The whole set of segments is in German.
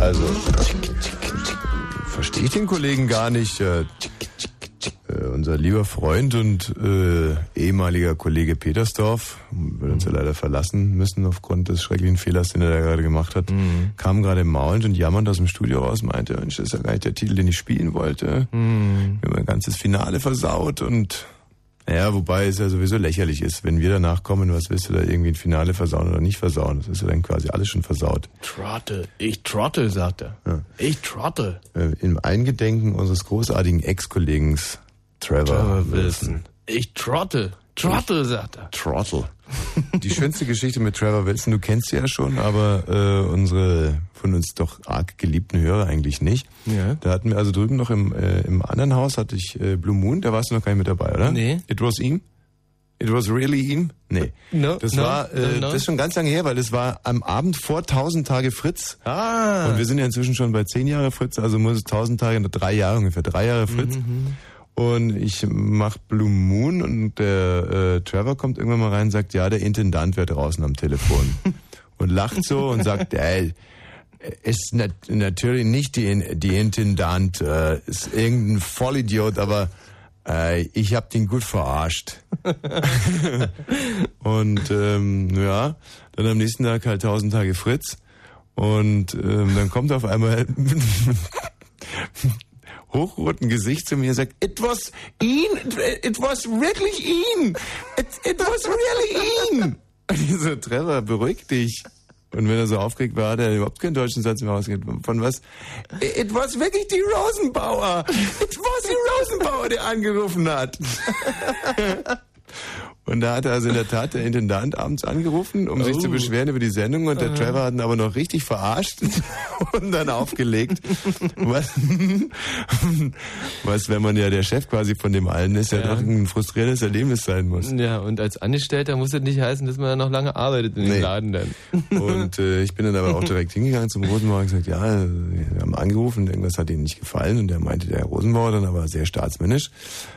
Also, verstehe ich den Kollegen gar nicht. Äh, äh, unser lieber Freund und äh, ehemaliger Kollege Petersdorf, wird uns ja leider verlassen müssen aufgrund des schrecklichen Fehlers, den er da gerade gemacht hat, kam gerade maulend und jammernd aus dem Studio raus, meinte, Mensch, das ist ja gar nicht der Titel, den ich spielen wollte. Wir haben mein ganzes Finale versaut und naja, wobei es ja sowieso lächerlich ist. Wenn wir danach kommen, was willst du da irgendwie ein Finale versauen oder nicht versauen? Das ist ja dann quasi alles schon versaut. Trottel. Ich Trottel, sagt er. Ich Trottel. Äh, Im Eingedenken unseres großartigen Ex-Kollegen Trevor, Trevor Wilson. Ich Trottel. Trottel, sagt er. Trottel. Die schönste Geschichte mit Trevor Wilson, du kennst sie ja schon, aber äh, unsere von uns doch arg geliebten Hörer eigentlich nicht. Ja. Da hatten wir also drüben noch im, äh, im anderen Haus, hatte ich äh, Blue Moon, da warst du noch gar nicht mit dabei, oder? Nee. Äh, It was ihm? It was really ihm? Nee. No, das no, war äh, no, no. das ist schon ganz lange her, weil das war am Abend vor 1000 Tage Fritz. Ah. Und wir sind ja inzwischen schon bei zehn Jahre Fritz, also muss es tausend Tage, drei Jahre ungefähr, drei Jahre Mhm, Fritz. Und ich mach Blue Moon und der äh, Trevor kommt irgendwann mal rein und sagt, ja, der Intendant wäre draußen am Telefon. und lacht so und sagt, ey, ist nat natürlich nicht die, In- die Intendant, äh, ist irgendein Vollidiot, aber äh, ich hab den gut verarscht. Und ähm, ja, dann am nächsten Tag halt 1000 Tage Fritz. Und ähm, dann kommt auf einmal mit hochrotem Gesicht zu mir und sagt, it was ihn, it was wirklich ihn, it, it was really ihn. Und ich so, Trevor, beruhig dich. Und wenn er so aufgeregt war, hat er überhaupt keinen deutschen Satz mehr ausgeht. Von was? It was wirklich die Rosenbauer. It was die Rosenbauer, der angerufen hat. Und da hat er also in der Tat der Intendant abends angerufen, um sich zu beschweren über die Sendung. Und der Trevor hat ihn aber noch richtig verarscht und dann aufgelegt. Was, was, wenn man ja der Chef quasi von dem allen ist, ja, Ja. doch ein frustrierendes Erlebnis sein muss. Ja, und als Angestellter muss es nicht heißen, dass man da noch lange arbeitet in Nee. dem Laden dann. Und äh, ich bin dann aber auch direkt hingegangen zum Rosenbauer und gesagt, ja, äh, wir haben angerufen, irgendwas hat ihnen nicht gefallen. Und der meinte, der Herr Rosenbauer dann aber sehr staatsmännisch,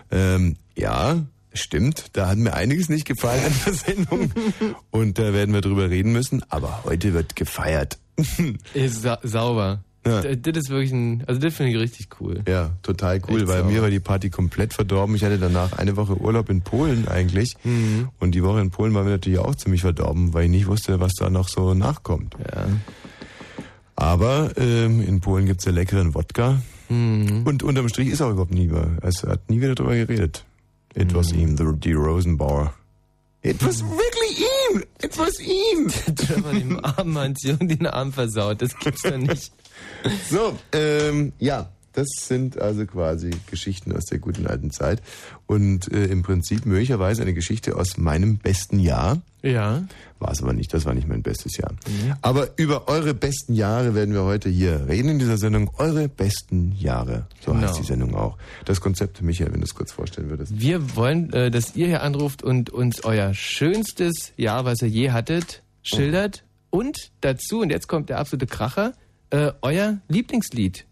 ähm, ja, stimmt, da hat mir einiges nicht gefallen an der Sendung. Und da werden wir drüber reden müssen, aber heute wird gefeiert. Ist sa sauber. Ja. D- Das ist wirklich ein, also das finde ich richtig cool. Ja, total cool, Echt weil sauber. mir war die Party komplett verdorben. Ich hatte danach eine Woche Urlaub in Polen eigentlich. Mhm. Und die Woche in Polen war mir natürlich auch ziemlich verdorben, weil ich nicht wusste, was da noch so nachkommt. Ja. Aber ähm, in Polen gibt's ja leckeren Wodka. Mhm. Und unterm Strich ist auch überhaupt nie wieder. Es hat nie wieder drüber geredet. It was Mhm. ihm, the, die Rosenbauer. It was wirklich ihm! It was ihm! Trevor dem armen Hans Jung den Arm versaut, das gibt's doch nicht. So, ähm, ja, das sind also quasi Geschichten aus der guten alten Zeit. Und äh, im Prinzip möglicherweise eine Geschichte aus meinem besten Jahr. Ja. Mhm. War es aber nicht, das war nicht mein bestes Jahr. Aber über eure besten Jahre werden wir heute hier reden in dieser Sendung. Eure besten Jahre, so heißt Genau. die Sendung auch. Das Konzept, Michael, wenn du es kurz vorstellen würdest. Wir wollen, äh, dass ihr hier anruft und uns euer schönstes Jahr, was ihr je hattet, schildert. Und dazu, und jetzt kommt der absolute Kracher, äh, euer Lieblingslied.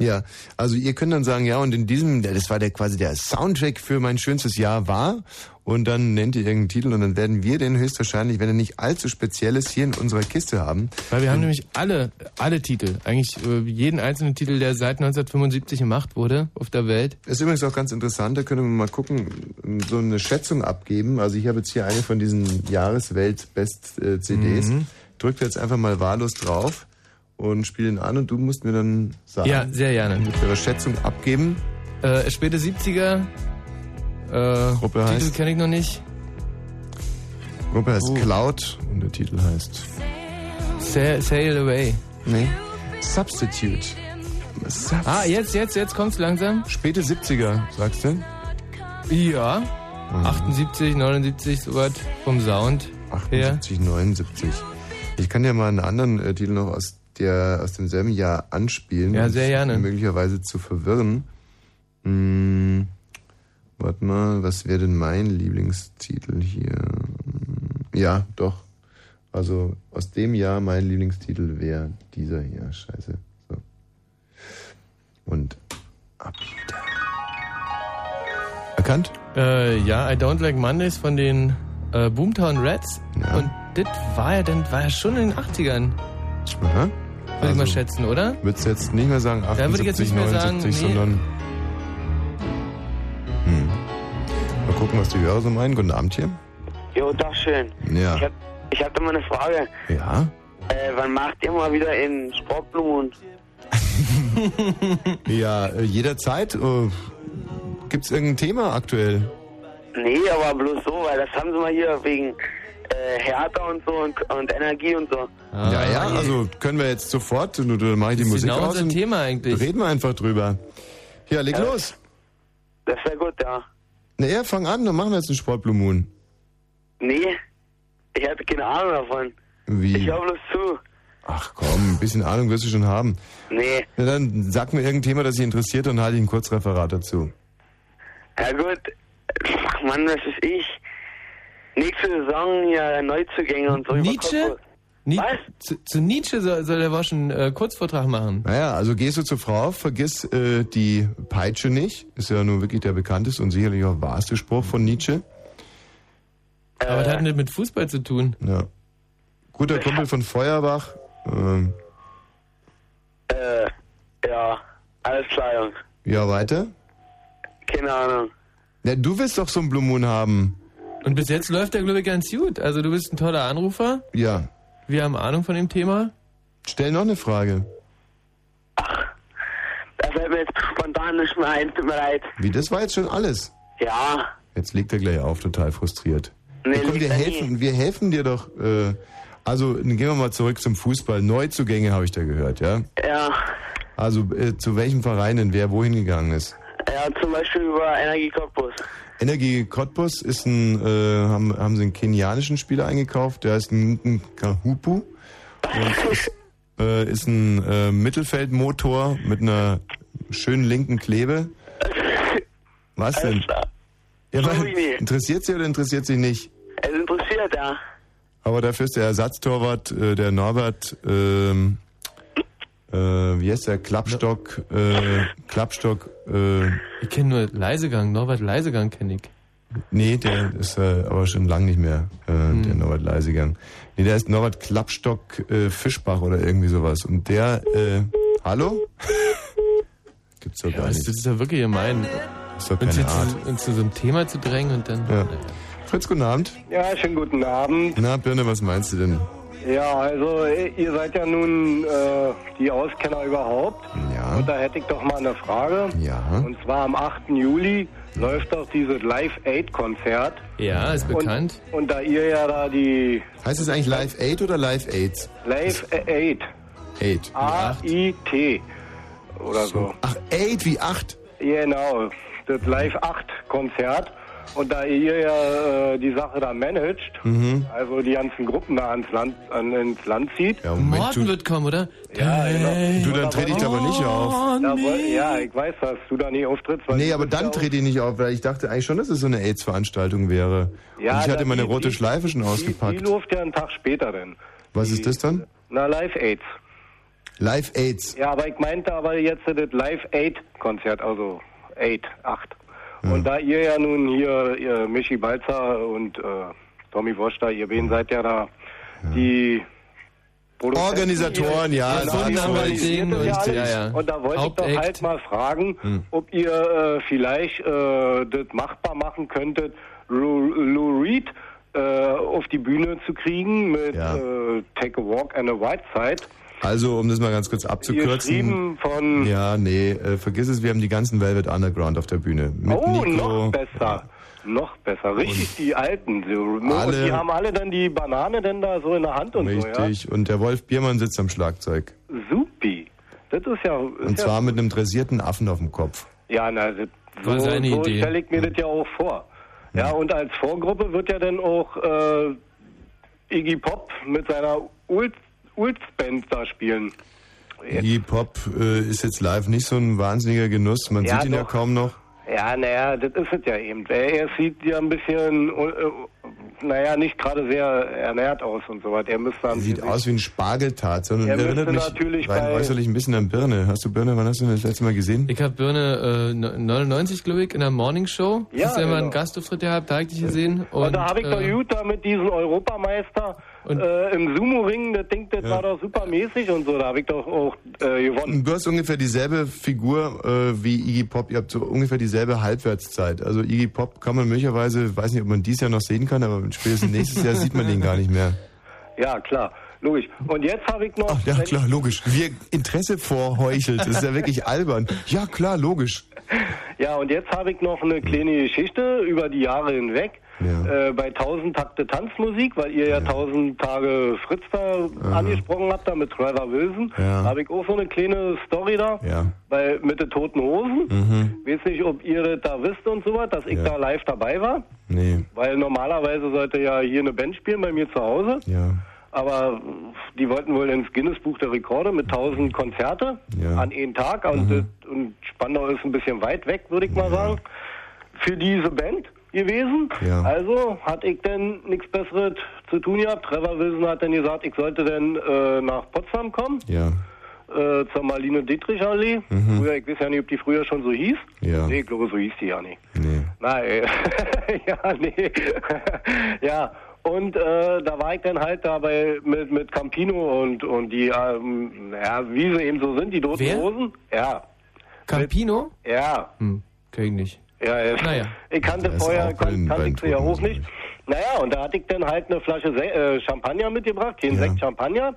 Ja, also ihr könnt dann sagen, ja, und in diesem, das war der quasi der Soundtrack für mein schönstes Jahr war. Und dann nennt ihr irgendeinen Titel und dann werden wir den höchstwahrscheinlich, wenn er nicht allzu speziell ist, hier in unserer Kiste haben. Weil wir haben nämlich alle, alle Titel, eigentlich äh, jeden einzelnen Titel, der seit 1975 gemacht wurde auf der Welt. Ist übrigens auch ganz interessant, da können wir mal gucken, so eine Schätzung abgeben. Also ich habe jetzt hier eine von diesen Mhm. Jahreswelt-Best-CDs. Drückt jetzt einfach mal wahllos drauf und spiel ihn an und du musst mir dann sagen, Ja, sehr gerne. eure Schätzung abgeben. Äh, späte 70er. Äh, Gruppe Titel heißt- kenne ich noch nicht. Gruppe heißt Cloud und der Titel heißt Sail, Sail Away. nee, Substitute. Subs- Ah, jetzt, jetzt, jetzt kommt's langsam. Späte 70er, sagst du? Ja. Mhm. 78, 79, sowas vom Sound. her. 78, 79. Ich kann ja mal einen anderen äh, Titel noch aus, der, aus demselben Jahr anspielen. Ja, um sehr es gerne. Möglicherweise zu verwirren. Hm, warte mal, was wäre denn mein Lieblingstitel hier? Hm, Ja, doch. Also aus dem Jahr mein Lieblingstitel wäre dieser hier. Scheiße. So. Und ab wieder. Erkannt? Äh, ja, I Don't Like Mondays von den äh, Boomtown Rats. Ja. Und das war ja dann, war ja schon in den 80ern. Aha. Würde ich mal schätzen, oder? Würdest du jetzt nicht mehr sagen 78, Da würde ich jetzt nicht mehr sagen, 79, nee. sondern... Hm. Mal gucken, was die Hörer so meinen. Guten Abend hier. Jo, doch schön. Ja. Ich hab, ich hab da mal eine Frage. Ja? Äh, wann macht ihr mal wieder in Sportblumen? Ja, äh, jederzeit. Äh, Gibt es irgendein Thema aktuell? Nee, aber bloß so, weil das haben sie mal hier wegen äh, Hertha und so und, und Energie und so. ja, ja, also können wir jetzt sofort, du- du- dann mache ich die Ah, Das ist Musik genau aus unser und Thema eigentlich. reden wir einfach drüber. Ja, leg los. Äh, Das wäre gut, ja. Na ja, fang an, dann machen wir jetzt einen Sportblue Moon. Nee, ich hatte keine Ahnung davon. Ich Wie? höre bloß zu. Ach komm, ein bisschen Ahnung wirst du schon haben. Nee, Na, dann sag mir irgendein Thema, das dich interessiert, dann halte ich ein Kurzreferat dazu. ja gut. Ach, Mann, das ist ich. Nächste Saison ja Neuzugänge und so. über Nietzsche? Kopf- Nie Was? zu, zu Nietzsche soll, soll der Wosch einen äh, Kurzvortrag machen. Naja, also gehst du zur Frau, vergiss äh, die Peitsche nicht. Ist ja nun wirklich der bekannteste und sicherlich auch wahrste Spruch von Nietzsche. Aber das hat nicht mit Fußball zu tun. Äh. Ja. Guter Kumpel von Feuerbach. Ähm, Äh, ja, alles klar, Jungs. ja, weiter. Keine Ahnung. Ja, du willst doch so einen Blue Moon haben. Und bis jetzt läuft der, glaube ich, ganz gut. Also du bist ein toller Anrufer. Ja. Wir haben Ahnung von dem Thema. Stell noch eine Frage. Da fällt mir jetzt spontan nicht mehr ein, tut mir leid. Wie, das war jetzt schon alles. Ja, Jetzt legt er gleich auf, total frustriert. Nee, Ja, komm, liegt wir er helfen, wir helfen dir doch. Äh, also, dann gehen wir mal zurück zum Fußball. Neuzugänge habe ich da gehört, ja? ja. Also, äh, zu welchem Verein denn wer wohin gegangen ist? Ja, zum Beispiel über Energie Cottbus. Energie Cottbus ist ein, äh, haben, haben sie einen kenianischen Spieler eingekauft, der heißt Nten Kahupu. Und ist, äh, ist ein äh, Mittelfeldmotor mit einer schönen linken Klebe. Was denn? Ja, Sorry. weil- interessiert sie oder interessiert sie nicht? Es interessiert, ja. Aber dafür ist der Ersatztorwart, äh, der Norbert, ähm, äh, wie heißt der? Klappstock, äh, Klappstock, äh, Ich kenne nur Leisegang, Norbert Leisegang kenne ich. Nee, der ist äh, aber schon lang nicht mehr, äh, Hm. der Norbert Leisegang. Nee, der ist Norbert Klappstock äh, Fischbach oder irgendwie sowas. Und der, äh, hallo? Gibt's doch gar Das, das nicht. ist ja wirklich gemein. Ist doch Uns keine jetzt Art. zu, uns zu so einem Thema zu drängen und dann. Ja. Fritz, guten Abend. Ja, schönen guten Abend. Na, Birne, was meinst du denn? Ja, also eh, ihr seid ja nun äh, die Auskenner überhaupt. Ja, Und da hätte ich doch mal eine Frage. ja. Und zwar am 8. Juli läuft doch dieses Live-Aid-Konzert. Ja, ist bekannt. Und, und da ihr ja da die Heißt es eigentlich Live Aid oder Live AIDS? Live-Aid, Aid. A-I-T oder so. Ach, Aid wie acht. Genau, das Live-8-Konzert. Und da ihr ja äh, die Sache da managt, Mhm. also die ganzen Gruppen da ans Land, an, ins Land zieht, Ja, Moment, Morten du, wird kommen, oder? Ja, genau. du dann trete ich da aber nicht auf. Oh, Ja, nee. woll- ja, ich weiß, dass du da nie auftrittst. weil Nee, du aber bist dann ja auch- trete ich nicht auf, weil ich dachte eigentlich schon, dass es so eine AIDS-Veranstaltung wäre. Ja, Und ich hatte dann meine die- rote die- Schleife schon Die, ausgepackt. die läuft ja einen Tag später denn. Was ist das dann? Na, Live-Aids. Live AIDS. Ja, aber ich meinte aber jetzt das Live-Aid-Konzert, also 8, 8. Und da ihr ja nun hier, ihr Michi Balzer und äh, Tommy Wosch da, ihr beiden seid ja da die Produzenten Organisatoren, ja, Genau, so die hat's organisiert Ding das ja und- alles. ja, ja. Und da wollte ich Hauptact. doch halt mal fragen, Hm. ob ihr äh, vielleicht äh, das machbar machen könntet, Lou, Lou Reed äh, auf die Bühne zu kriegen mit Ja. äh, Take a Walk and a White Side. Also, um das mal ganz kurz abzukürzen. Geschrieben von. Ja, nee, äh, vergiss es, wir haben die ganzen Velvet Underground auf der Bühne. Mit Oh, Nico. noch besser. Noch besser. Richtig, die Alten. So, ne, Alle- und die haben alle dann die Banane denn da so in der Hand und Richtig. Und der Wolf Biermann sitzt am Schlagzeug. so, ja. Supi. Das ist ja. Ist Und ja, zwar mit einem dressierten Affen auf dem Kopf. Ja, na, das, War so, seine so Idee. stelle ich mir das ja auch vor. Ja, und als Vorgruppe wird ja dann auch äh, Iggy Pop mit seiner Ult- Ulz-Band da spielen. Iggy Pop äh, ist jetzt live nicht so ein wahnsinniger Genuss. Man Ja, sieht ihn ja doch. kaum noch. Ja, naja, das ist es ja eben. Er, er sieht ja ein bisschen, äh, naja, nicht gerade sehr ernährt aus und so weiter. Er müsste am Sieht Gesicht- aus wie ein Spargeltarzan und Er erinnert müsste mich natürlich rein bei- äußerlich ein bisschen an Birne. Hast du Birne, wann hast du ihn das letzte Mal gesehen? Ich habe Birne äh, no- 99, glaube ich, in der Morning Show. Ja, Hast du ja mal einen genau. Gastauftritt gehabt, da hab ich dich gesehen. Und, Und da habe ich äh, doch gut da mit diesem Europameister äh, im Sumo-Ring, das Ding, das Ja. war doch super mäßig und so, da habe ich doch auch äh, gewonnen. Du hast ungefähr dieselbe Figur äh, wie Iggy Pop. Ihr habt so ungefähr dieselbe Halbwertszeit. Also Iggy Pop kann man möglicherweise, weiß nicht, ob man dies Jahr noch sehen kann, aber spätestens nächstes Jahr sieht man den gar nicht mehr. Ja, klar, logisch. Und jetzt habe ich noch, Ja, klar, logisch. Wir Interesse vorheuchelt. Das ist ja wirklich albern. Ja, klar, logisch. ja, und jetzt habe ich noch eine kleine Geschichte über die Jahre hinweg. Ja. Äh, bei 1000 Takte Tanzmusik, weil ihr ja 1000 Tage Fritz da angesprochen habt, da mit Trevor Wilson, Ja. habe ich auch so eine kleine Story da, Ja. bei, mit den Toten Hosen. Weiß nicht, ob ihr das da wisst und sowas, dass ich Mhm. Ja. da live dabei war, Nee, weil normalerweise sollte ja hier eine Band spielen bei mir zu Hause. ja. Aber die wollten wohl ins Guinness-Buch der Rekorde mit 1000 Konzerte Ja. Mhm. an einem Tag. Und, das, und Spandau ist ein bisschen weit weg, würde ich mal sagen, für diese Band gewesen. Ja. Also hatte ich dann nichts Besseres zu tun gehabt. Trevor Wilson hat dann gesagt, ich sollte dann äh, nach Potsdam kommen, Ja, äh, zur Marlene-Dietrich-Allee. Früher, ich weiß ja nicht, ob die früher schon so hieß. Mhm. Ja. Nee, ich glaube, so hieß die ja nicht. nee. Nein, äh, ja, nee. ja, und äh, da war ich dann halt dabei mit, mit Campino und, und die, ähm, ja, wie sie eben so sind, die Toten Wer? Hosen. Ja, Campino? ja, Hm, kenn ich nicht. ja. ja. Naja. Ich kannte Der ist vorher, auch kan in- bei kannte den ich sie ja Toten auch Hosen, nicht. Naja, und da hatte ich dann halt eine Flasche Se äh, Champagner mitgebracht, kein Ja. Mhm. Sekt Champagner.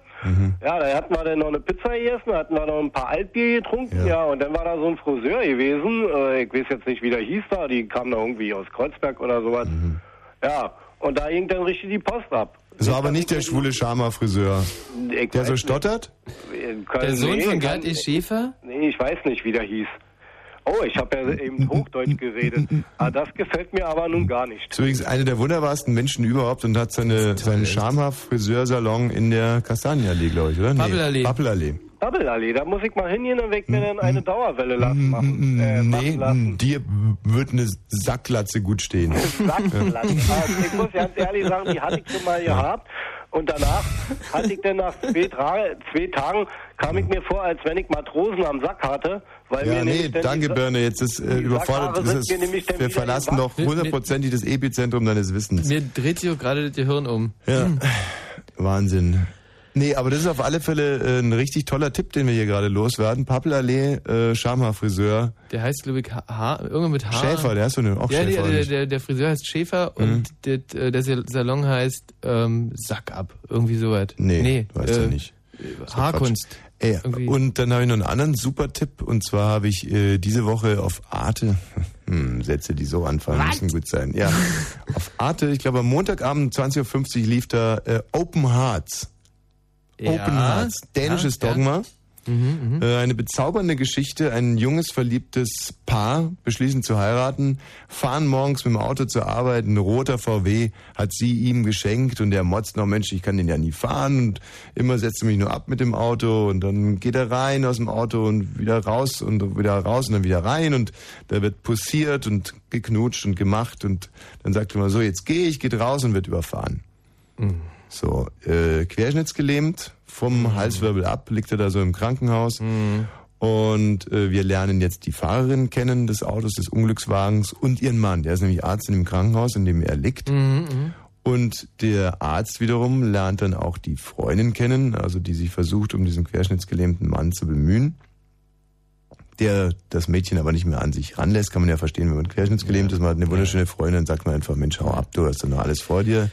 Ja, da hatten wir dann noch eine Pizza gegessen, da hatten wir noch ein paar Altbier getrunken, Ja. ja, und dann war da so ein Friseur gewesen, äh, ich weiß jetzt nicht, wie der hieß da, die kam da irgendwie aus Kreuzberg oder sowas. Mhm. Ja, und da ging dann richtig die Post ab. Das war aber nicht der schwule Schama-Friseur, Ich der weiß so nicht, stottert. in Köln- Der Sohn nee, von in Gerd E. Köln- Schäfer? Nee, ich weiß nicht, wie der hieß. Oh, ich habe ja eben Hochdeutsch geredet. Ah, das gefällt mir aber nun gar nicht. Ist übrigens einer der wunderbarsten Menschen überhaupt und hat seine, seinen Schama-Friseursalon in der Kastanienallee, glaube ich, oder? Nee, Pappelallee. Pappelallee. Babbelallee, da muss ich mal hingehen und weg Hm. mir dann eine Dauerwelle lassen machen. Äh, Nee, hm, machen lassen. dir wird eine Sacklatze gut stehen. Sacken lassen. Also, ich muss ganz ehrlich sagen, die hatte ich schon mal gehabt. Und danach hatte ich dann nach zwei, Tra zwei Tagen, kam ich mir vor, als wenn ich Matrosen am Sack hatte. Weil Ja, mir nee, nämlich dann danke die- Birne, jetzt ist äh, die überfordert. Sackhaare Das sind ist, mir nämlich dann wir wieder verlassen gewachsen. doch hundertprozentig das Epizentrum deines Wissens. Mir dreht sich auch gerade das Gehirn um. Ja. Wahnsinn. Nee, aber das ist auf alle Fälle äh, ein richtig toller Tipp, den wir hier gerade loswerden. Pappelallee, äh, Schamhaarfriseur, Der heißt, glaube ich, H H irgendwann mit H. Schäfer, der hast du denn auch Ja, Schäfer. der, der, nicht? der, der Friseur heißt Schäfer Mhm. und der, äh, der Salon heißt ähm, Sack ab. Irgendwie sowas. nee, weißt äh, du nicht. Haarkunst. Ey, Irgendwie. und dann habe ich noch einen anderen super Tipp und zwar habe ich äh, diese Woche auf Arte hm, Sätze, die so anfangen, müssen gut sein. Ja, auf Arte, ich glaube am Montagabend 20:50 Uhr lief da äh, Open Hearts. Open Hearts, dänisches ja, Mhm, Dogma. Äh, Eine bezaubernde Geschichte. Ein junges, verliebtes Paar beschließen zu heiraten, fahren morgens mit dem Auto zur Arbeit. Ein roter VW hat sie ihm geschenkt und er motzt noch, Mensch, ich kann den ja nie fahren und immer setzt er mich nur ab mit dem Auto und dann geht er rein aus dem Auto und wieder raus und wieder raus und dann wieder rein und da wird pussiert und geknutscht und gemacht und dann sagt er mal so, jetzt gehe ich, geht raus und wird überfahren. So, äh, querschnittsgelähmt, vom Halswirbel ab, liegt er da so im Krankenhaus. Und äh, wir lernen jetzt die Fahrerin kennen des Autos, des Unglückswagens und ihren Mann. Der ist nämlich Arzt in dem Krankenhaus, in dem er liegt. Mhm. Und der Arzt wiederum lernt dann auch die Freundin kennen, also die sich versucht, um diesen querschnittsgelähmten Mann zu bemühen. Der das Mädchen aber nicht mehr an sich ranlässt, kann man ja verstehen, wenn man querschnittsgelähmt ist. Man hat eine wunderschöne Freundin, dann sagt man einfach, Mensch, hau ab, du hast doch noch alles vor dir.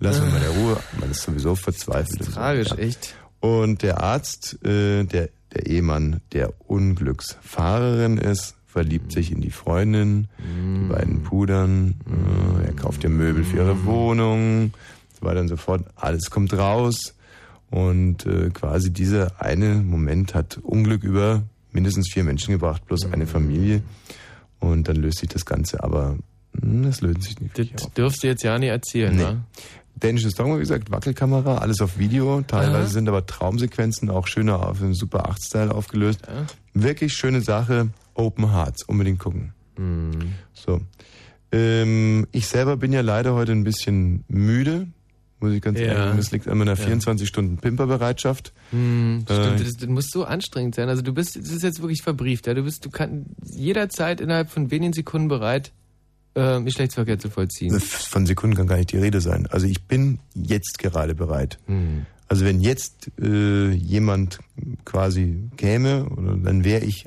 Lass uns mal in Ruhe. Man ist sowieso verzweifelt. Tragisch, Ja. echt. Und der Arzt, äh, der, der Ehemann der Unglücksfahrerin ist, Mhm. verliebt sich in die Freundin, die beiden pudern, äh, er kauft ihr Möbel für Mhm. ihre Wohnung, so weiter und so fort. Alles kommt raus. Und äh, quasi dieser eine Moment hat Unglück über mindestens vier Menschen gebracht, plus Mhm. eine Familie. Und dann löst sich das Ganze, aber mh, das löst sich nicht. Das wirklich auf. dürfst du jetzt ja nicht erzählen, Nee. ne? Dänisches Dogma, wie gesagt, Wackelkamera, alles auf Video. Teilweise Aha. sind aber Traumsequenzen auch schöner auf im Super 8-Style aufgelöst. Ja. Wirklich schöne Sache. Open Hearts, unbedingt gucken. Mhm. So. Ähm, ich selber bin ja leider heute ein bisschen müde. Muss ich ganz Ja. ehrlich sagen, das liegt an meiner 24-Stunden-Pimperbereitschaft. Hm, stimmt, Äh, das, das muss so anstrengend sein. Also du bist, das ist jetzt wirklich verbrieft, ja. Du bist, du kannst jederzeit innerhalb von wenigen Sekunden bereit, äh, Geschlechtsverkehr zu vollziehen. Von Sekunden kann gar nicht die Rede sein. Also ich bin jetzt gerade bereit. Hm. Also wenn jetzt äh, jemand quasi käme, oder, dann wäre ich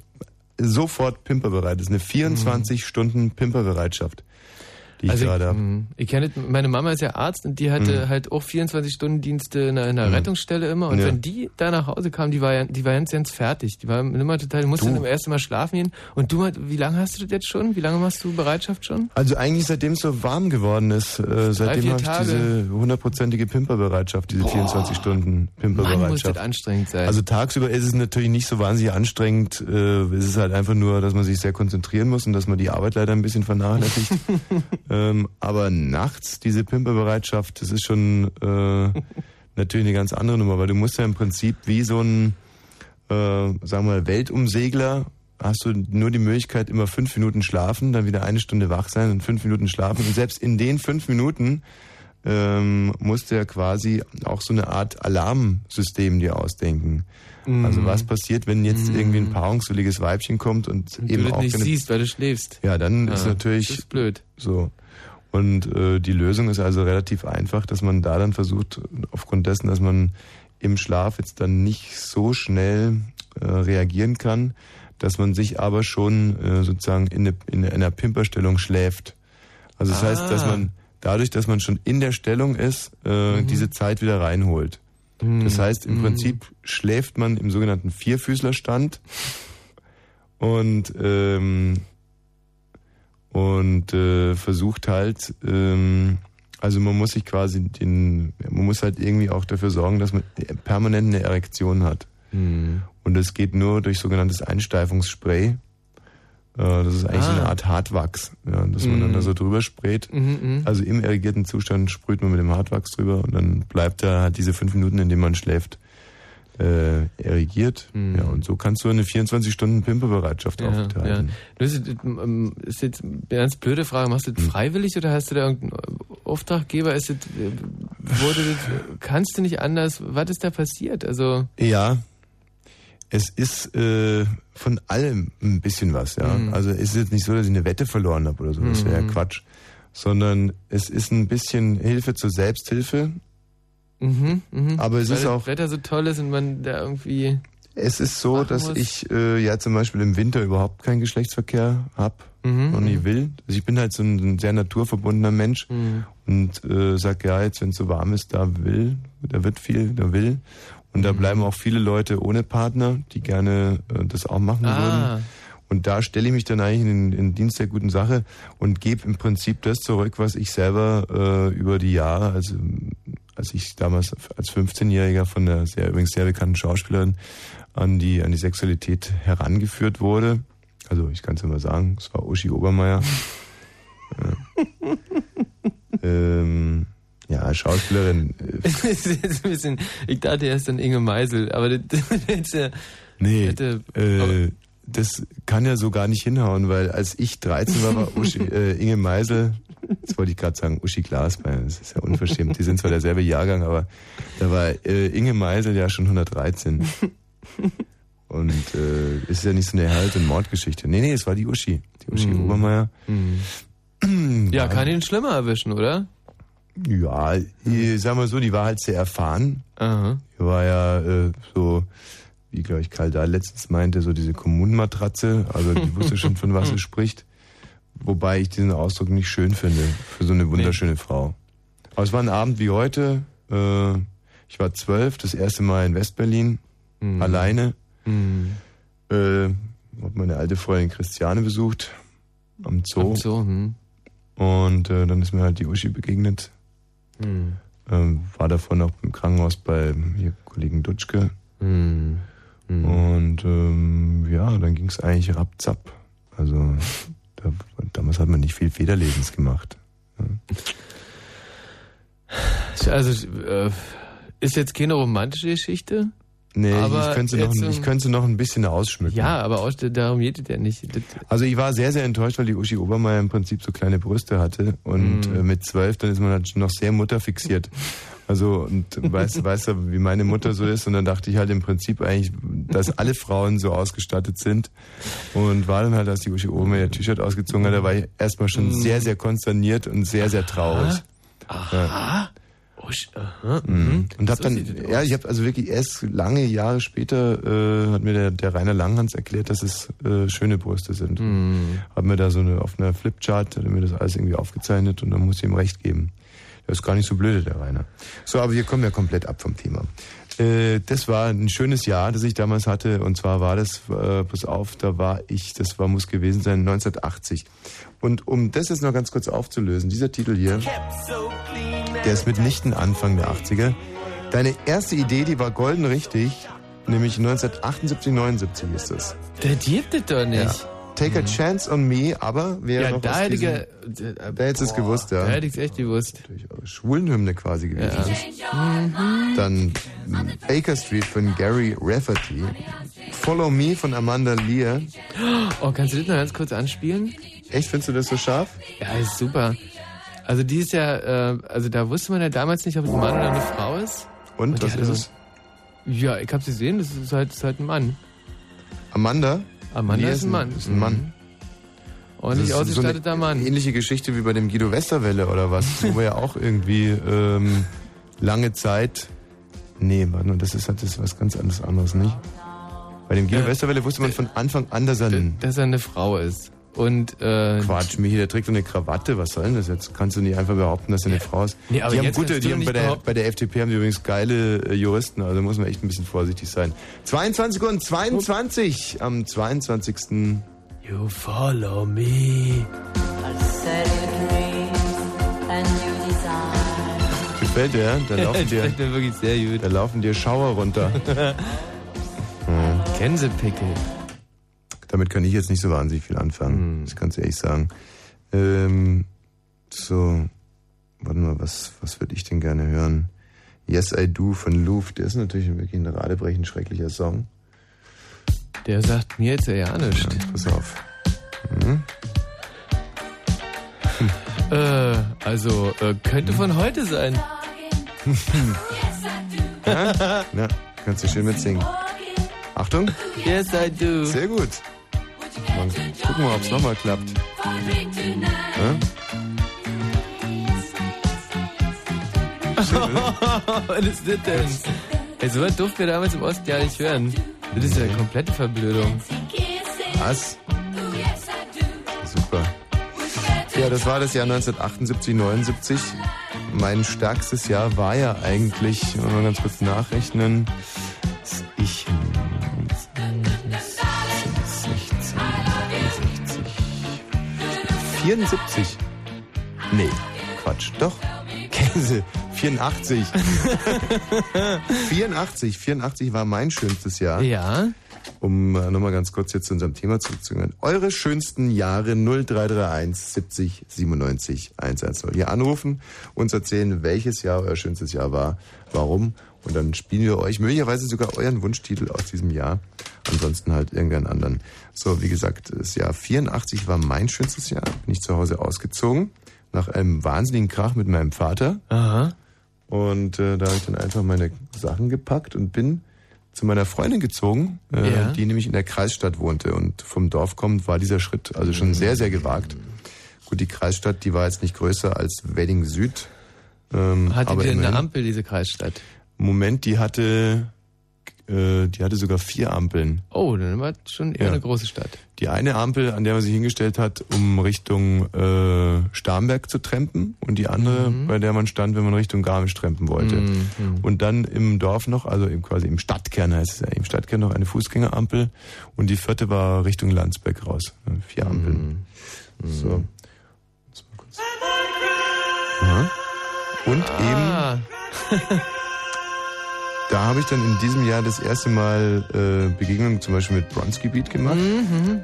sofort pimperbereit. Das ist eine 24 Stunden Pimperbereitschaft, die ich Hm. Also gerade habe. hm, ich kenne, das- meine Mama ist ja Arzt und die hatte halt auch 24-Stunden-Dienste äh, in einer, in einer Mhm. Rettungsstelle immer. Und Ja. wenn die da nach Hause kam, die war ja, die war ganz, ganz fertig. Die war immer total, die musste Du. dann im ersten Mal schlafen gehen. Und du, wie lange hast du das jetzt schon? Wie lange machst du Bereitschaft schon? Also eigentlich seitdem es so warm geworden ist, äh, seitdem vier habe ich Tage. diese hundertprozentige Pimperbereitschaft, diese 24 Stunden Mann, muss das Pimperbereitschaft. anstrengend sein. Also tagsüber ist es natürlich nicht so wahnsinnig anstrengend. Äh, es ist halt einfach nur, dass man sich sehr konzentrieren muss und dass man die Arbeit leider ein bisschen vernachlässigt. ähm, aber nachts diese Pimperbereitschaft, das ist schon äh, natürlich eine ganz andere Nummer, weil du musst ja im Prinzip wie so ein, äh, sagen wir mal, Weltumsegler hast du nur die Möglichkeit, immer fünf Minuten schlafen, dann wieder eine Stunde wach sein und fünf Minuten schlafen. Und selbst in den fünf Minuten ähm, musst du ja quasi auch so eine Art Alarmsystem dir ausdenken. Mhm. Also was passiert, wenn jetzt irgendwie ein paarungswilliges Weibchen kommt und, Und eben Mhm. du auch das nicht keine- siehst, weil du schläfst. Ja, dann Ja, ist natürlich das ist blöd. so. Und äh, die Lösung ist also relativ einfach, dass man da dann versucht, aufgrund dessen, dass man im Schlaf jetzt dann nicht so schnell äh, reagieren kann, dass man sich aber schon äh, sozusagen in, eine, in einer Pimperstellung schläft. Also das heißt, dass Ah. Mhm. man dadurch, dass man schon in der Stellung ist, äh, diese Zeit wieder reinholt. Das heißt, im Prinzip schläft man im sogenannten Vierfüßlerstand und ähm, und äh, versucht halt, ähm, also man muss sich quasi den, man muss halt irgendwie auch dafür sorgen, dass man permanent eine Erektion hat. Mhm. Und das geht nur durch sogenanntes Einsteifungsspray. Äh, das ist eigentlich so eine Ah. Mhm. Art Hartwachs, ja, dass man dann da so drüber sprayt. Also im erregierten Zustand sprüht man mit dem Hartwachs drüber und dann bleibt da halt diese fünf Minuten, in denen man schläft, äh, erregiert. Ja, und so kannst du eine 24-Stunden-Pimperbereitschaft Mhm. Ja, ja. aufgeteilen. Das ist, ähm, ist jetzt eine ganz blöde Frage. Machst du Hm. das freiwillig oder hast du da irgendeinen Auftraggeber? Ist das, äh, wurde das, kannst du nicht anders? Was ist da passiert? Also, Ja. Es ist äh, von allem ein bisschen was, ja. Mhm. Also es ist jetzt nicht so, dass ich eine Wette verloren habe oder so, das wäre ja Quatsch. Sondern es ist ein bisschen Hilfe zur Selbsthilfe. mhm, mhm. Aber es weil ist das auch- Wetter so toll ist und man da irgendwie. Es ist so, Machen dass wir's. ich äh, ja zum Beispiel im Winter überhaupt keinen Geschlechtsverkehr hab Mhm. und nie will. Also ich bin halt so ein, ein sehr naturverbundener Mensch Mhm. und äh, sag ja, jetzt wenn es so warm ist, da will, da wird viel, da will. Und da bleiben auch viele Leute ohne Partner, die gerne äh, das auch machen würden. Ah, Und da stelle ich mich dann eigentlich in den, in den Dienst der guten Sache und gebe im Prinzip das zurück, was ich selber äh, über die Jahre, also ähm, als ich damals als 15-Jähriger von einer sehr, übrigens sehr bekannten Schauspielerin an die, an die Sexualität herangeführt wurde. Also ich kann es immer sagen, es war Uschi Obermeier. ja. Ähm, ja, Schauspielerin. äh, das ist jetzt ein bisschen, ich dachte erst an Inge Meisel, aber das, das ist ja, Nee, hätte, Äh, das kann ja so gar nicht hinhauen, weil als ich 13 war, war Uschi, äh, Inge Meisel, jetzt wollte ich gerade sagen, Uschi Glasbein, das ist ja unverschämt, die sind zwar derselbe Jahrgang, aber da war äh, Inge Meisel ja schon 113. Und äh, ist ja nicht so eine Erhalt- und Mordgeschichte. Nee, nee, es war die Uschi, die Uschi Obermeier. ja, kann ihn schlimmer erwischen, oder? Ja, äh, sagen wir so, die war halt sehr erfahren. Aha. Hier war ja äh, so, wie glaube ich Karl da letztens meinte, so diese Kommunenmatratze. Also die wusste schon, von was sie spricht. Wobei ich diesen Ausdruck nicht schön finde für so eine wunderschöne Frau. Aber es war ein Abend wie heute. Äh, ich war zwölf, das erste Mal in Westberlin, Mhm. alleine. Äh, hab meine alte Freundin Christiane besucht am Zoo. Ach So, hm. Und äh, dann ist mir halt die Uschi begegnet. Hm. Ähm, war davor noch im Krankenhaus bei hier Kollegen Dutschke. Hm. Und ähm, ja, dann ging es eigentlich rapzapp. Also da, damals hat man nicht viel Federlesens gemacht. Also, äh, ist jetzt keine romantische Geschichte? Nee, ich, Aber ich, könnte sie noch, jetzt, ähm, ich könnte sie noch ein bisschen ausschmücken. Ja, aber auch, darum geht es ja nicht. Das, Also ich war sehr, sehr enttäuscht, weil die Uschi Obermeier im Prinzip so kleine Brüste hatte. Und äh, mit zwölf, dann ist man halt schon noch sehr mutterfixiert. Also, und weißt, weißt du, wie meine Mutter so ist? Und dann dachte ich halt im Prinzip eigentlich, dass alle Frauen so ausgestattet sind. Und war dann halt, als die Uschi oben ihr T-Shirt ausgezogen hat, da war ich erstmal schon sehr, sehr konsterniert und sehr, sehr traurig. Aha. Usch, aha. Mhm. Und hab So dann, sieht es ja, ich habe also wirklich erst lange Jahre später äh, hat mir der, der Rainer Langhans erklärt, dass es äh, schöne Brüste sind. Mhm. Hat mir da so eine auf einer Flipchart hat er mir das alles irgendwie aufgezeichnet und dann muss ich ihm recht geben. Der ist gar nicht so blöde, der Rainer. So, aber wir kommen ja komplett ab vom Thema. Äh, das war ein schönes Jahr, das ich damals hatte. Und zwar war das, äh, pass auf, da war ich, das war, muss gewesen sein, 1980. Und um das jetzt noch ganz kurz aufzulösen, dieser Titel hier. Der ist mitnichten Anfang der 80er. Deine erste Idee, die war golden richtig, nämlich 1978, 79 ist das. Der gibt es doch nicht. Take a chance on me, aber wer Mhm. Ja, noch da aus hätte ich. diesem, ge- äh, da hätte es gewusst, ja. Da hätte ich es echt gewusst. Schwulenhymne quasi gewesen. Dann mh, Baker Street von Gary Rafferty. Follow Me von Amanda Lear. Oh, kannst du das noch ganz kurz anspielen? Echt, findest du das so scharf? Ja, ist super. Also die ist ja, äh, also da wusste man ja damals nicht, ob es ein Mann oder eine Frau ist. Und, die was hat ist so- es? Ja, ich hab's gesehen, das ist halt, das ist halt ein Mann. Amanda? Amanda Lear ist ein Mann. Ist ein Mann. Ordentlich Das ist so eine ausgestatteter Mann. Ähnliche Geschichte wie bei dem Guido Westerwelle oder was, wo wir ja auch irgendwie ähm, lange Zeit. Nee, warte mal, das ist halt das was ganz anderes, anderes nicht? Bei dem Guido Ja. Westerwelle wusste man von Anfang an, dass er ein Dass er eine Frau ist. Und äh, Quatsch, Michi, der trägt so eine Krawatte, was soll denn das jetzt? Kannst du nicht einfach behaupten, dass er eine Frau ist? Nee, aber die haben jetzt gute, kannst du die haben nicht bei der, behaupten- bei der FDP haben die übrigens geile äh, Juristen, also muss man echt ein bisschen vorsichtig sein. 22 und 22 am 22. You follow me. Gefällt dir, da laufen Das dir, fällt mir wirklich sehr da gut. laufen dir Schauer runter. Gänsepickel. Damit kann ich jetzt nicht so wahnsinnig viel anfangen, das kannst du ehrlich sagen. Ähm, so, warte mal, was, was würde ich denn gerne hören? Yes, I Do von Luft, der ist natürlich wirklich ein radebrechend schrecklicher Song. Der sagt mir jetzt ja nichts. Pass auf. Mhm. Äh, also, äh, könnte von heute sein. Na, kannst du schön mitsingen. Achtung, Yes, I do. sehr gut. Mal gucken wir, ob es nochmal klappt. Ja? Was ist das denn? Ey, so was durften wir damals im Osten ja nicht hören. Das ist ja eine komplette Verblödung. Was? Super. Ja, das war das Jahr 1978, 79. Mein stärkstes Jahr war ja eigentlich, wenn wir mal ganz kurz nachrechnen, dass ich 16, 60, 74. Nee, Quatsch, doch. Käse, 84. 84, 84 war mein schönstes Jahr Ja? um äh, nochmal ganz kurz jetzt zu unserem Thema zurückzukommen. Eure schönsten Jahre 0331 70 97 110. Hier anrufen, uns erzählen, welches Jahr euer schönstes Jahr war, warum. Und dann spielen wir euch möglicherweise sogar euren Wunschtitel aus diesem Jahr. Ansonsten halt irgendeinen anderen. So, wie gesagt, das Jahr 84 war mein schönstes Jahr. Bin ich zu Hause ausgezogen. Nach einem wahnsinnigen Krach mit meinem Vater. Aha. Und äh, da habe ich dann einfach meine Sachen gepackt und bin zu meiner Freundin gezogen, äh, Ja. die nämlich in der Kreisstadt wohnte. Und vom Dorf kommt, war dieser Schritt also Mhm. schon sehr, sehr gewagt. Gut, die Kreisstadt, die war jetzt nicht größer als Wedding Süd. Ähm, Hatte die denn immerhin. eine Ampel, diese Kreisstadt? Moment, die hatte, äh, die hatte sogar vier Ampeln. Oh, dann war es schon eher Ja. eine große Stadt. Die eine Ampel, an der man sich hingestellt hat, um Richtung äh, Starnberg zu trampen und die andere, Mhm. bei der man stand, wenn man Richtung Garmisch trampen wollte. Und dann im Dorf noch, also im, quasi im Stadtkern heißt es ja, im Stadtkern noch eine Fußgängerampel und die vierte war Richtung Landsberg raus. Vier Mhm. Ampeln. So. Jetzt mal kurz. Aha. Und eben Ah, da habe ich dann in diesem Jahr das erste Mal äh, Begegnungen zum Beispiel mit Bronski Beat gemacht,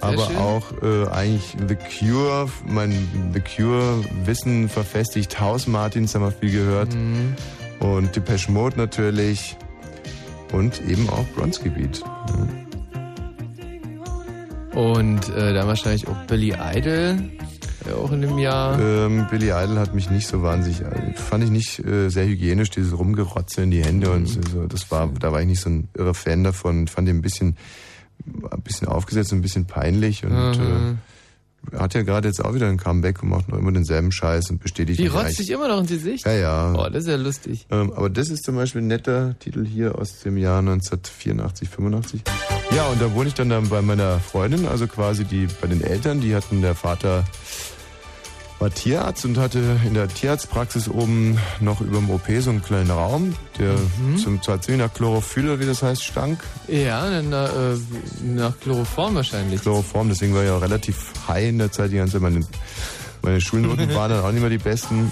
aber Mhm, schön. auch äh, eigentlich The Cure, mein The Cure Wissen verfestigt, House Martins haben wir viel gehört Mhm. und Depeche Mode natürlich und eben auch Bronski Beat. und äh, dann wahrscheinlich auch Billy Idol. ja auch in dem Jahr. Ähm, Billy Idol hat mich nicht so wahnsinnig, fand ich nicht äh, sehr hygienisch, dieses Rumgerotze in die Hände und Mhm. so. Das war, da war ich nicht so ein irrer Fan davon, fand ihn ein bisschen, ein bisschen aufgesetzt und ein bisschen peinlich und Mhm. äh, hat ja gerade jetzt auch wieder ein Comeback und macht noch immer denselben Scheiß und bestätigt Die mich rotzt sich eigentlich- immer noch ins Gesicht. Ja, ja. Oh, das ist ja lustig. Ähm, aber das ist zum Beispiel ein netter Titel hier aus dem Jahr 1984, 85. Ja, und da wohne ich dann, dann bei meiner Freundin, also quasi die bei den Eltern, die hatten der Vater war Tierarzt und hatte in der Tierarztpraxis oben noch über dem OP so einen kleinen Raum, der Mhm. zum Zeitpunkt nach Chlorophyll, oder wie das heißt, stank. Ja, dann, äh, nach Chloroform wahrscheinlich. Chloroform, deswegen war ich auch relativ high in der Zeit die ganze Zeit. Meine, meine Schulnoten waren dann auch nicht mehr die besten.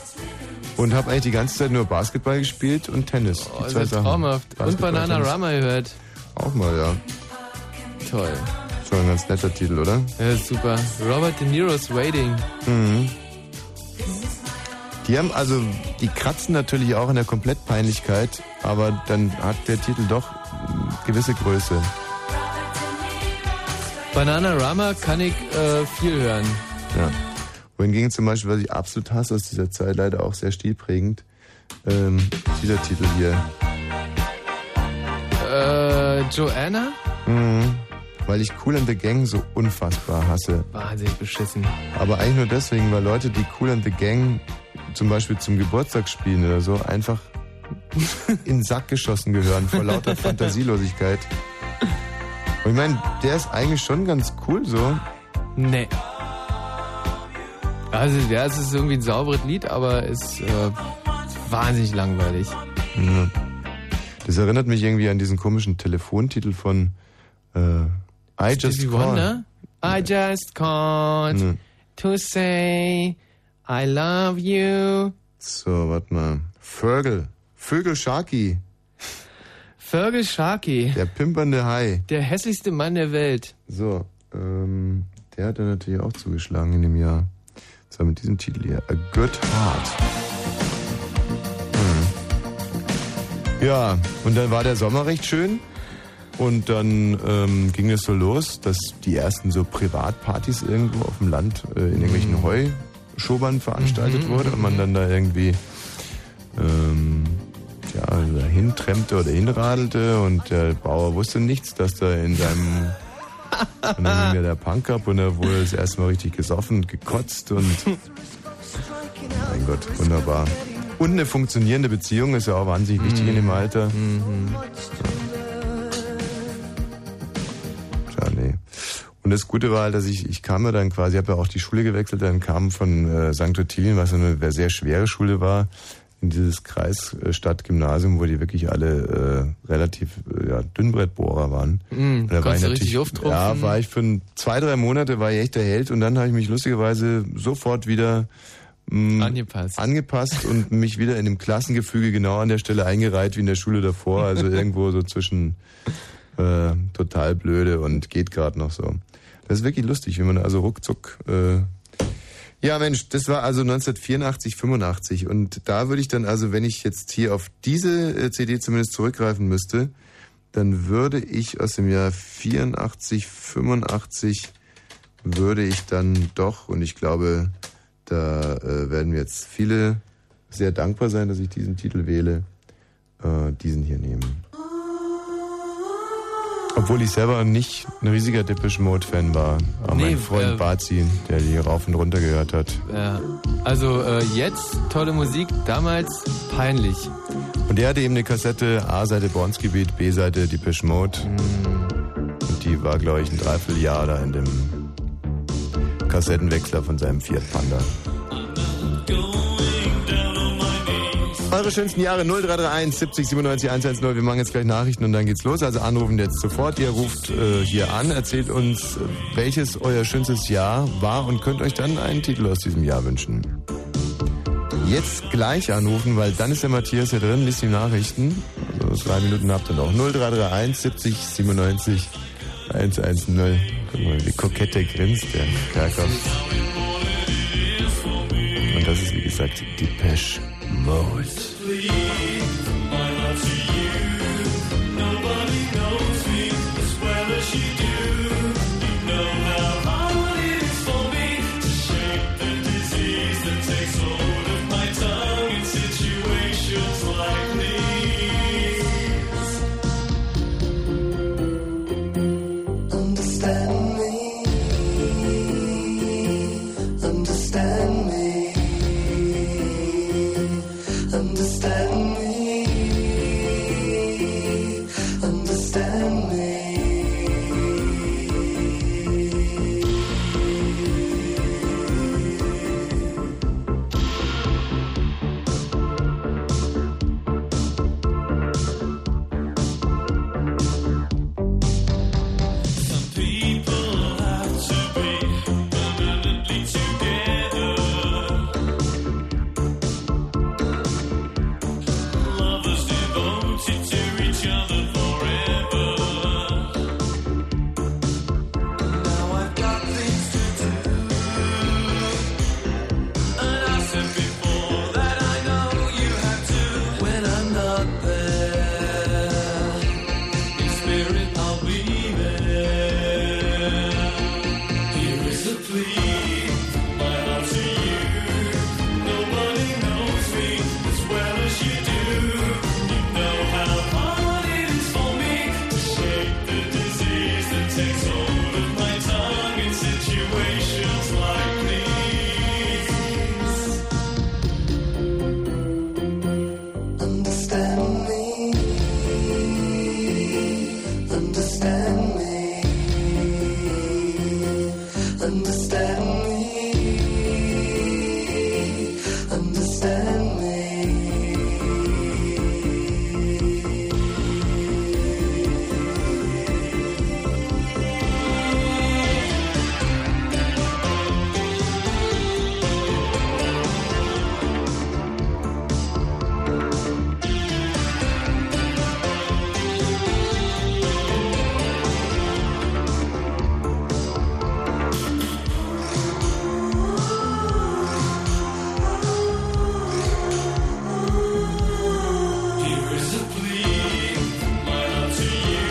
Und habe eigentlich die ganze Zeit nur Basketball gespielt und Tennis. Oh, die ist zwei ja Sachen. traumhaft. Und Basketball, Tennis. Bananarama gehört. Auch mal, ja. Toll. Schon ein ganz netter Titel, oder? Ja, super. Robert De Niro's Waiting. Hm. Mhm. Die haben also, die kratzen natürlich auch an der Komplettpeinlichkeit, aber dann hat der Titel doch mh, gewisse Größe. Bananarama kann ich äh, viel hören. Ja. Wohingegen zum Beispiel, was ich absolut hasse aus dieser Zeit, leider auch sehr stilprägend, ähm, dieser Titel hier. Äh, Joanna? Mhm. Weil ich Cool and the Gang so unfassbar hasse. Wahnsinnig beschissen. Aber eigentlich nur deswegen, weil Leute, die Cool and the Gang zum Beispiel zum Geburtstag spielen oder so, einfach in den Sack geschossen gehören vor lauter Fantasielosigkeit. Und ich meine, der ist eigentlich schon ganz cool so. Nee. Also, ja, es ist irgendwie ein sauberes Lied, aber es äh, wahnsinnig langweilig. Ja. Das erinnert mich irgendwie an diesen komischen Telefontitel von äh, I Just Stevie Call. Hm. Wonder? I just called Nee. to say I love you. So, warte mal. Vögel. Vögel Sharky. Fergal Sharkey, Der pimpernde Hai. der hässlichste Mann der Welt. So, ähm, der hat dann natürlich auch zugeschlagen in dem Jahr. Zwar mit diesem Titel hier, A Good Heart. Hm. Ja, und dann war der Sommer recht schön. Und dann ähm, ging es so los, dass die ersten so Privatpartys irgendwo auf dem Land äh, in irgendwelchen Heuschobern veranstaltet wurde und man dann da irgendwie ähm, ja, also hintremmte oder hinradelte und der Bauer wusste nichts, dass da in seinem und dann ging mir der Punk ab und er wurde das erste Mal richtig gesoffen und gekotzt und mein Gott, wunderbar. Und eine funktionierende Beziehung ist ja auch wahnsinnig wichtig in dem Alter. Ja, nee. Und das Gute war halt, dass ich, ich kam ja dann quasi, habe ja auch die Schule gewechselt, dann kam von äh, St. Ottilien, was eine sehr schwere Schule war, in dieses Kreisstadtgymnasium, wo die wirklich alle äh, relativ äh, ja, Dünnbrettbohrer waren. Und da war ich Mhm, konntest du richtig natürlich, auftrumpfen. ja, war ich für ein- zwei, drei Monate war ich echt der Held und dann habe ich mich lustigerweise sofort wieder mh, Angepasst. angepasst und mich wieder in dem Klassengefüge genau an der Stelle eingereiht wie in der Schule davor, also irgendwo so zwischen äh, total blöde und geht gerade noch so. Das ist wirklich lustig, wenn man also ruckzuck. Äh ja, Mensch, das war also 1984, 85 und da würde ich dann also, wenn ich jetzt hier auf diese äh, CD zumindest zurückgreifen müsste, dann würde ich aus dem Jahr 84, 85 würde ich dann doch und ich glaube, da äh, werden mir jetzt viele sehr dankbar sein, dass ich diesen Titel wähle, äh, diesen hier nehmen. Obwohl ich selber nicht ein riesiger Depeche Mode Fan war. Aber Nee, mein Freund äh, Bazi, der die rauf und runter gehört hat. Ja. Also äh, jetzt tolle Musik, damals peinlich. Und der hatte eben eine Kassette A-Seite Bronzegebiet, B-Seite Depeche Mode. Und die war, glaube ich, ein Dreivierteljahr da in dem Kassettenwechsler von seinem Fiat Panda. Eure schönsten Jahre 0331 70 97 110. Wir machen jetzt gleich Nachrichten und dann geht's los. Also anrufen jetzt sofort. Ihr ruft äh, hier an, erzählt uns, äh, welches euer schönstes Jahr war und könnt euch dann einen Titel aus diesem Jahr wünschen jetzt gleich anrufen, weil dann ist der Matthias hier drin, liest die Nachrichten. Also drei Minuten habt ihr noch. 0331 70 97 110. Guck mal, wie kokett der grinst, der Kerkhoff. Und das ist, wie gesagt, Depeche Mode. You know how hard it is for me to shake the Understand me. Understand me. Some people have to be permanently together. Lovers devoted to each other forever. Now I've got things to do, and I said before that I know you have to. When I'm not there, in spirit I'll be there. Here is a plea, my love to you. Nobody knows me as well as you do. You know how hard it is for me to shake the disease that takes hold of my tongue in situations like these. Understand me. Understand me. Understand me. Understand me. Here is a plea, my love to you.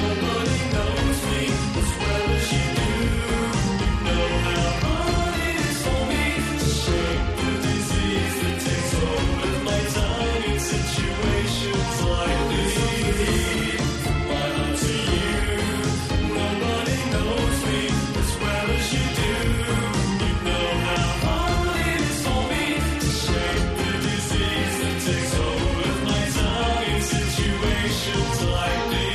Nobody knows me as well as you do. You know how hard it is for me to shake the disease that takes hold of my tongue in situations like these. My love to you. Nobody knows me as well as you do. You know how hard it is for me to shake the disease that takes hold of my tongue in situations like these.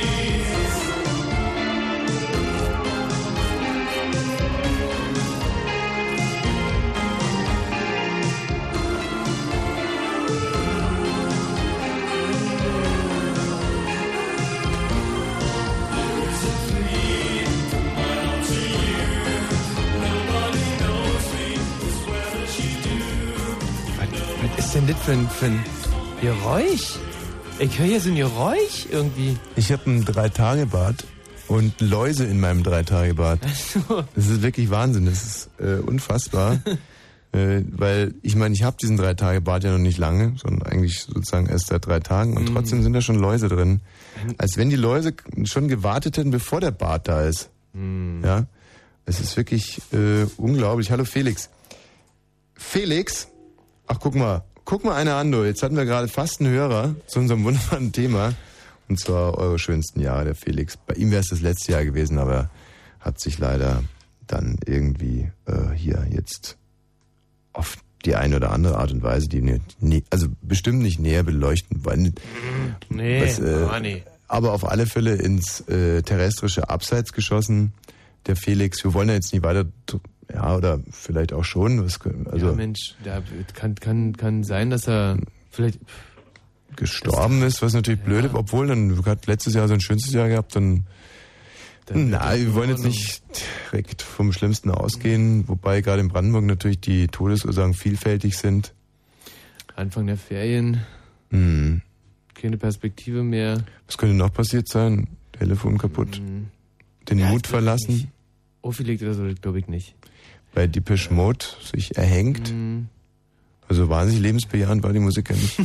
Was ist denn das für ein, für ein Geräusch? Ich höre hier so ein Geräusch irgendwie. Ich habe ein Drei-Tage-Bad und Läuse in meinem Drei-Tage-Bad. Das ist wirklich Wahnsinn. Das ist äh, unfassbar. äh, weil, ich meine, ich habe diesen Drei-Tage-Bad ja noch nicht lange, sondern eigentlich sozusagen erst seit drei Tagen. Mm. Und trotzdem sind da schon Läuse drin. Als wenn die Läuse schon gewartet hätten, bevor der Bad da ist. Mm. Ja. Es ist wirklich äh, unglaublich. Hallo Felix. Felix? Ach, guck mal. Guck mal einer an, du. Jetzt hatten wir gerade fast einen Hörer zu unserem wunderbaren Thema. Und zwar eure schönsten Jahre, der Felix. Bei ihm wäre es das letzte Jahr gewesen, aber hat sich leider dann irgendwie äh, hier jetzt auf die eine oder andere Art und Weise, die wir nie, also bestimmt nicht näher beleuchten wollen. Nee, Was, äh, ah, nee. Aber auf alle Fälle ins äh, terrestrische Abseits geschossen. Der Felix, wir wollen ja jetzt nicht weiter, dr- ja, oder vielleicht auch schon, was, können- also ja, Mensch, da kann, kann, kann sein, dass er vielleicht. gestorben ist, was natürlich blöd ist, obwohl dann hat letztes Jahr so ein schönstes Jahr gehabt, dann, Dann- na, wir wollen jetzt nicht direkt vom Schlimmsten ausgehen, wobei gerade in Brandenburg natürlich die Todesursachen vielfältig sind. Anfang der Ferien, Hm. keine Perspektive mehr. Was könnte noch passiert sein? Telefon kaputt, Hm. den Ja, Mut ich weiß nicht. verlassen, Aufgelegt oder so, glaube ich nicht. weil Depeche Mode sich erhängt. Hm. Also wahnsinnig lebensbejahend war die Musik ja nicht.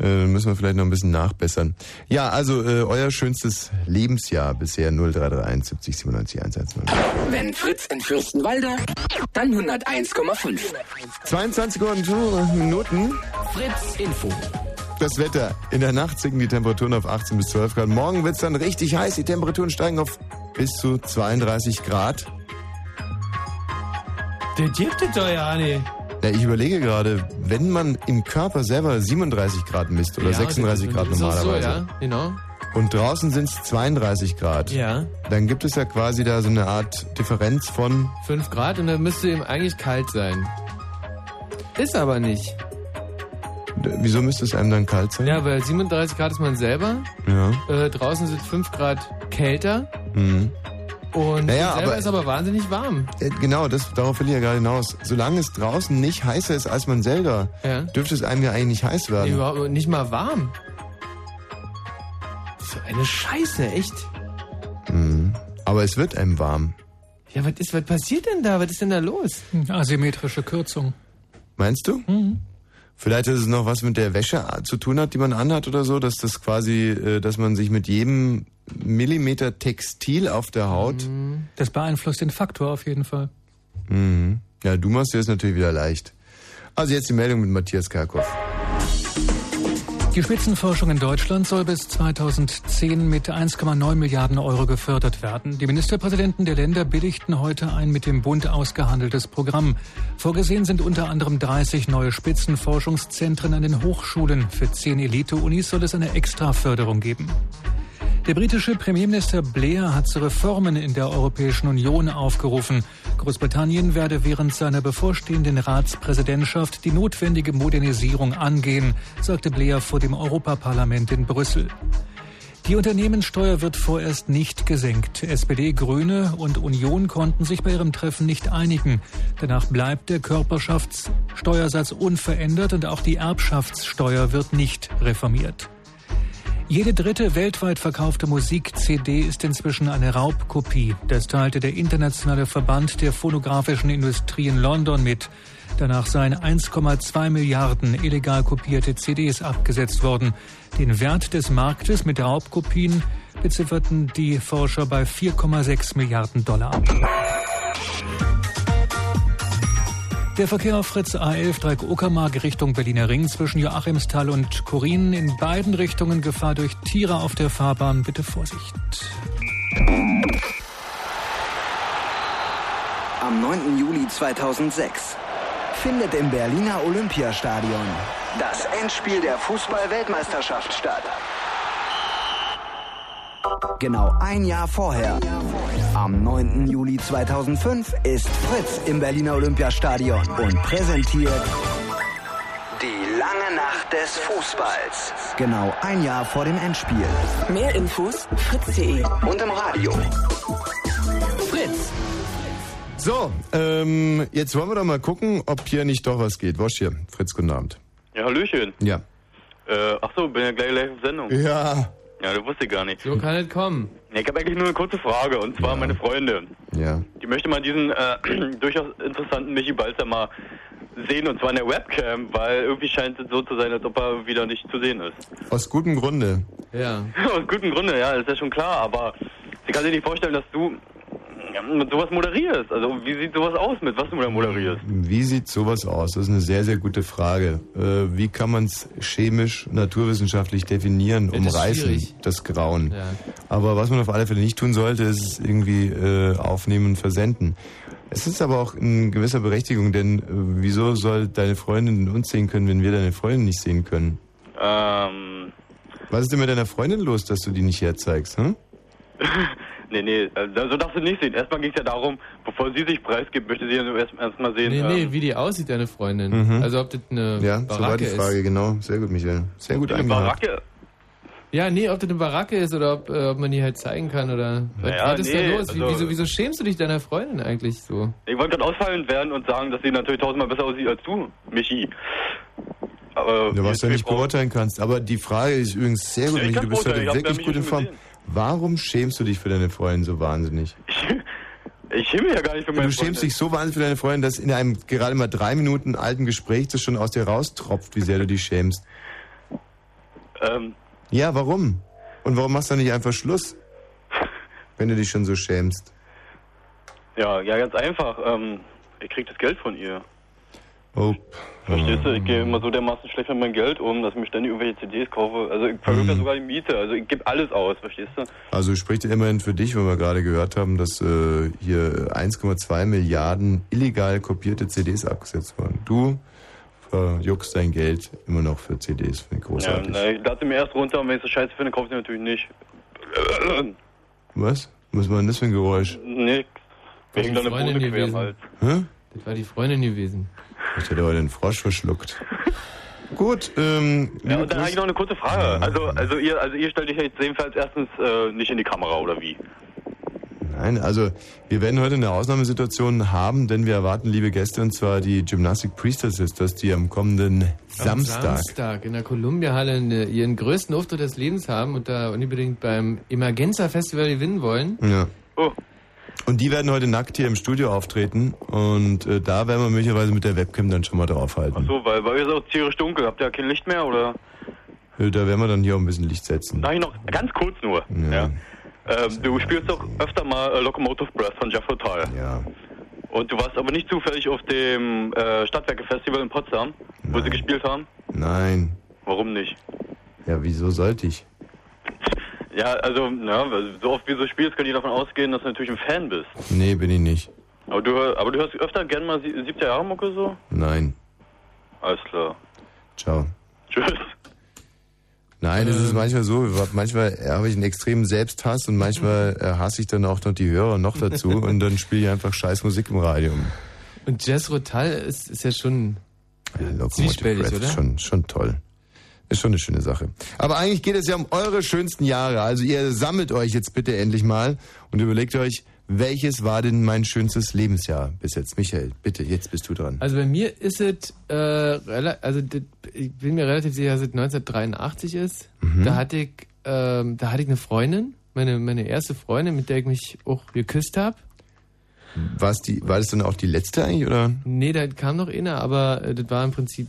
äh, müssen wir vielleicht noch ein bisschen nachbessern. Ja, also äh, euer schönstes Lebensjahr bisher 0331 70 97 110. Wenn Fritz in Fürstenwalde, dann 101,5. 22 Uhr und 25 Minuten. Fritz Info. Das Wetter. In der Nacht sinken die Temperaturen auf 18 bis 12 Grad. Morgen wird es dann richtig heiß. Die Temperaturen steigen auf bis zu 32 Grad. Der gibt es doch ja nicht. Ja, ich überlege gerade, wenn man im Körper selber 37 Grad misst oder Ja, 36 das- Grad das ist auch normalerweise So, ja, genau. und draußen sind es 32 Grad, Ja. dann gibt es ja quasi da so eine Art Differenz von 5 Grad und dann müsste ihm eigentlich kalt sein. Ist aber nicht. Wieso müsste es einem dann kalt sein? Ja, weil 37 Grad ist man selber, Ja. äh, draußen sind 5 Grad kälter Mhm. und Naja, man selber aber- ist aber wahnsinnig warm. Äh, Genau, das, darauf will ich ja gerade hinaus. Solange es draußen nicht heißer ist als man selber, Ja. dürfte es einem ja eigentlich nicht heiß Nee, werden. überhaupt nicht mal warm. So eine Scheiße, echt. Mhm. Aber es wird einem warm. Ja, was ist, was passiert denn da? Was ist denn da los? Asymmetrische Kürzung. Meinst du? Vielleicht ist es noch was mit der Wäsche zu tun hat, die man anhat oder so, dass das quasi, äh, dass man sich mit jedem Millimeter Textil auf der Haut. Das beeinflusst den Faktor auf jeden Fall. Mhm. Ja, du machst dir das natürlich wieder leicht. Also jetzt die Meldung mit Matthias Kerkhoff. Die Spitzenforschung in Deutschland soll bis 2010 mit 1,9 Milliarden Euro gefördert werden. Die Ministerpräsidenten der Länder billigten heute ein mit dem Bund ausgehandeltes Programm. Vorgesehen sind unter anderem 30 neue Spitzenforschungszentren an den Hochschulen. Für 10 Elite-Unis soll es eine Extraförderung geben. Der britische Premierminister Blair hat zu Reformen in der Europäischen Union aufgerufen. Großbritannien werde während seiner bevorstehenden Ratspräsidentschaft die notwendige Modernisierung angehen, sagte Blair vor dem Europaparlament in Brüssel. Die Unternehmenssteuer wird vorerst nicht gesenkt. SPD, Grüne und Union konnten sich bei ihrem Treffen nicht einigen. Danach bleibt der Körperschaftssteuersatz unverändert und auch die Erbschaftssteuer wird nicht reformiert. Jede dritte weltweit verkaufte Musik-CD ist inzwischen eine Raubkopie. Das teilte der Internationale Verband der Phonografischen Industrie in London mit. Danach seien 1,2 Milliarden illegal kopierte CDs abgesetzt worden. Den Wert des Marktes mit Raubkopien bezifferten die Forscher bei 4,6 Milliarden Dollar. Der Verkehr auf Fritz A11 Dreieck Uckermark Richtung Berliner Ring zwischen Joachimsthal und Korin in beiden Richtungen Gefahr durch Tiere auf der Fahrbahn. Bitte Vorsicht. Am 9. Juli 2006 findet im Berliner Olympiastadion das Endspiel der Fußball-Weltmeisterschaft statt. Genau ein Jahr vorher, am 9. Juli 2005, ist Fritz im Berliner Olympiastadion und präsentiert die lange Nacht des Fußballs. Genau ein Jahr vor dem Endspiel Mehr Infos fritz.de. und im Radio. Fritz. So, ähm, jetzt wollen wir doch mal gucken, ob hier nicht doch was geht. Wasch hier, Fritz, guten Abend. Ja, Hallöchen. Ja. Äh, ach so, bin ja gleich live in Sendung. Ja. Ja, das wusste ich gar nicht. So kann es kommen. Ja, Ich habe eigentlich nur eine kurze Frage, und zwar meine Freunde. Ja. Die möchte mal diesen äh, durchaus interessanten Michi Balzer mal sehen, und zwar in der Webcam, weil irgendwie scheint es so zu sein, als ob er wieder nicht zu sehen ist. Aus gutem Grunde. Ja. Aus gutem Grunde, ja, ist ja schon klar, aber sie kann sich nicht vorstellen, dass du ja, mit sowas moderierst. Also, wie sieht sowas aus, mit was du da moderierst? Wie sieht sowas aus? Das ist eine sehr, sehr gute Frage. Äh, wie kann man es chemisch, naturwissenschaftlich definieren, das ist umreißen, schwierig. das Grauen? Ja. Aber was man auf alle Fälle nicht tun sollte, ist es irgendwie äh, aufnehmen und versenden. Es ist aber auch in gewisser Berechtigung, denn äh, wieso soll deine Freundin uns sehen können, wenn wir deine Freundin nicht sehen können? Ähm, Was ist denn mit deiner Freundin los, dass du die nicht herzeigst? Hm? nee, nee, äh, so darfst du nicht sehen. Erstmal ging es ja darum, bevor sie sich preisgibt, möchte sie ja nur erst- erstmal sehen. Nee, ähm, nee, wie die aussieht, deine Freundin. Also ob das eine Mhm. Ja, so war Baracke die Frage, ist. genau. Sehr gut, Michael. Sehr gut Eine eingehakt. Baracke. Ja, nee, ob das eine Baracke ist oder ob, äh, ob man die halt zeigen kann oder. Was, Naja, was ist nee, da los? Wie, also- wieso, wieso schämst du dich deiner Freundin eigentlich so? Ich wollte gerade ausfallend werden und sagen, dass sie natürlich tausendmal besser aussieht als du, Michi. Aber Ja, was du ja nicht wir brauchen- beurteilen kannst. Aber die Frage ist übrigens sehr gut, Ja, ich Michi, kann du bist heute beurteilen, ich hab wirklich ja gut in mich Form. gesehen. Warum schämst du dich für deine Freundin so wahnsinnig? Ich himmel ja gar nicht für meine Du schämst Freundin. dich so wahnsinnig für deine Freundin, dass in einem gerade mal drei Minuten alten Gespräch das schon aus dir raustropft, wie sehr du dich schämst. Ähm, Ja, warum? Und warum machst du nicht einfach Schluss, wenn du dich schon so schämst? ja, ja, ganz einfach. Ähm, ich krieg das Geld von ihr. Oh, Verstehst du, ich gehe immer so dermaßen schlecht mit meinem Geld um, dass ich mir ständig irgendwelche CDs kaufe. Also ich verhöre ja sogar die Miete, also ich gebe alles aus, verstehst du? Also spricht immerhin für dich, weil wir gerade gehört haben, dass äh, hier 1,2 Milliarden illegal kopierte CDs abgesetzt wurden. Du verjuckst dein Geld immer noch für CDs, finde ich Ja, großartig. na, ich lade mir erst runter und wenn ich so scheiße finde, kaufe ich sie natürlich nicht. Was? Was war denn das für ein Geräusch? Nix. Wegen deiner Freundin Bude quer halt. im gewesen. Hals. Hä? Das war die Freundin gewesen. Ich hätte heute einen Frosch verschluckt. Gut, ähm, Ja, und dann habe ich noch eine kurze Frage. Also, also ihr, also ihr stellt euch jetzt jedenfalls erstens äh, nicht in die Kamera oder wie? Nein, also wir werden heute eine Ausnahmesituation haben, denn wir erwarten, liebe Gäste, und zwar die Gymnastic Priester Sisters, die am kommenden Am Samstag. Samstag in der Columbia-Halle eine- ihren größten Auftritt des Lebens haben und da unbedingt beim Emergenza-Festival gewinnen wollen. Ja. Und die werden heute nackt hier im Studio auftreten und äh, da werden wir möglicherweise mit der Webcam dann schon mal draufhalten. So, weil bei euch ist auch tierisch dunkel. Habt ihr kein Licht mehr oder? Äh, Da werden wir dann hier auch ein bisschen Licht setzen. Nein, noch ganz kurz nur. Ja. Ähm, du spielst doch öfter mal äh, Locomotive Breath von Jeff Tull. Ja. Und du warst aber nicht zufällig auf dem äh, Stadtwerke-Festival in Potsdam, wo sie gespielt haben? Nein. Warum nicht? Ja, wieso sollte ich? Ja, also, na, so oft wie du spielst, könnt ihr davon ausgehen, dass du natürlich ein Fan bist. Nee, bin ich nicht. Aber du, hör- aber du hörst öfter gern mal sie- 70er Jahre Mucke so? Nein. Alles klar. Ciao. Tschüss. Nein, das ist manchmal so. Manchmal äh, habe ich einen extremen Selbsthass und manchmal äh, hasse ich dann auch noch die Hörer noch dazu und dann spiele ich einfach scheiß Musik im Radio. Und Jazz Rotal ist, ist ja schon Locomotive zwiespältig, Breath oder? ist schon, schon toll. Ist schon eine schöne Sache. Aber eigentlich geht es ja um eure schönsten Jahre. Also ihr sammelt euch jetzt bitte endlich mal und überlegt euch, welches war denn mein schönstes Lebensjahr bis jetzt? Michael, bitte, jetzt bist du dran. Also bei mir ist es, äh, rela- also das- ich bin mir relativ sicher, dass es 1983 ist. Mhm. Da hatte ich, ähm, da hatte ich eine Freundin, meine, meine erste Freundin, mit der ich mich auch geküsst habe. War's die, war das dann auch die letzte eigentlich, oder? Nee, da kam noch inne, aber äh, das war im Prinzip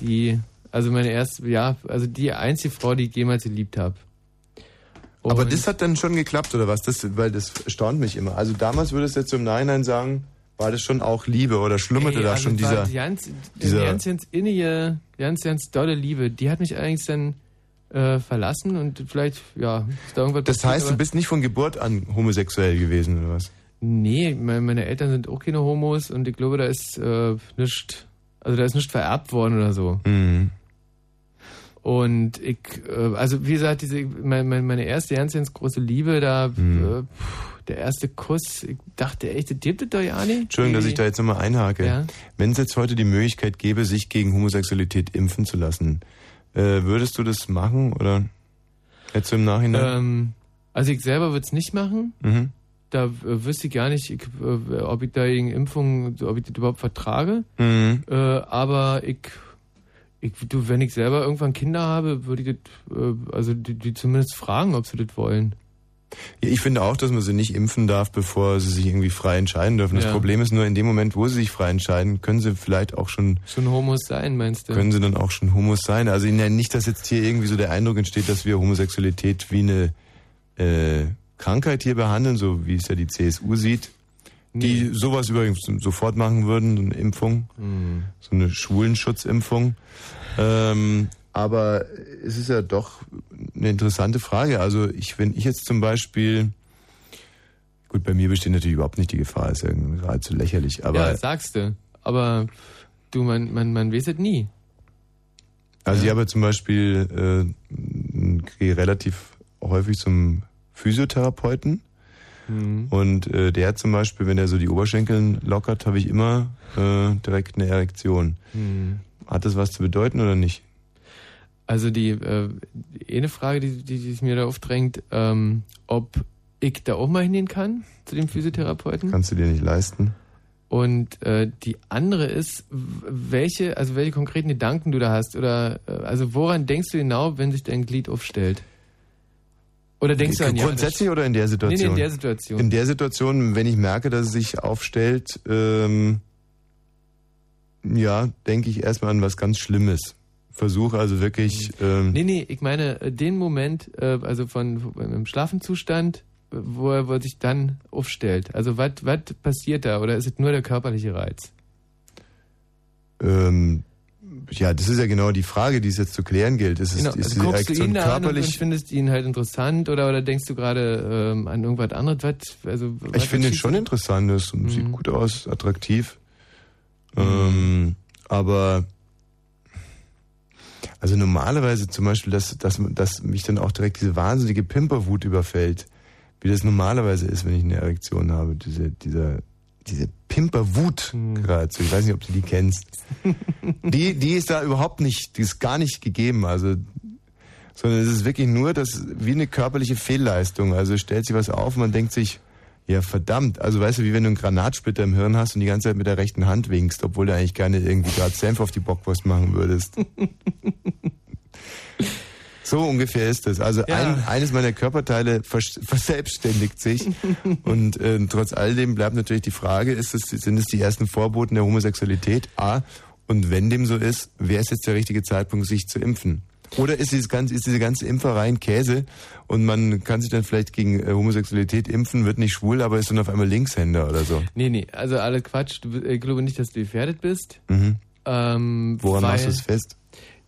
die, also meine erste, ja, also die einzige Frau, die ich jemals geliebt habe. Oh, Aber das hat dann schon geklappt, oder was? Das, weil das staunt mich immer. Also damals würdest du jetzt so im Nachhinein sagen, war das schon auch Liebe oder schlummerte Ey, da also schon das war dieser... die ganz, dieser- die ganz, ganz innige, ganz, ganz dolle Liebe. Die hat mich allerdings dann äh, verlassen und vielleicht, ja, ist da irgendwas Das passiert, heißt, aber- du bist nicht von Geburt an homosexuell gewesen, oder was? Nee, meine, meine Eltern sind auch keine Homos und ich glaube, da ist äh, nicht, also da ist nicht vererbt worden oder so. Mhm. Und ich, äh, also wie gesagt, diese, mein, mein, meine erste ganz, ganz große Liebe, da Mhm. äh, pff, der erste Kuss, ich dachte echt, das gibt es doch ja nicht. Entschuldigung, dass ich da jetzt nochmal einhake. Ja. Wenn es jetzt heute die Möglichkeit gäbe, sich gegen Homosexualität impfen zu lassen, äh, würdest du das machen oder jetzt so im Nachhinein? Ähm, also ich selber würde es nicht machen. Mhm. Da äh, wüsste ich gar nicht, ich, äh, ob ich da gegen Impfungen, ob ich das überhaupt vertrage. Mhm. Äh, aber ich, ich du, wenn ich selber irgendwann Kinder habe, würde ich das, äh, also die, die zumindest fragen, ob sie das wollen. Ja, Ich finde auch, dass man sie nicht impfen darf, bevor sie sich irgendwie frei entscheiden dürfen. Das Ja. Problem ist nur, in dem Moment, wo sie sich frei entscheiden, können sie vielleicht auch schon Schon Homos sein, meinst du? können sie dann auch schon Homos sein. Also ich- nein, nicht, dass jetzt hier irgendwie so der Eindruck entsteht, dass wir Homosexualität wie eine äh, Krankheit hier behandeln, so wie es ja die CSU sieht, die sowas übrigens sofort machen würden, so eine Impfung, Mhm. so eine Schwulenschutzimpfung. Ähm, aber es ist ja doch eine interessante Frage. Also ich, wenn ich jetzt zum Beispiel Gut, bei mir besteht natürlich überhaupt nicht die Gefahr, ist ja geradezu lächerlich. Aber ja, sagst du. Aber du, man, man, man weiß es nie. Also ich habe zum Beispiel äh, gehe relativ häufig zum Physiotherapeuten Mhm. und äh, der hat zum Beispiel, wenn er so die Oberschenkel lockert, habe ich immer äh, direkt eine Erektion. Mhm. Hat das was zu bedeuten oder nicht? Also die äh, eine Frage, die, die, die sich mir da aufdrängt, ähm, ob ich da auch mal hingehen kann zu dem Physiotherapeuten. Kannst du dir nicht leisten? Und äh, die andere ist, w- welche, also welche konkreten Gedanken du da hast oder äh, also woran denkst du genau, wenn sich dein Glied aufstellt? Oder denkst du an ja, Äh, Grundsätzlich oder in der Nee, nee, Situation? in der Situation. In der Situation, wenn ich merke, dass es sich aufstellt, ähm, ja, denke ich erstmal an was ganz Schlimmes. Versuche also wirklich. Mhm. Ähm, Nee, nee, ich meine äh, den Moment, äh, also von von einem Schlafenzustand, äh, wo er wo er sich dann aufstellt. Also was passiert da oder ist es nur der körperliche Reiz? Ähm, ja, das ist ja genau die Frage, die es jetzt zu klären gilt. Ist, es, Genau, ist also die guckst du ihn Reaktion da an und, und körperlich? findest ihn halt interessant oder, oder denkst du gerade ähm, an irgendwas anderes? Was, also, was ich finde ihn schießt- schon interessant, das Mhm. sieht gut aus, attraktiv. Ähm, aber also normalerweise zum Beispiel, dass, dass, dass mich dann auch direkt diese wahnsinnige Pimperwut überfällt, wie das normalerweise ist, wenn ich eine Erektion habe, diese, dieser, diese Pimperwut geradezu. Ich weiß nicht, ob du die kennst. die, die ist da überhaupt nicht, die ist gar nicht gegeben. Also sondern es ist wirklich nur das wie eine körperliche Fehlleistung. Also stellt sich was auf, man denkt sich, ja verdammt, also weißt du, wie wenn du einen Granatsplitter im Hirn hast und die ganze Zeit mit der rechten Hand winkst, obwohl du eigentlich gerne irgendwie gerade Senf auf die Bockwurst machen würdest. So ungefähr ist es. Also ein, eines meiner Körperteile vers verselbstständigt sich. und ähm, trotz all dem bleibt natürlich die Frage, ist es, sind es die ersten Vorboten der Homosexualität? A. Und wenn dem so ist, wäre es jetzt der richtige Zeitpunkt, sich zu impfen? Oder ist, dieses ganze, ist diese ganze Impferei ein Käse und man kann sich dann vielleicht gegen äh, Homosexualität impfen, wird nicht schwul, aber ist dann auf einmal Linkshänder oder so? Nee, nee, also alle Quatsch. Du, ich glaube nicht, dass du gefährdet bist. Mhm. Ähm, Woran machst weil- du es fest?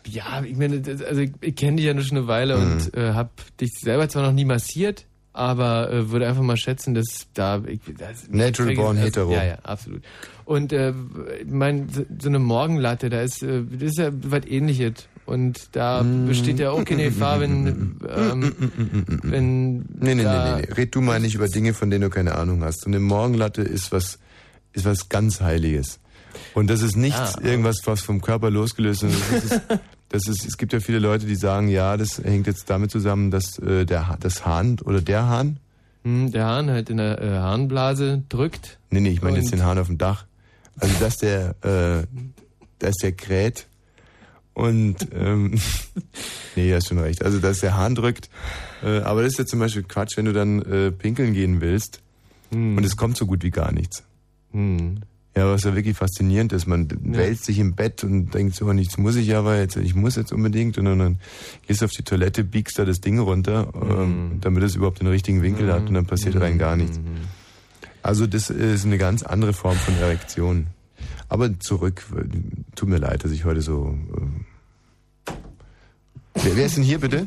Ja, ich meine, das- also ich, ich kenne dich ja nur schon eine Weile Mhm. und äh, habe dich selber zwar noch nie massiert, aber äh, würde einfach mal schätzen, dass da... Ich, das, Natural ich- born also, hetero. Ja, ja, absolut. Und äh, ich mein, so- so eine Morgenlatte, da ist, äh, das ist ja was ähnliches. Und da Mhm. besteht ja auch keine Gefahr, wenn... Ähm, wenn Nee, nee, da- nee, nee, nee. Red du mal nicht über Dinge, von denen du keine Ahnung hast. So eine Morgenlatte ist was, ist was ganz Heiliges. Und das ist nichts, Ah. irgendwas, was vom Körper losgelöst ist. Das ist, das ist. Es gibt ja viele Leute, die sagen, ja, das hängt jetzt damit zusammen, dass äh, der Ha- das Hahn oder der Hahn, Hm, der Hahn halt in der äh, Harnblase drückt. nee, nee, ich meine Und- jetzt den Hahn auf dem Dach, also dass der, äh, dass der kräht und, ähm, nee, hast schon recht, also dass der Hahn drückt. Äh, aber das ist ja zum Beispiel Quatsch, wenn du dann äh, pinkeln gehen willst und es kommt so gut wie gar nichts. Hm. Ja, was ja wirklich faszinierend ist. Man wälzt sich im Bett und denkt so, nichts muss ich aber jetzt, ich muss jetzt unbedingt. Und dann, dann gehst du auf die Toilette, biegst da das Ding runter, ähm, damit es überhaupt den richtigen Winkel hat und dann passiert rein gar nichts. Also das ist eine ganz andere Form von Erektion. Aber zurück, äh, tut mir leid, dass ich heute so... ähm, wer, wer ist denn hier bitte?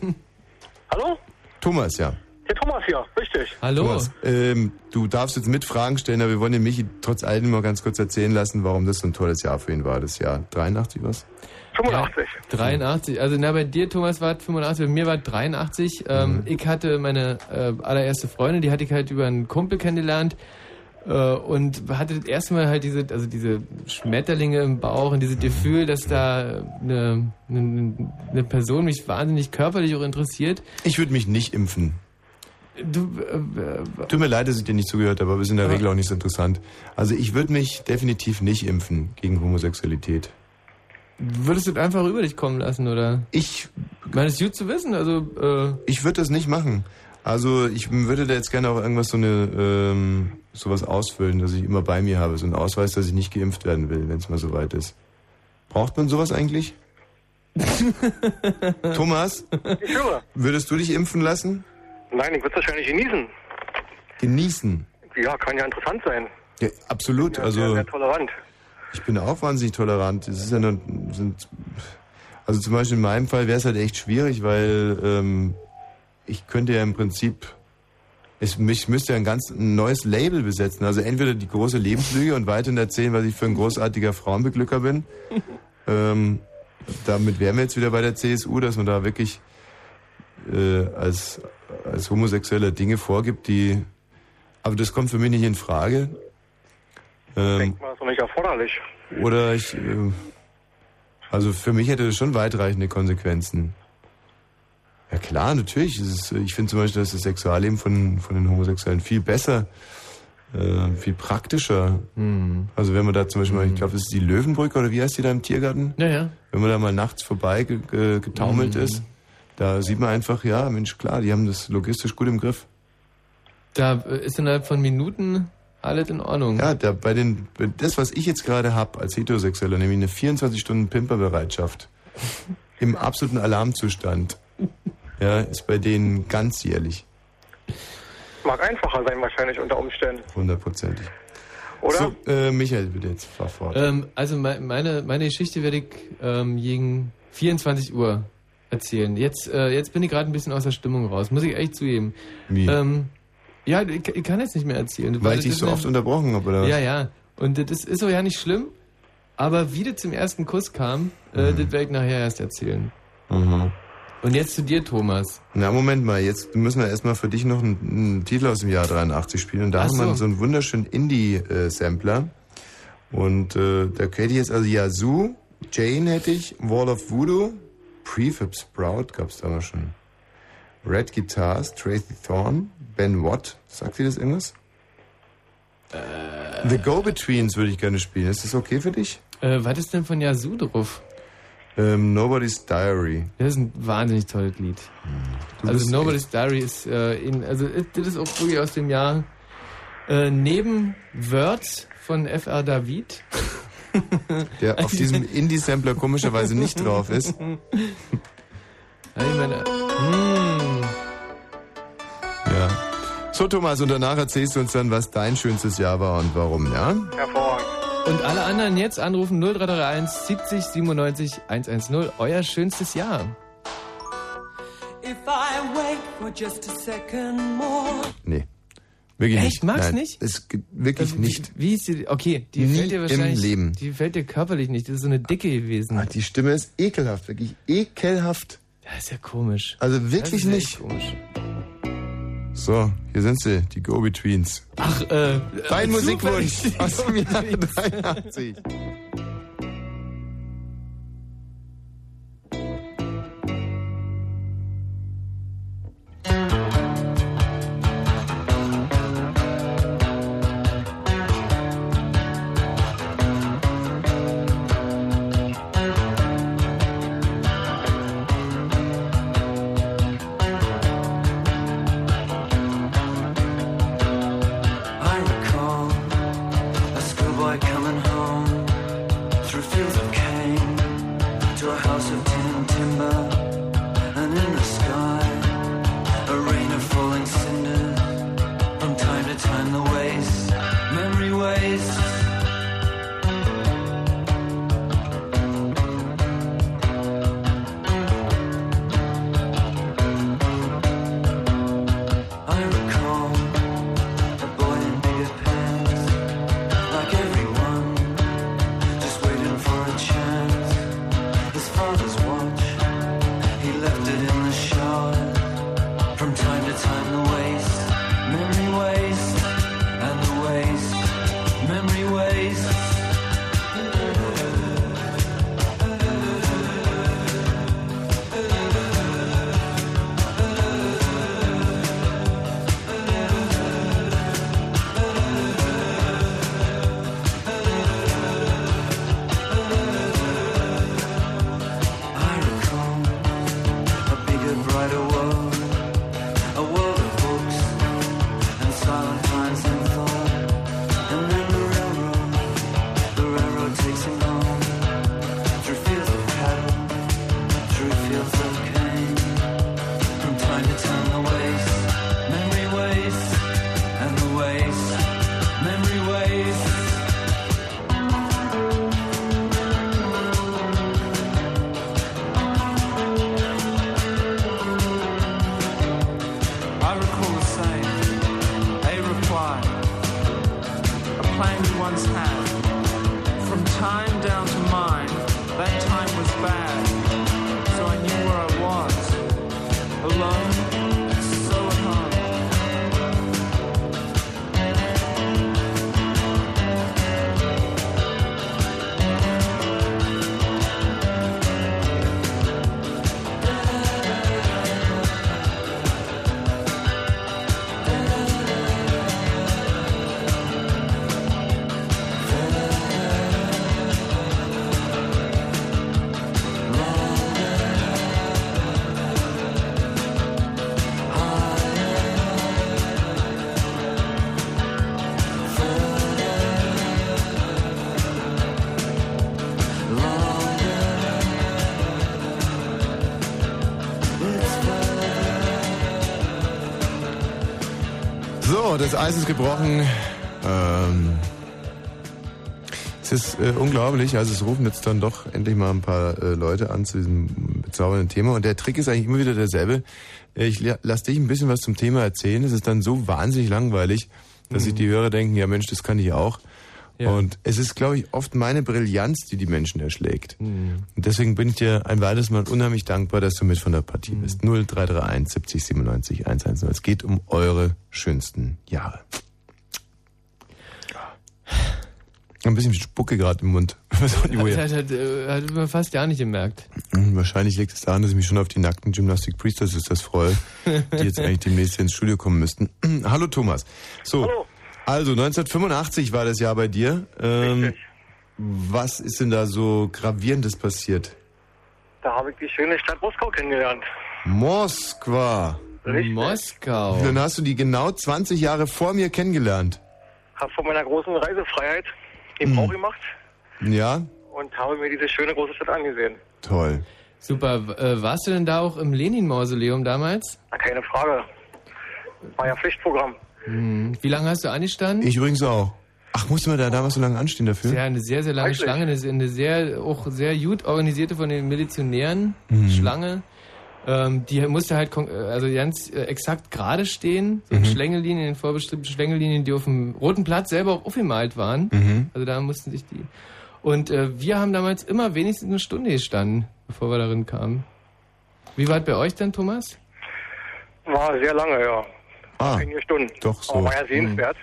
Hallo? Thomas, ja. Der Thomas hier, richtig. Thomas, ähm, du darfst jetzt mit Fragen stellen, aber wir wollen den Michi trotz allem mal ganz kurz erzählen lassen, warum das so ein tolles Jahr für ihn war. Das Jahr 83 was? 85. 83. Also na, bei dir, Thomas, war es 85, bei mir war es Mhm. 83. Ähm, Ich hatte meine äh, allererste Freundin, die hatte ich halt über einen Kumpel kennengelernt äh, und hatte das erste Mal halt diese, also diese Schmetterlinge im Bauch und dieses Gefühl, dass da eine, eine, eine Person mich wahnsinnig körperlich auch interessiert. Ich würde mich nicht impfen. Du, äh, äh, Tut mir leid, dass ich dir nicht zugehört habe, aber ist in der Regel auch nicht so interessant. Also ich würde mich definitiv nicht impfen gegen Homosexualität. Würdest du das einfach über dich kommen lassen, oder? Ich. meine, es ist gut zu wissen, also. Äh, Ich würde das nicht machen. Also ich würde da jetzt gerne auch irgendwas so eine ähm, sowas ausfüllen, dass ich immer bei mir habe, so einen Ausweis, dass ich nicht geimpft werden will, wenn es mal soweit ist. Braucht man sowas eigentlich? Thomas, Ich höre. würdest du dich impfen lassen? Nein, ich würde es wahrscheinlich genießen. Genießen. Ja, kann ja interessant sein. Ja, absolut. Sehr, Also sehr tolerant. ich bin auch wahnsinnig tolerant. Es ist ja nur, sind, also zum Beispiel in meinem Fall wäre es halt echt schwierig, weil ähm, ich könnte ja im Prinzip, ich, mich müsste ja ein ganz neues Label besetzen. Also entweder die große Lebenslüge und weiterhin erzählen, was ich für ein großartiger Frauenbeglücker bin. ähm, damit wären wir jetzt wieder bei der CSU, dass man da wirklich äh, als, als homosexueller Dinge vorgibt, die... Aber das kommt für mich nicht in Frage. Ähm, War so nicht erforderlich. oder ich. äh, Also für mich hätte das schon weitreichende Konsequenzen. Ja klar, natürlich. Es ist, ich finde zum Beispiel, dass das Sexualleben von, von den Homosexuellen viel besser, äh, viel praktischer. Also wenn man da zum Beispiel mal, ich glaube, das ist die Löwenbrücke oder wie heißt die da im Tiergarten? Naja. Wenn man da mal nachts vorbei ge ge getaumelt Mhm. ist, da sieht man einfach, ja, Mensch, klar, die haben das logistisch gut im Griff. Da äh, ist innerhalb von Minuten alles in Ordnung. Ja, da bei den, bei das, was ich jetzt gerade hab als Heterosexueller, nämlich eine 24-Stunden-Pimperbereitschaft im absoluten Alarmzustand, ja, ist bei denen ganzjährlich, Mag einfacher sein wahrscheinlich unter Umständen. hundertprozentig. oder? So, äh, Michael, bitte jetzt fahr fort. Ähm, also me- meine, meine Geschichte werde ich ähm, gegen 24 Uhr erzählen. Jetzt, äh, jetzt bin ich gerade ein bisschen aus der Stimmung raus, muss ich echt zugeben. Wie? Ähm, ja, ich, ich kann jetzt nicht mehr erzählen. Weil ich das dich ist so eine- oft unterbrochen habe, oder was? Ja, ja. Und das ist so ja nicht schlimm, aber wie das zum ersten Kuss kam, äh, das werde ich nachher erst erzählen. Mhm. Und jetzt zu dir, Thomas. Na, Moment mal, jetzt müssen wir erstmal für dich noch einen, einen Titel aus dem Jahr 83 spielen. Und da Ach haben wir so. so einen wunderschönen Indie-Sampler. Und äh, da hätte ich jetzt also Yazoo, Jane hätte ich, Wall of Voodoo, Prefab Sprout gab's damals schon. Red Guitars, Tracy Thorn, Ben Watt. Sagt dir das irgendwas? The Go-Betweens würde ich gerne spielen. Ist das okay für dich? Äh, was ist denn von Yazoo drauf? Ähm, Nobody's Diary. Das ist ein wahnsinnig tolles Lied. Du also bist Nobody's Diary ist äh, in, also äh, das ist auch wirklich aus dem Jahr äh, neben Words von F.R. David. Der auf diesem Indie-Sampler komischerweise nicht drauf ist. Ja, ich meine, hm, Ja. So, Thomas, und danach erzählst du uns dann, was dein schönstes Jahr war und warum, ja? Hervorragend. Und alle anderen jetzt anrufen 0331 70 97 110. Euer schönstes Jahr. If I wait for just a second more. Nee. Wirklich Echt? nicht. Magst Nein. nicht? Es g- wirklich Äh, nicht. Wie, wie ist die, okay, die Nie fällt dir im wahrscheinlich, Leben. die fällt dir körperlich nicht, das ist so eine Dicke gewesen. die Stimme ist ekelhaft, wirklich ekelhaft. Das ist ja komisch. Also wirklich Das ist nicht. echt Komisch. So, hier sind sie, die Go-Betweens. Ach, äh, Dein äh, Musikwunsch zufällig. aus dem Jahr 83. I recall a schoolboy coming home through fields of cane to a house of tin timber, and in the sky a rain of falling cinders. From time to time, the waste memory wastes. I recall a boy in beer pants, like everyone, just waiting for a chance. His father's watch, he left it in the shard. From time to time, the waste, memory waste, and the waste, memory waste. I recall a bigger, brighter world, a world of books and silent times and thought. And then the railroad, the railroad takes him home through fields of cattle, through fields of cane. From time to time, the waste, memory waste, and the waste, memory waste. I recall saying a reply, a plan we once had. From time down to mine, that time was bad. So I knew where I was, alone, so at home. So, das Eis ist gebrochen. Ähm, Es ist äh, unglaublich, also es rufen jetzt dann doch endlich mal ein paar äh, Leute an zu diesem bezaubernden Thema. Und der Trick ist eigentlich immer wieder derselbe. Äh, Ich la- lass dich ein bisschen was zum Thema erzählen. Es ist dann so wahnsinnig langweilig, dass sich die Hörer denken, ja Mensch, das kann ich auch. Und es ist, glaube ich, oft meine Brillanz, die die Menschen erschlägt. Und deswegen bin ich dir ein weiteres Mal unheimlich dankbar, dass du mit von der Partie bist. 0331 70 97 110. Es geht um eure schönsten Jahre. Ein bisschen Spucke gerade im Mund. Ich weiß auch nicht, Das woher. hat, hat, äh, hat man fast gar nicht gemerkt. Hm, Wahrscheinlich liegt es daran, dass ich mich schon auf die nackten Gymnastic Priestesses das freue, die jetzt eigentlich demnächst ins Studio kommen müssten. Hallo Thomas. So, also 1985 war das Jahr bei dir. Ähm, was ist denn da so gravierendes passiert? Da habe ich die schöne Stadt Moskau kennengelernt. Moskwa. Richtig. Moskau. Dann hast du die genau 20 Jahre vor mir kennengelernt. Habe von meiner großen Reisefreiheit den Mhm. Brauch gemacht Ja, und habe mir diese schöne große Stadt angesehen. toll. Super. W- Äh, warst du denn da auch im Lenin-Mausoleum damals? Na, keine Frage. War ja Pflichtprogramm. Hm. Wie lange hast du angestanden? Ich übrigens auch. Ach, musste man da damals so lange anstehen dafür? ja, eine sehr, sehr lange Schlange, eine, eine sehr, auch sehr gut organisierte von den Milizionären Mhm. Schlange. Ähm, die musste halt kon- äh, also ganz äh, exakt gerade stehen, Mhm. so in Schlängellinien, in vorbestimmten Schlängellinien, die auf dem Roten Platz selber auch aufgemalt waren. Mhm. Also da mussten sich die. Und äh, wir haben damals immer wenigstens eine Stunde gestanden, bevor wir darin kamen. Wie weit bei euch denn, Thomas? War sehr lange, ja. Ah, Einige Stunden. doch so. Aber Oh, war ja sehenswert.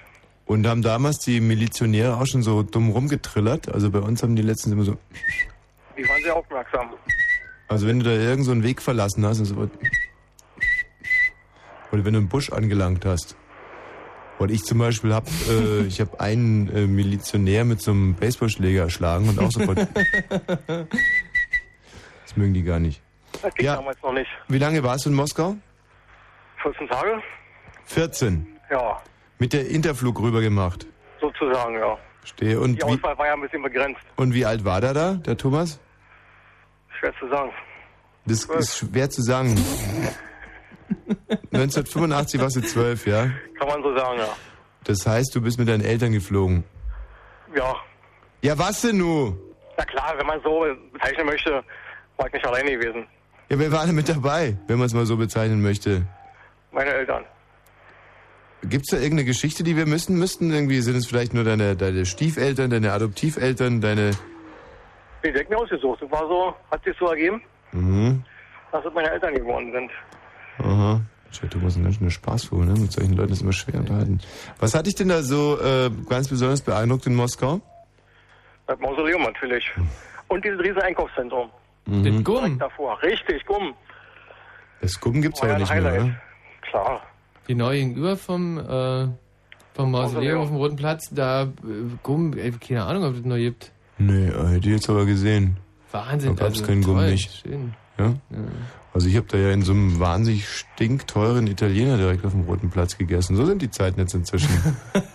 Und haben damals die Milizionäre auch schon so dumm rumgetrillert. Also bei uns haben die letztens immer so, Die waren sehr aufmerksam. also wenn du da irgend so einen Weg verlassen hast, und so, oder wenn du einen Busch angelangt hast. Und ich zum Beispiel habe, äh, ich habe einen äh, Milizionär mit so einem Baseballschläger erschlagen und auch sofort. das mögen die gar nicht. Das ging damals noch nicht. Wie lange warst du in Moskau? 14 Tage? 14. Ja, Mit der Interflug rüber gemacht. sozusagen, ja. Stehe. Und Die wie, Auswahl war ja ein bisschen begrenzt, und wie alt war der da, der Thomas? schwer zu sagen. Das ist schwer zu sagen. 1985 warst du zwölf, ja? Kann man so sagen, ja. Das heißt, du bist mit deinen Eltern geflogen. Ja, Ja, was denn nun? na klar, wenn man so bezeichnen möchte, war ich nicht alleine gewesen. Ja, wer war denn mit dabei, wenn man es mal so bezeichnen möchte? Meine Eltern. Gibt's da irgendeine Geschichte, die wir müssen müssten? Irgendwie sind es vielleicht nur deine, deine Stiefeltern, deine Adoptiveltern, deine... Die direkt mir ausgesucht. Das war so, hat sich so ergeben, Mhm. dass es meine Eltern geworden sind. Aha. Tja, Du musst ein ganz schöner Spaßvogel, ne? Mit solchen Leuten ist immer schwer unterhalten. Was hat dich denn da so äh, ganz besonders beeindruckt in Moskau? Das Mausoleum natürlich. Und dieses riesen Einkaufszentrum. Mhm. Direkt davor. Richtig, Gumm. Das Gucken gibt's ja nicht mehr, ne? oder? Klar. Genau gegenüber vom, äh, vom Mausoleum auf dem Roten Platz, da, äh, Gumm, ey, keine Ahnung, ob das noch gibt. Nee, äh, hätte ich jetzt aber gesehen. Wahnsinn, Da gab's also keinen Gumm toll, nicht. schön. Ja? Also ich habe da ja in so einem wahnsinnig stinkteuren Italiener direkt auf dem Roten Platz gegessen. So sind die Zeiten jetzt inzwischen.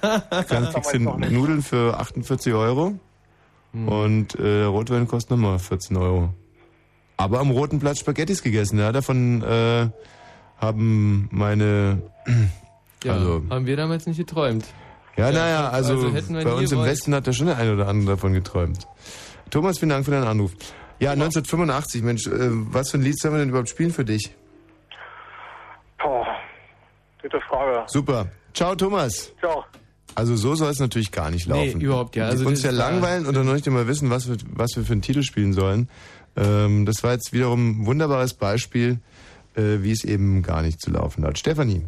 Dann kriegst du Nudeln für 48 Euro Hm. und äh, Rotwein kostet nochmal 14 Euro. Aber am Roten Platz Spaghettis gegessen. Ja, davon äh, haben meine... Ja, Also, haben wir damals nicht geträumt. ja, Ja, naja, also, also hätten wir bei nie uns im gewollt. Westen hat da schon der eine oder andere davon geträumt. Thomas, vielen Dank für deinen Anruf. Ja, 1985, Mensch, äh, was für ein Lied sollen wir denn überhaupt spielen für dich? Boah, gute Frage. Super. Ciao, Thomas. Ciao. Also so soll es natürlich gar nicht Nee, laufen. überhaupt ja. Also Also uns das ja war- langweilen und dann noch nicht immer wissen, was wir, was wir für einen Titel spielen sollen. Ähm, das war jetzt wiederum ein wunderbares Beispiel, äh, wie es eben gar nicht zu laufen hat. Stefanie,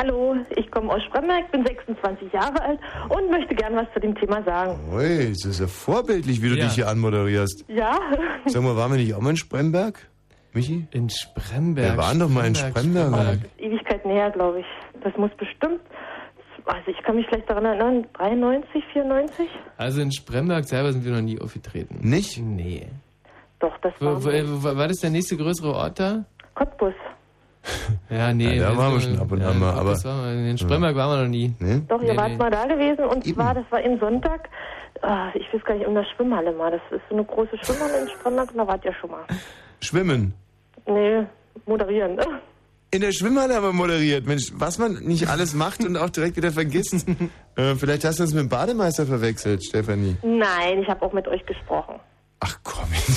Hallo, ich komme aus Spremberg, bin 26 Jahre alt und möchte gern was zu dem Thema sagen. ui, es ist ja vorbildlich, wie du dich hier anmoderierst. Ja, Sag mal, waren wir nicht auch mal in Spremberg? Michi? In Spremberg. Wir waren doch mal in Spremberg, Spremberg. das ist Ewigkeit näher, glaube ich. Das muss bestimmt, also ich kann mich vielleicht daran erinnern, 93, 94? Also in Spremberg selber sind wir noch nie aufgetreten. Nicht? Nee. Doch, das war... Wo, wo, wo, war das der nächste größere Ort da? Cottbus. Ja, nee. Ja, da waren wir sind- schon ab und ja, an mal, Cottbus aber- waren wir, in Spremberg waren wir noch nie. Nee? Doch, ihr wart nee. mal da gewesen und zwar, das war im Sonntag, ah, ich weiß gar nicht, um das Schwimmhalle mal. Das ist so eine große Schwimmhalle in Spremberg und da wart ihr schon mal. Schwimmen. Nee, moderieren. ne? in der Schwimmhalle haben wir moderiert. Mensch, was man nicht alles macht und auch direkt wieder vergisst. äh, vielleicht hast du uns mit dem Bademeister verwechselt, Stefanie. Nein, ich habe auch mit euch gesprochen.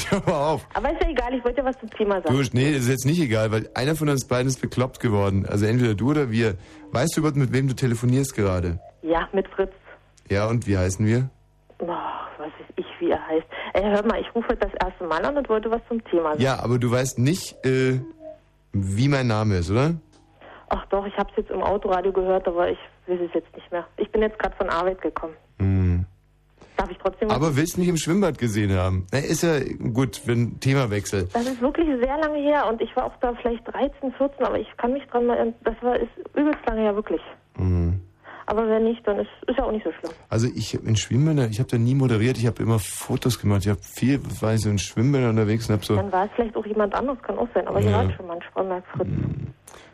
Hör mal auf. Aber ist ja egal, ich wollte ja was zum Thema Du, sagen. nee, das ist jetzt nicht egal, weil einer von uns beiden ist bekloppt geworden. Also entweder du oder wir. Weißt du überhaupt, mit wem du telefonierst gerade? Ja, mit Fritz. Ja, und wie heißen wir? Boah, was weiß ich, wie er heißt. Ey, hör mal, ich rufe heute das erste Mal an und wollte was zum Thema sagen. Ja, aber du weißt nicht, äh, wie mein Name ist, oder? Ach doch, ich habe es jetzt im Autoradio gehört, aber ich weiß es jetzt nicht mehr. Ich bin jetzt gerade von Arbeit gekommen. Hm. Darf ich trotzdem was Aber willst mich im Schwimmbad gesehen haben? Na, ist ja gut für einen Themawechsel. Das ist wirklich sehr lange her und ich war auch da vielleicht 13, 14, aber ich kann mich dran mal. Das war ist übelst lange her, wirklich. Mhm. Aber wenn nicht, dann ist, ist ja auch nicht so schlimm. Also ich in Schwimmbädern, ich habe da nie moderiert, ich habe immer Fotos gemacht, ich habe viel, war ich so in Schwimmbädern unterwegs und habe so, Dann war es vielleicht auch jemand anderes, kann auch sein, aber ihr Ja. wart schon manchmal mal Fritz.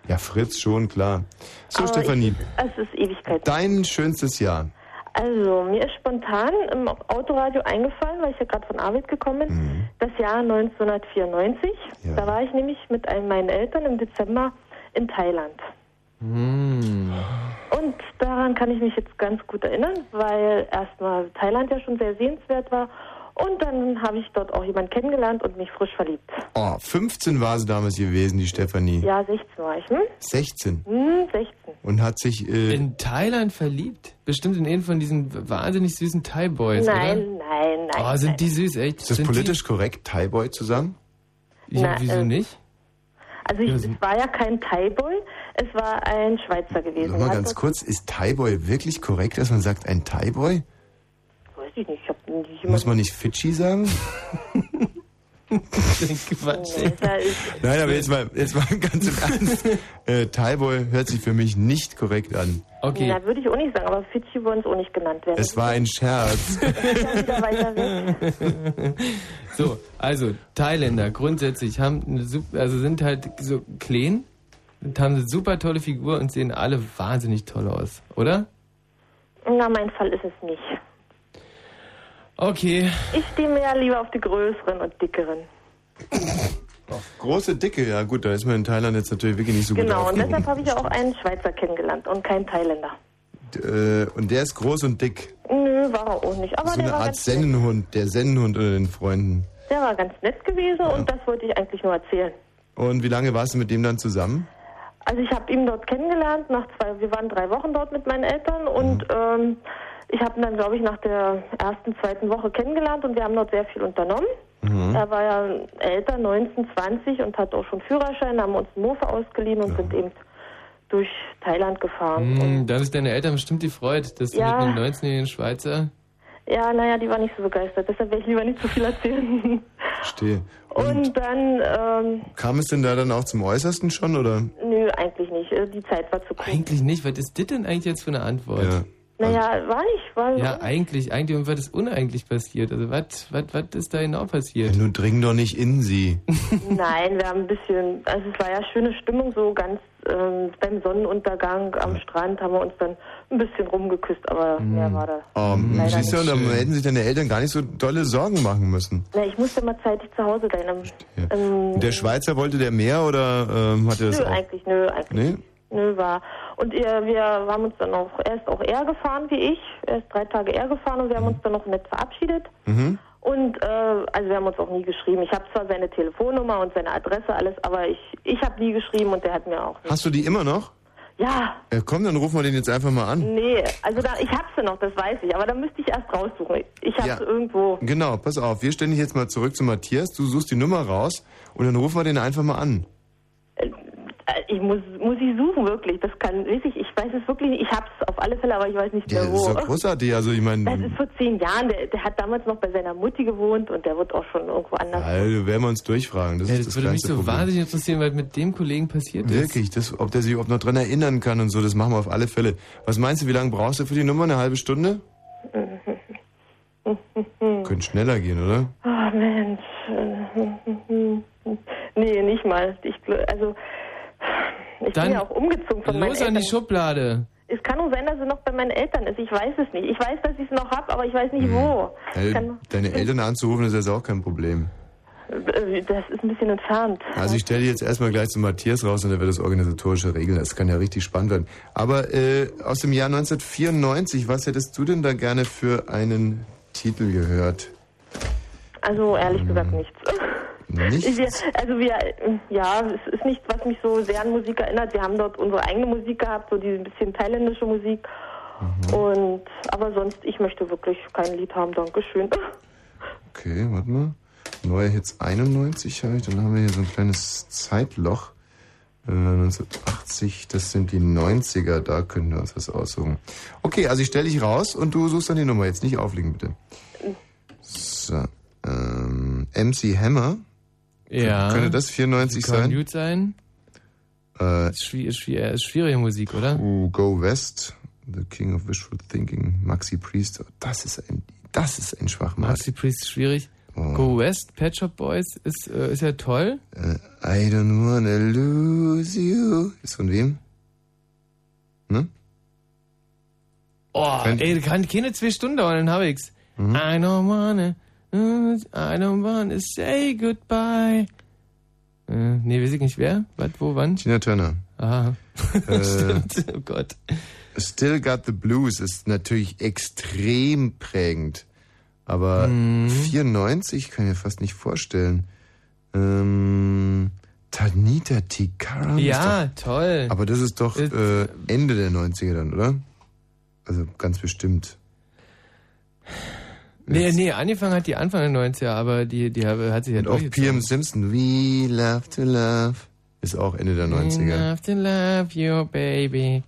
ja Fritz schon, klar. So Aber Stefanie, Ich, es ist Ewigkeit. dein schönstes Jahr. Also, mir ist spontan im Autoradio eingefallen, weil ich ja gerade von Arbeit gekommen bin, Mhm. das Jahr 1994. Da war ich nämlich mit einem meinen Eltern im Dezember in Thailand. Hm. Und daran kann ich mich jetzt ganz gut erinnern, weil erstmal Thailand ja schon sehr sehenswert war. Und dann habe ich dort auch jemanden kennengelernt und mich frisch verliebt. Oh, 15 war sie damals gewesen, die Stefanie. Ja, 16 war ich, hm? 16. Hm, 16. Und hat sich, äh, In Thailand verliebt? Bestimmt in einen von diesen wahnsinnig süßen Thai-Boys, nein, nein, oder? nein. Oh, sind die süß, echt? ist das Sind politisch korrekt, Thai-Boy zu sagen? Die, ja, wieso ähm, nicht? äh, Also ich, Ja, sind- es war ja kein Thai-Boy, es war ein Schweizer gewesen. Sag mal Er hat ganz dort- kurz, ist Thai-Boy wirklich korrekt, dass man sagt, ein Thai-Boy? Weiß ich nicht, ich hab nicht Muss man nicht Fidschi sagen? Nein, aber jetzt mal, jetzt mal ganz im Ernst. Äh, Thai-Boy hört sich für mich nicht korrekt an. Na, würde ich auch nicht sagen, aber Fidschi wollen es auch nicht genannt werden. Es war ein Scherz. Wieder weiter weg. So, also Thailänder grundsätzlich haben eine sup- also sind halt so clean und haben eine super tolle Figur und sehen alle wahnsinnig toll aus, oder? Na, mein Fall ist es nicht. Okay. Ich stehe mir ja lieber auf die größeren und dickeren. Große Dicke, ja gut, da ist man in Thailand jetzt natürlich wirklich nicht so genau, gut und deshalb aufgehoben. habe ich ja auch einen Schweizer kennengelernt und keinen Thailänder. äh, und der ist groß und dick. Nö, war er auch nicht. Aber so der, eine war Art ganz, Sennenhund, der Sennenhund unter den Freunden. der war ganz nett gewesen und das wollte ich eigentlich nur erzählen. Und wie lange warst du mit dem dann zusammen? Also ich habe ihn dort kennengelernt, nach zwei, wir waren drei Wochen dort mit meinen Eltern und ähm, ich habe ihn dann, glaube ich, nach der ersten, zweiten Woche kennengelernt und wir haben dort sehr viel unternommen. Er war ja älter, 19, 20 und hat auch schon Führerschein, haben uns einen Mofa ausgeliehen und sind eben durch Thailand gefahren. Hm, da haben sich deine Eltern bestimmt gefreut, dass du Ja. mit einem 19-jährigen Schweizer. Ja, naja, die waren nicht so begeistert, deshalb will ich lieber nicht zu viel erzählen. Verstehe. Und, dann, ähm, Kam es denn da dann auch zum Äußersten schon, oder? nö, eigentlich nicht. Äh, Die Zeit war zu kurz. Eigentlich nicht, was ist das denn eigentlich jetzt für eine Antwort? Naja, war nicht, war Ja, eigentlich, eigentlich, und was ist uneigentlich passiert? Also, was, was, was ist da genau passiert? Nun dring doch nicht in sie. Nein, wir haben ein bisschen, also es war ja schöne Stimmung, so ganz ähm, beim Sonnenuntergang am Strand haben wir uns dann ein bisschen rumgeküsst, aber mehr war da. Oh, Hm, Leider siehst du, nicht. und dann hätten sich deine Eltern gar nicht so dolle Sorgen machen müssen. Na, ich musste mal zeitig zu Hause sein. Am, ähm, Und der Schweizer wollte der mehr oder ähm, hat er das nö, auch? eigentlich, nö, eigentlich. Nee? Nö, war. Und ihr, wir haben uns dann auch, er ist auch eher gefahren wie ich. Er ist drei Tage eher gefahren und wir Mhm. haben uns dann noch nett verabschiedet. Mhm. Und äh, also wir haben uns auch nie geschrieben. Ich habe zwar seine Telefonnummer und seine Adresse, alles, aber ich, ich habe nie geschrieben und der hat mir auch. Hast du die immer noch? Ja, Ja, komm, dann rufen wir den jetzt einfach mal an. Nee, also da, ich hab sie noch, das weiß ich, aber da müsste ich erst raussuchen. Ich hab Ja. sie irgendwo. Genau, pass auf, wir stellen dich jetzt mal zurück zu Matthias, du suchst die Nummer raus und dann rufen wir den einfach mal an. Äh, Ich muss, muss ich suchen, wirklich. Das kann, weiß ich, ich weiß es wirklich nicht. Ich hab's auf alle Fälle, aber ich weiß nicht Ja, mehr das ist wo. doch großartig, also ich Das meine, ist vor zehn Jahren. Der, der hat damals noch bei seiner Mutti gewohnt und der wird auch schon irgendwo anders. also werden wir uns durchfragen, das Ja, ist das das würde mich kleinste so Problem. wahnsinnig interessieren, was mit dem Kollegen passiert ist. Wirklich, das, ob der sich überhaupt noch dran erinnern kann und so, das machen wir auf alle Fälle. Was meinst du, wie lange brauchst du für die Nummer? Eine halbe Stunde? Hm. Könnte schneller gehen, oder? Oh Mensch. Nee, nicht mal. Ich, gl- also, ich Dann bin ja auch umgezogen von meinen Los an Eltern. die Schublade. Es kann nur sein, dass sie noch bei meinen Eltern ist. Ich weiß es nicht. Ich Hm. weiß, dass ich sie noch hab, aber ich weiß nicht wo. Äh, Kann- Deine Eltern anzurufen, ist also auch kein Problem. Äh, Das ist ein bisschen entfernt. Also ich stelle jetzt erstmal gleich zu Matthias raus und er wird das organisatorische regeln. Das kann ja richtig spannend werden. Aber äh, aus dem Jahr 1994, was hättest du denn da gerne für einen Titel gehört? Also ehrlich gesagt nichts. Nichts? Wir, also wir, äh, ja, es ist nichts, was mich so sehr an Musik erinnert. Wir haben dort unsere eigene Musik gehabt, so diese ein bisschen thailändische Musik. Und aber sonst, ich möchte wirklich kein Lied haben, Dankeschön. Okay, warte mal. Neue Hits 91 habe ich. Dann haben wir hier so ein kleines Zeitloch. Äh, 1980, das sind die 90er, da können wir uns was aussuchen. Okay, also ich stelle dich raus und du suchst dann die Nummer. Jetzt nicht auflegen, bitte. So, ähm, MC Hammer. Ja. Könnte das 94 Kann sein? gut sein. Äh, ist, schwi- ist, schwi- ist schwierige Musik, oder? Uh, Go West, The King of Visual Thinking, Maxi Priest. Das ist ein, das ist ein Schwachmann. Maxi Priest ist schwierig. Oh. Go West, Pet Shop Boys ist, äh, ist ja toll. Äh, I don't wanna lose you. Ist von wem? Ne? Oh, Könnt- ey, kann keine zwei Stunden dauern, dann hab ich's. Mhm. I don't wanna, I don't wanna say goodbye. Äh, nee, weiß ich nicht wer. Was, wo, wann? Tina Turner. Aha. Stimmt. Äh, Oh Gott. Still Got the Blues ist natürlich extrem prägend. Aber Mhm. 94 kann ich mir fast nicht vorstellen. Ähm, Tanita Tikaram Ja, ist doch, toll. Aber das ist doch äh, Ende der 90er dann, oder? Also ganz bestimmt. Nee, nee, angefangen hat die Anfang der 90er, aber die, die habe- hat sich ja Und auch durchgezogen. PM Simpson, We Love to Love, ist auch Ende der 90er. Enough to love you, baby.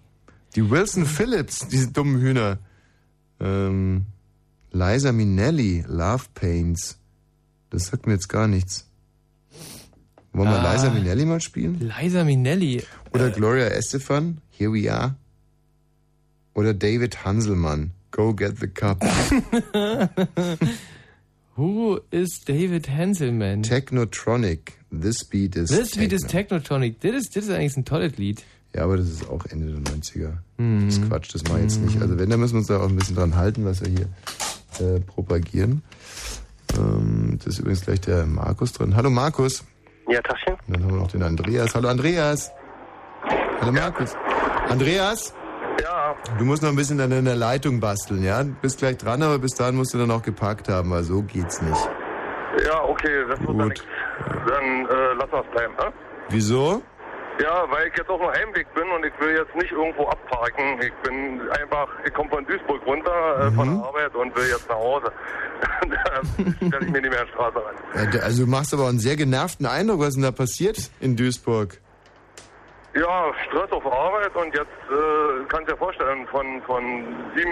Die Wilson Phillips, diese dummen Hühner. Ähm, Liza Minnelli, Love Pains. Das sagt mir jetzt gar nichts. Wollen wir Ah. Liza Minnelli mal spielen? Liza Minnelli. äh, Oder Gloria Estefan, Here We Are. Oder David Hanselmann, Go Get the Cup. Who is David Hanselman? Technotronic, This Beat is Das ist wie das Technotronic. Das ist, das ist eigentlich ein tolles Lied. Ja, aber das ist auch Ende der 90er. Das ist Quatsch, das machen wir jetzt nicht. Also wenn, dann müssen wir uns da auch ein bisschen dran halten, was wir hier äh, propagieren. Ähm, das ist übrigens gleich der Markus drin. Hallo Markus. Ja, Taschen. Und dann haben wir noch den Andreas. Hallo Andreas. Hallo Markus. Andreas? Ja. Du musst noch ein bisschen an deiner Leitung basteln, ja? Du bist gleich dran, aber bis dahin musst du dann auch gepackt haben, weil so geht's nicht. Ja, okay, das wird dann nichts. Dann äh, lassen wir es bleiben. Äh? Wieso? Ja, weil ich jetzt auf dem Heimweg bin und ich will jetzt nicht irgendwo abparken. Ich bin einfach, ich komme von Duisburg runter äh, von der Arbeit und will jetzt nach Hause. da stelle ich mir nicht mehr an die Straße ran. Ja, d- Also du machst aber einen sehr genervten Eindruck, was denn da passiert in Duisburg. Ja, Stress auf Arbeit und jetzt äh, kannst du dir vorstellen, von, von 7,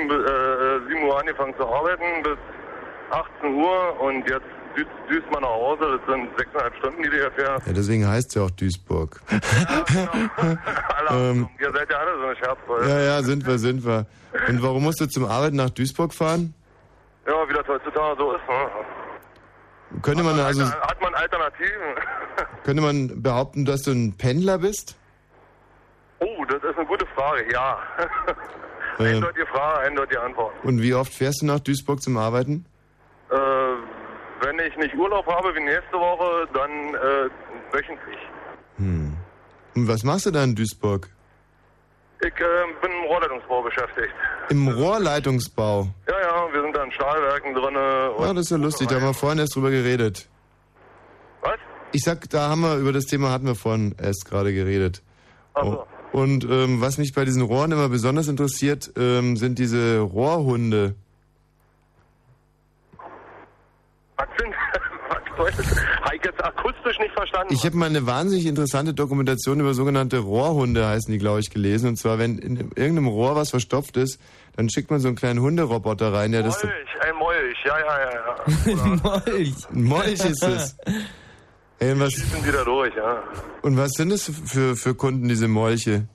äh, 7 Uhr angefangen zu arbeiten bis 18 Uhr und jetzt düst, düst man nach Hause. Das sind 6,5 Stunden, die du hier fährst. Ja, deswegen heißt es ja auch Duisburg. Alle, Ähm. ihr seid ja alle so eine Scherzvoll. Ja, ja, sind wir, sind wir. Und warum musst du zum Arbeiten nach Duisburg fahren? Ja, wie das heutzutage so ist. Ne? Könnte man also, Hat man Alternativen? könnte man behaupten, dass du ein Pendler bist? Oh, das ist eine gute Frage, ja. Ähm. eindeutige Frage, eindeutige Antwort. Und wie oft fährst du nach Duisburg zum Arbeiten? Äh, wenn ich nicht Urlaub habe wie nächste Woche, dann äh, wöchentlich. Hm. Und was machst du da in Duisburg? Ich äh, bin im Rohrleitungsbau beschäftigt. Im Rohrleitungsbau. Ja, ja, wir sind da in Stahlwerken drinne. Ja, das ist ja lustig, da haben wir vorhin erst drüber geredet. Was? Ich sag, da haben wir über das Thema hatten wir vorhin erst gerade geredet. Und ähm, was mich bei diesen Rohren immer besonders interessiert, ähm, sind diese Rohrhunde. Was sind? Was soll das? Habe ich jetzt akustisch nicht verstanden. Ich habe mal eine wahnsinnig interessante Dokumentation über sogenannte Rohrhunde, heißen die, glaube ich, gelesen. Und zwar, wenn in irgendeinem Rohr was verstopft ist, dann schickt man so einen kleinen Hunderoboter rein, der das. Molch, ein Molch, ja, ja, ja. ja. Molch. Ein Molch ist es. Ey, was, Sind wieder durch, ja. und was sind das für, für Kunden, diese Molche?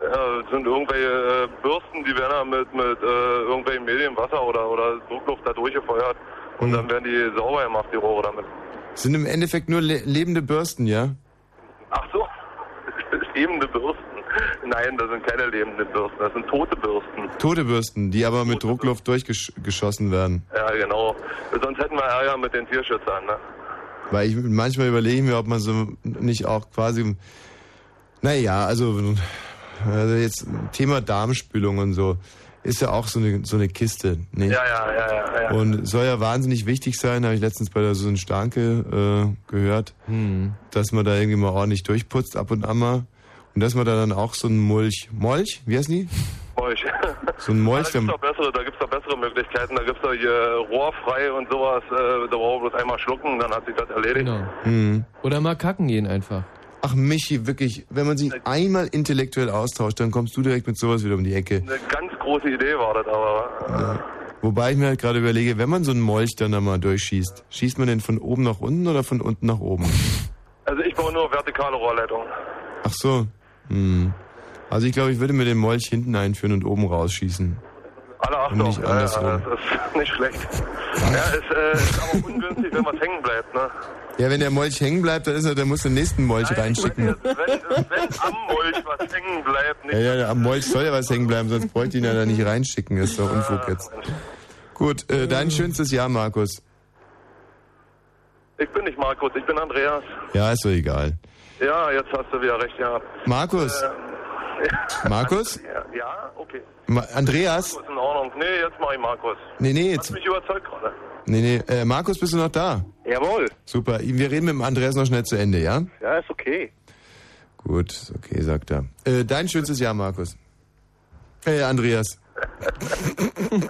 Ja, das sind irgendwelche äh, Bürsten, die werden da mit, mit äh, irgendwelchen Medienwasser oder, oder Druckluft da durchgefeuert. Und dann werden die sauber gemacht, die Rohre damit. Sind im Endeffekt nur le lebende Bürsten, ja? Ach so, lebende Bürsten. Nein, das sind keine lebenden Bürsten, das sind tote Bürsten. Tote Bürsten, die aber mit Druckluft durchgeschossen werden. Ja, genau. Sonst hätten wir Ärger mit den Tierschützern, ne? Weil ich manchmal überlege ich mir, ob man so nicht auch quasi. Naja, also, also jetzt Thema Darmspülung und so ist ja auch so eine, so eine Kiste. Nicht? Ja, ja, ja, ja, ja. Und soll ja wahnsinnig wichtig sein, habe ich letztens bei der Susan Starke äh, gehört, dass man da irgendwie mal ordentlich durchputzt ab und an mal. Und dass man da dann auch so einen Mulch, Molch, wie heißt die? Molch. So ein Molch, da gibt's der- doch bessere, da gibt's doch bessere Möglichkeiten. Da gibt's doch hier rohrfrei und sowas. Äh, da brauchen wir bloß einmal schlucken, dann hat sich das erledigt. Genau. Oder mal kacken gehen einfach. Mhm. Ach Michi, wirklich, wenn man sich einmal intellektuell austauscht, dann kommst du direkt mit sowas wieder um die Ecke. Eine ganz große Idee war das aber. Ja. Wobei ich mir halt gerade überlege, wenn man so einen Molch dann einmal durchschießt, schießt man den von oben nach unten oder von unten nach oben? Also ich baue nur vertikale Rohrleitung. Ach so. Hm. Also ich glaube, ich würde mir den Molch hinten einführen und oben rausschießen. Alle Und Achtung. nicht Ja, ja, das andersrum. ist nicht schlecht. Ja, ist, äh, ist aber ungünstig, wenn was hängen bleibt, ne? Ja, wenn der Molch hängen bleibt, dann ist er, dann muss der nächsten Molch reinschicken. Wenn, wenn am Mulch was hängen bleibt, Ja, ja, am Molch soll ja was hängen bleiben, sonst bräuchte ich ihn ja da nicht reinschicken. Das ist doch Unfug jetzt. Gut, äh, dein schönstes Jahr, Markus. ich bin nicht Markus, ich bin Andreas. Ja, ist doch egal. Ja, jetzt hast du wieder recht, ja. Markus? Ähm, Markus? Ja, ja, okay. Ma Andreas? Markus in Ordnung. Nee, jetzt mach ich Markus. Nee, nee, Hast jetzt. mich überzeugt gerade. Nee, nee. Äh, Markus, bist du noch da? Jawohl. Super. Wir reden mit dem Andreas noch schnell zu Ende, ja? Ja, ist okay. Gut, ist okay, sagt er. Äh, dein schönstes Jahr, Markus. Äh, Andreas.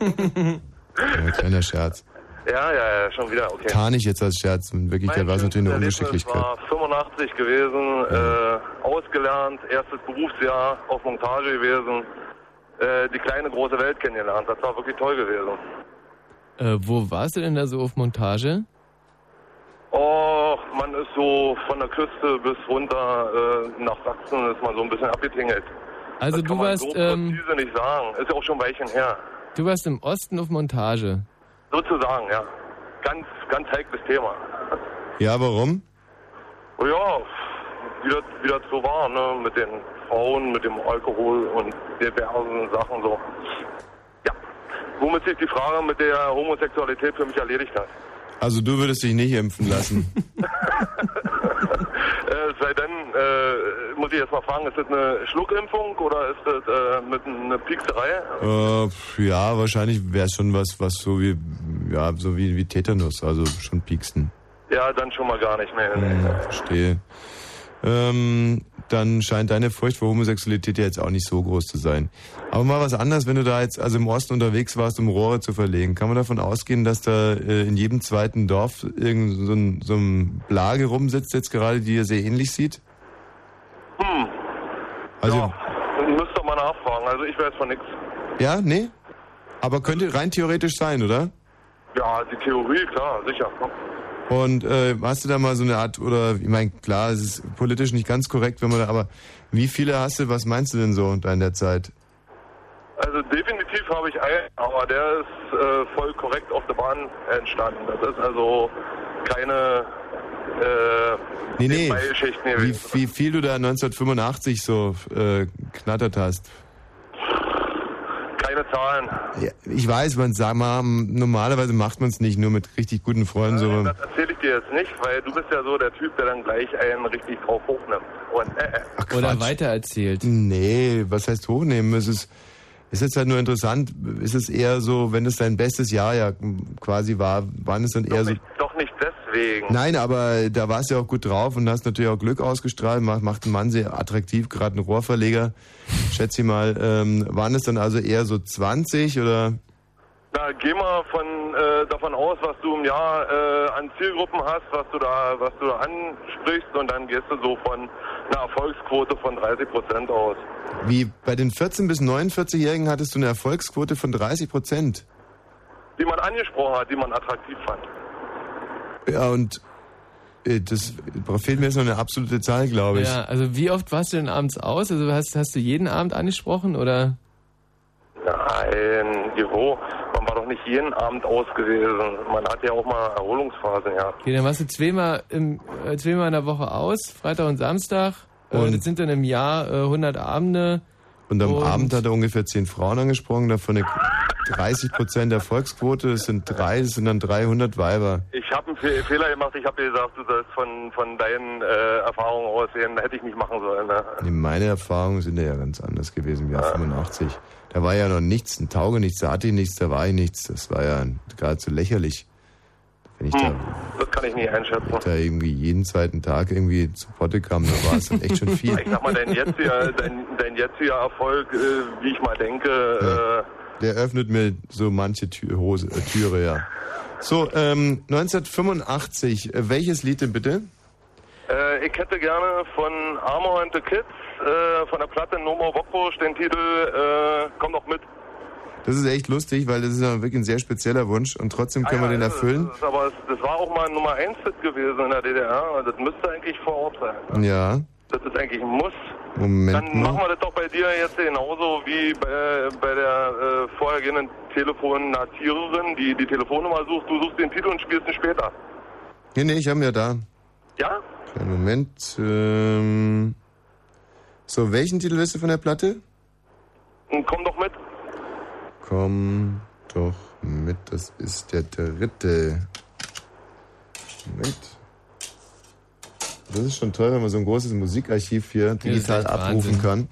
ja, kleiner Scherz. Ja, ja, ja, schon wieder, okay. Tarn ich jetzt als Scherz. In Wirklichkeit war es natürlich eine Erlebnis Ungeschicklichkeit. war 85 gewesen, äh, ausgelernt, erstes Berufsjahr auf Montage gewesen, äh, die kleine große Welt kennengelernt. Das war wirklich toll gewesen. Äh, wo warst du denn da so auf Montage? Och, man ist so von der Küste bis runter äh, nach Sachsen ist man so ein bisschen abgetingelt. Also das du kann man warst, so ähm, präzise nicht sagen. Ist ja auch schon ein Weilchen her. Du warst im Osten auf Montage. Sozusagen, ja. Ganz, ganz heikles Thema. Ja, warum? Oh Ja, wie das, wie das so war, ne? Mit den Frauen, mit dem Alkohol und diversen Sachen so. Ja. Womit sich die Frage mit der Homosexualität für mich erledigt hat. Also du würdest dich nicht impfen lassen. Äh, sei denn, äh, muss ich erst mal fragen, ist das eine Schluckimpfung oder ist das äh, mit einer Piekserei? äh, pf, ja, wahrscheinlich wäre es schon was, was so wie, ja, so wie, wie Tetanus, also schon pieksen. Ja, dann schon mal gar nicht mehr. ne. Hm, verstehe. Ähm, dann scheint deine Furcht vor Homosexualität ja jetzt auch nicht so groß zu sein. Aber mal was anderes, wenn du da jetzt also im Osten unterwegs warst, um Rohre zu verlegen, kann man davon ausgehen, dass da äh, in jedem zweiten Dorf irgend so ein, so ein Blage rumsitzt jetzt gerade, die dir sehr ähnlich sieht? Hm. Also, Ich müsste doch mal nachfragen. Also ich weiß von nichts. ja, nee? Aber könnte rein theoretisch sein, oder? Ja, die Theorie, klar, sicher. Und äh, hast du da mal so eine Art, oder ich meine, klar, es ist politisch nicht ganz korrekt, wenn man da, aber wie viele hast du, was meinst du denn so da in der Zeit? Also definitiv habe ich einen, aber der ist äh, voll korrekt auf der Bahn entstanden. Das ist also keine äh, Nee, nee. Nebenbei-Geschichten Wie, gewesen. wie viel du da 1985 so äh, knattert hast. Keine Zahlen. Ja, ich weiß, man sagt mal, normalerweise macht man es nicht nur mit richtig guten Freunden, sondern. Das erzähle ich dir jetzt nicht, weil du bist ja so der Typ, der dann gleich einen richtig drauf hochnimmt. Und äh, äh. Oder weitererzählt. Nee, was heißt hochnehmen? Es ist, es ist jetzt halt nur interessant. Es ist eher so, wenn es dein bestes Jahr ja quasi war, waren es dann eher so. doch nicht deswegen. Nein, aber da warst du ja auch gut drauf und hast natürlich auch Glück ausgestrahlt, macht, macht einen Mann sehr attraktiv, gerade ein Rohrverleger. Schätze ich mal, ähm, waren es dann also eher so 20 oder? Na, geh mal von, äh, davon aus, was du im Jahr äh, an Zielgruppen hast, was du da, was du da ansprichst, und dann gehst du so von einer Erfolgsquote von 30 Prozent aus. Wie bei den 14- bis 49-Jährigen hattest du eine Erfolgsquote von 30 Prozent. Die man angesprochen hat, die man attraktiv fand. Ja, und äh, das da fehlt mir jetzt noch eine absolute Zahl, glaube ich. Ja, also wie oft warst du denn abends aus? Also hast, hast du jeden Abend angesprochen oder? Nein, Giro, man war doch nicht jeden Abend aus gewesen. Man hat ja auch mal Erholungsphasen gehabt. Okay, dann warst du zweimal, im, äh, zweimal in der Woche aus, Freitag und Samstag. äh, Und- das sind dann im Jahr äh, 100 Abende. Und am Abend hat er ungefähr zehn Frauen angesprochen, davon eine 30% Erfolgsquote, das sind drei, das sind dann 300 Weiber. Ich habe einen Fe Fehler gemacht. Ich habe dir gesagt, du sollst von, von deinen äh, Erfahrungen aussehen. Hätte ich nicht machen sollen. Ne? Nee, Meine Erfahrungen sind ja ganz anders gewesen im Jahr 85. Da war ja noch nichts, ein Tauge nichts, da hatte ich nichts, da war ich nichts. Das war ja geradezu lächerlich. Wenn ich da, Hm, Das kann ich nicht einschätzen. da irgendwie jeden zweiten Tag irgendwie zu Potte kam, da war es dann echt schon viel. Ich sag mal, dein jetziger, dein, dein jetziger Erfolg, äh, wie ich mal denke, Der öffnet mir so manche Tür, Hose, äh, Türe, ja. So, ähm, 1985, äh, welches Lied denn bitte? äh, äh, ich hätte gerne von Armor and the Kids, äh, von der Platte No More Rockbush, den Titel äh, Komm doch mit. Das ist echt lustig, weil das ist ja wirklich ein sehr spezieller Wunsch und trotzdem können Ah, wir den ja, erfüllen. Das, ist aber das war auch mal ein Nummer 1 Hit gewesen in der DDR. Das müsste eigentlich vor Ort sein. Ja, Das ist eigentlich ein Muss. Moment Dann mal. machen wir das doch bei dir jetzt genauso wie bei, bei der äh, vorhergehenden Telefonatiererin, die die Telefonnummer sucht. Du suchst den Titel und spielst ihn später. Nee, nee, ich habe mir da. Ja? Kleinen Moment. Ähm, so, welchen Titel willst du von der Platte? Und komm doch mit. Komm doch mit, das ist der dritte. Moment. Das ist schon toll, wenn man so ein großes Musikarchiv hier digital echt abrufen kann.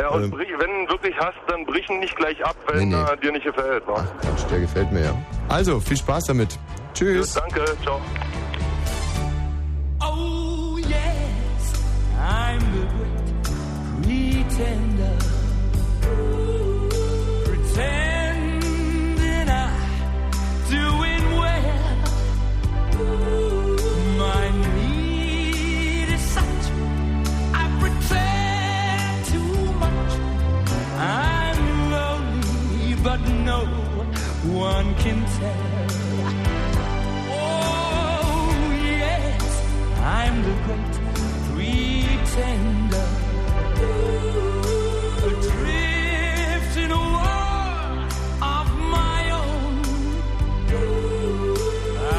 Ja, und Ähm. brich, wenn du wirklich hast, dann brich ihn nicht gleich ab, Nee, wenn nee. er dir nicht gefällt. Ne? Mensch, der gefällt mir ja. Also, viel Spaß damit. Tschüss. Danke, ciao. Oh yes, I'm the great pretender. Pretending I'm doing well. My need is such. I pretend too much. I'm lonely, but no one can tell. Oh yes, I'm the great pretender. Adrift in a world of my own. I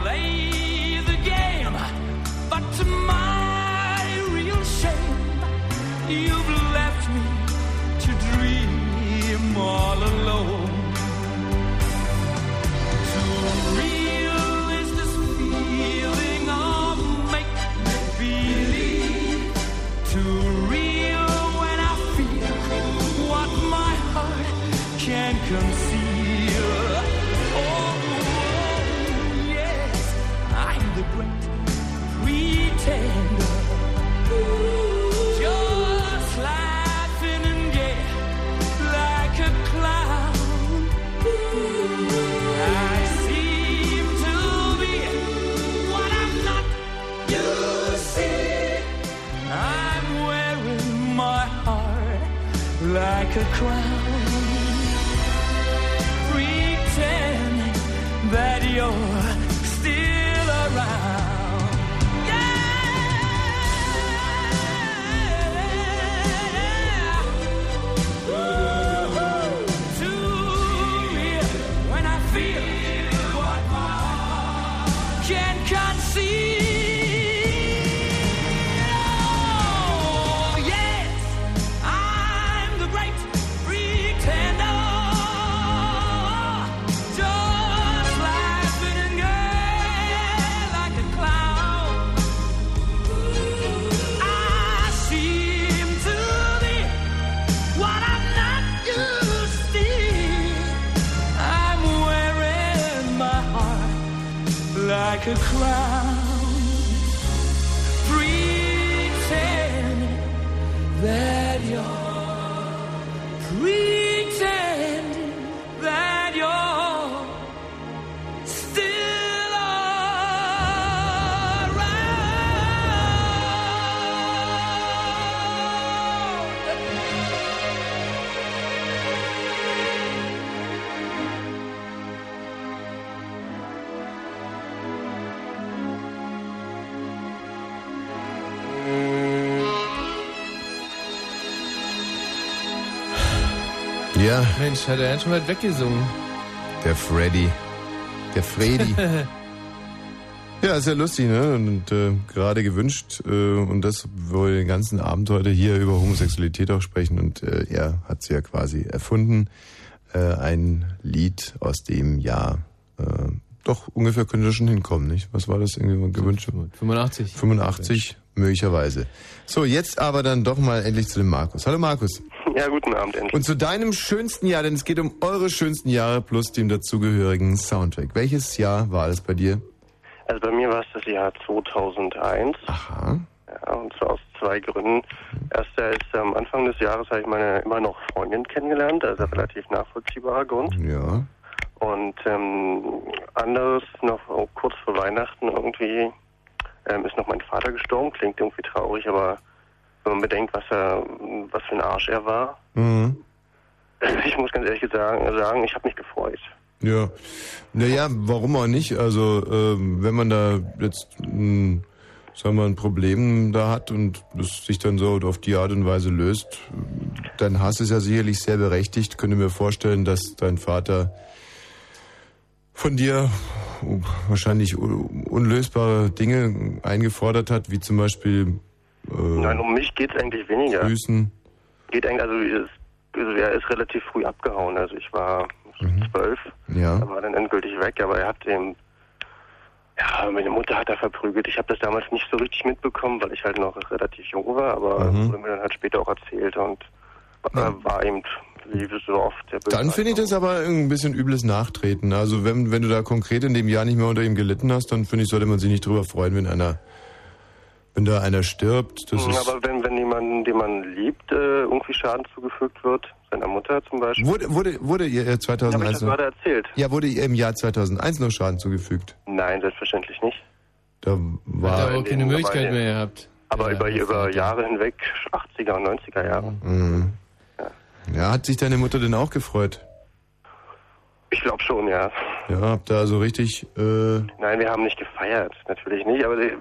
play the game, but to my real shame, you've left me to dream all alone. Real is this feeling of make-believe. Too real when I feel what my heart can't conceal. Oh, yes, I'm the great pretender. Just laughing and gay like a clown. I seem to be what I'm not. You see, I'm wearing my heart like a crown, pretending that you're still around. To me, when I feel what my heart can conceive. Oh, yes, I'm the great pretender. Just laughing and gay like a clown. I seem to be what I'm not used to. I'm wearing my heart like a crown, pretending that you're pretending that you're still Ja, Mensch, hat er jetzt schon mal weggesungen. der Freddy. Der Freddy. Ja, ist ja lustig, ne? Und äh, gerade gewünscht. Äh, und das wollen wir den ganzen Abend heute hier über Homosexualität auch sprechen. Und äh, er hat sie ja quasi erfunden. äh, ein Lied aus dem Jahr. Äh, doch, ungefähr können Sie schon hinkommen, nicht? Was war das irgendwie gewünscht? 85. 85, möglicherweise. So, jetzt aber dann doch mal endlich zu dem Markus. Hallo Markus. Ja, guten Abend endlich. Und zu deinem schönsten Jahr, denn es geht um eure schönsten Jahre plus dem dazugehörigen Soundtrack. Welches Jahr war das bei dir? Also bei mir war es das Jahr 2001. Aha. Ja, und zwar aus zwei Gründen. Erster ist, am Anfang des Jahres habe ich meine immer noch Freundin kennengelernt, also relativ nachvollziehbarer Grund. Ja. Und ähm, anderes, noch oh, kurz vor Weihnachten irgendwie, ähm, ist noch mein Vater gestorben. Klingt irgendwie traurig, aber wenn man bedenkt, was er, was für ein Arsch er war, Mhm. ich muss ganz ehrlich sagen, sagen ich habe mich gefreut. Ja. Naja, warum auch nicht? Also, ähm, wenn man da jetzt, mh, sagen wir, ein Problem da hat und das sich dann so auf die Art und Weise löst, dann hast du es ja sicherlich sehr berechtigt. Könnte mir vorstellen, dass dein Vater von dir wahrscheinlich un- unlösbare Dinge eingefordert hat, wie zum Beispiel äh, Nein, um mich geht's eigentlich weniger. Grüßen. Geht eigentlich, also, ist, also er ist relativ früh abgehauen. Also ich war zwölf, Mhm. Ja. er war dann endgültig weg, aber er hat eben, ja, meine Mutter hat er verprügelt. Ich habe das damals nicht so richtig mitbekommen, weil ich halt noch relativ jung war, aber Mhm. wurde mir dann halt später auch erzählt und äh, war eben, wie so oft, der Dann finde ich das aber ein bisschen übles Nachtreten. Also wenn, wenn du da konkret in dem Jahr nicht mehr unter ihm gelitten hast, dann finde ich, sollte man sich nicht drüber freuen, wenn einer, wenn da einer stirbt. Das ist, Mhm, aber wenn, wenn jemand, den man liebt, äh, irgendwie Schaden zugefügt wird, seiner Mutter zum Beispiel. wurde, wurde, wurde ihr äh, Habe ich 2001 das gerade erzählt? ja, wurde ihr im Jahr 2001 noch Schaden zugefügt? Nein, selbstverständlich nicht. Da war aber auch keine Möglichkeit mehr gehabt. Aber über, über Jahre hinweg, 80er und 90er Jahre. Mhm. Ja, hat sich deine Mutter denn auch gefreut? Ich glaube schon, ja. Ja, hab da so richtig. Äh, Nein, wir haben nicht gefeiert, natürlich nicht. Aber äh,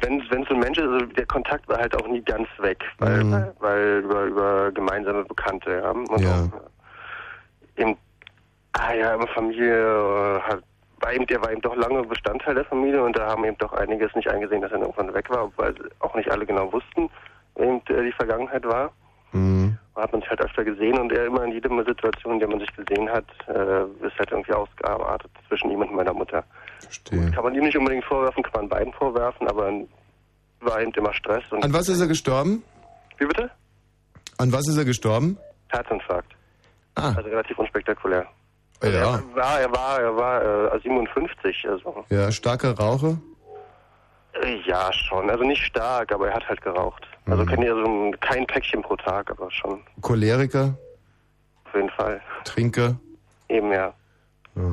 wenn wenn so ein Mensch ist, also der Kontakt war halt auch nie ganz weg, weil, Mhm. weil über, über gemeinsame Bekannte ja, und ja. auch eben, ah ja, immer Familie äh, hat, war eben, der war eben doch lange Bestandteil der Familie und da haben eben doch einiges nicht eingesehen, dass er irgendwann weg war, weil auch nicht alle genau wussten, eben äh, die Vergangenheit war. Mhm. Man hat man sich halt öfter gesehen und er immer in jeder Situation, in der man sich gesehen hat, äh, ist halt irgendwie ausgeartet zwischen ihm und meiner Mutter. Verstehe. Kann man ihm nicht unbedingt vorwerfen, kann man beiden vorwerfen, aber war eben immer Stress und An was ist er gestorben? Wie bitte? An was ist er gestorben? Herzinfarkt. Ah. Also relativ unspektakulär. Ja, Er war, er war, er war äh, 57, also ja starker Raucher. äh, ja schon, also nicht stark, aber er hat halt geraucht. Also Mhm. kann ja so ein, kein Päckchen pro Tag, aber schon Choleriker, auf jeden Fall. Trinker. Eben ja. Ja.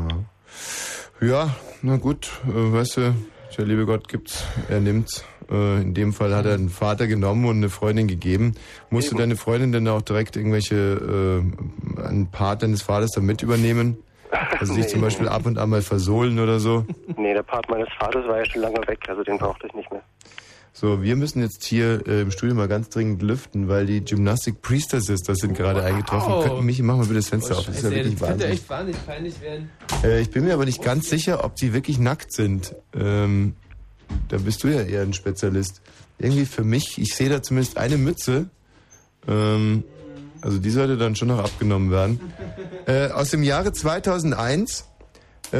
Ja, na gut, äh, weißt du, der liebe Gott gibt's, er nimmt's. Äh, in dem Fall hat er einen Vater genommen und eine Freundin gegeben. Musst du deine Freundin denn auch direkt irgendwelche, äh, einen Part deines Vaters da mit übernehmen? Also dich Nee. zum Beispiel ab und an mal versohlen oder so? Nee, der Part meines Vaters war ja schon lange weg, also den brauchte ich nicht mehr. So, wir müssen jetzt hier äh, im Studio mal ganz dringend lüften, weil die Gymnastic Priester Sisters sind gerade eingetroffen. Könnten mich, mach mal bitte das Fenster auf. Das ist ja Oh, Scheiße, ey, wirklich das könnte Wahnsinn. echt wahnsinnig peinlich werden. Äh, ich bin mir aber nicht ganz sicher, ob die wirklich nackt sind. Ähm, da bist du ja eher ein Spezialist. Irgendwie für mich, ich sehe da zumindest eine Mütze. Ähm, also die sollte dann schon noch abgenommen werden. Äh, aus dem Jahre 2001. Äh,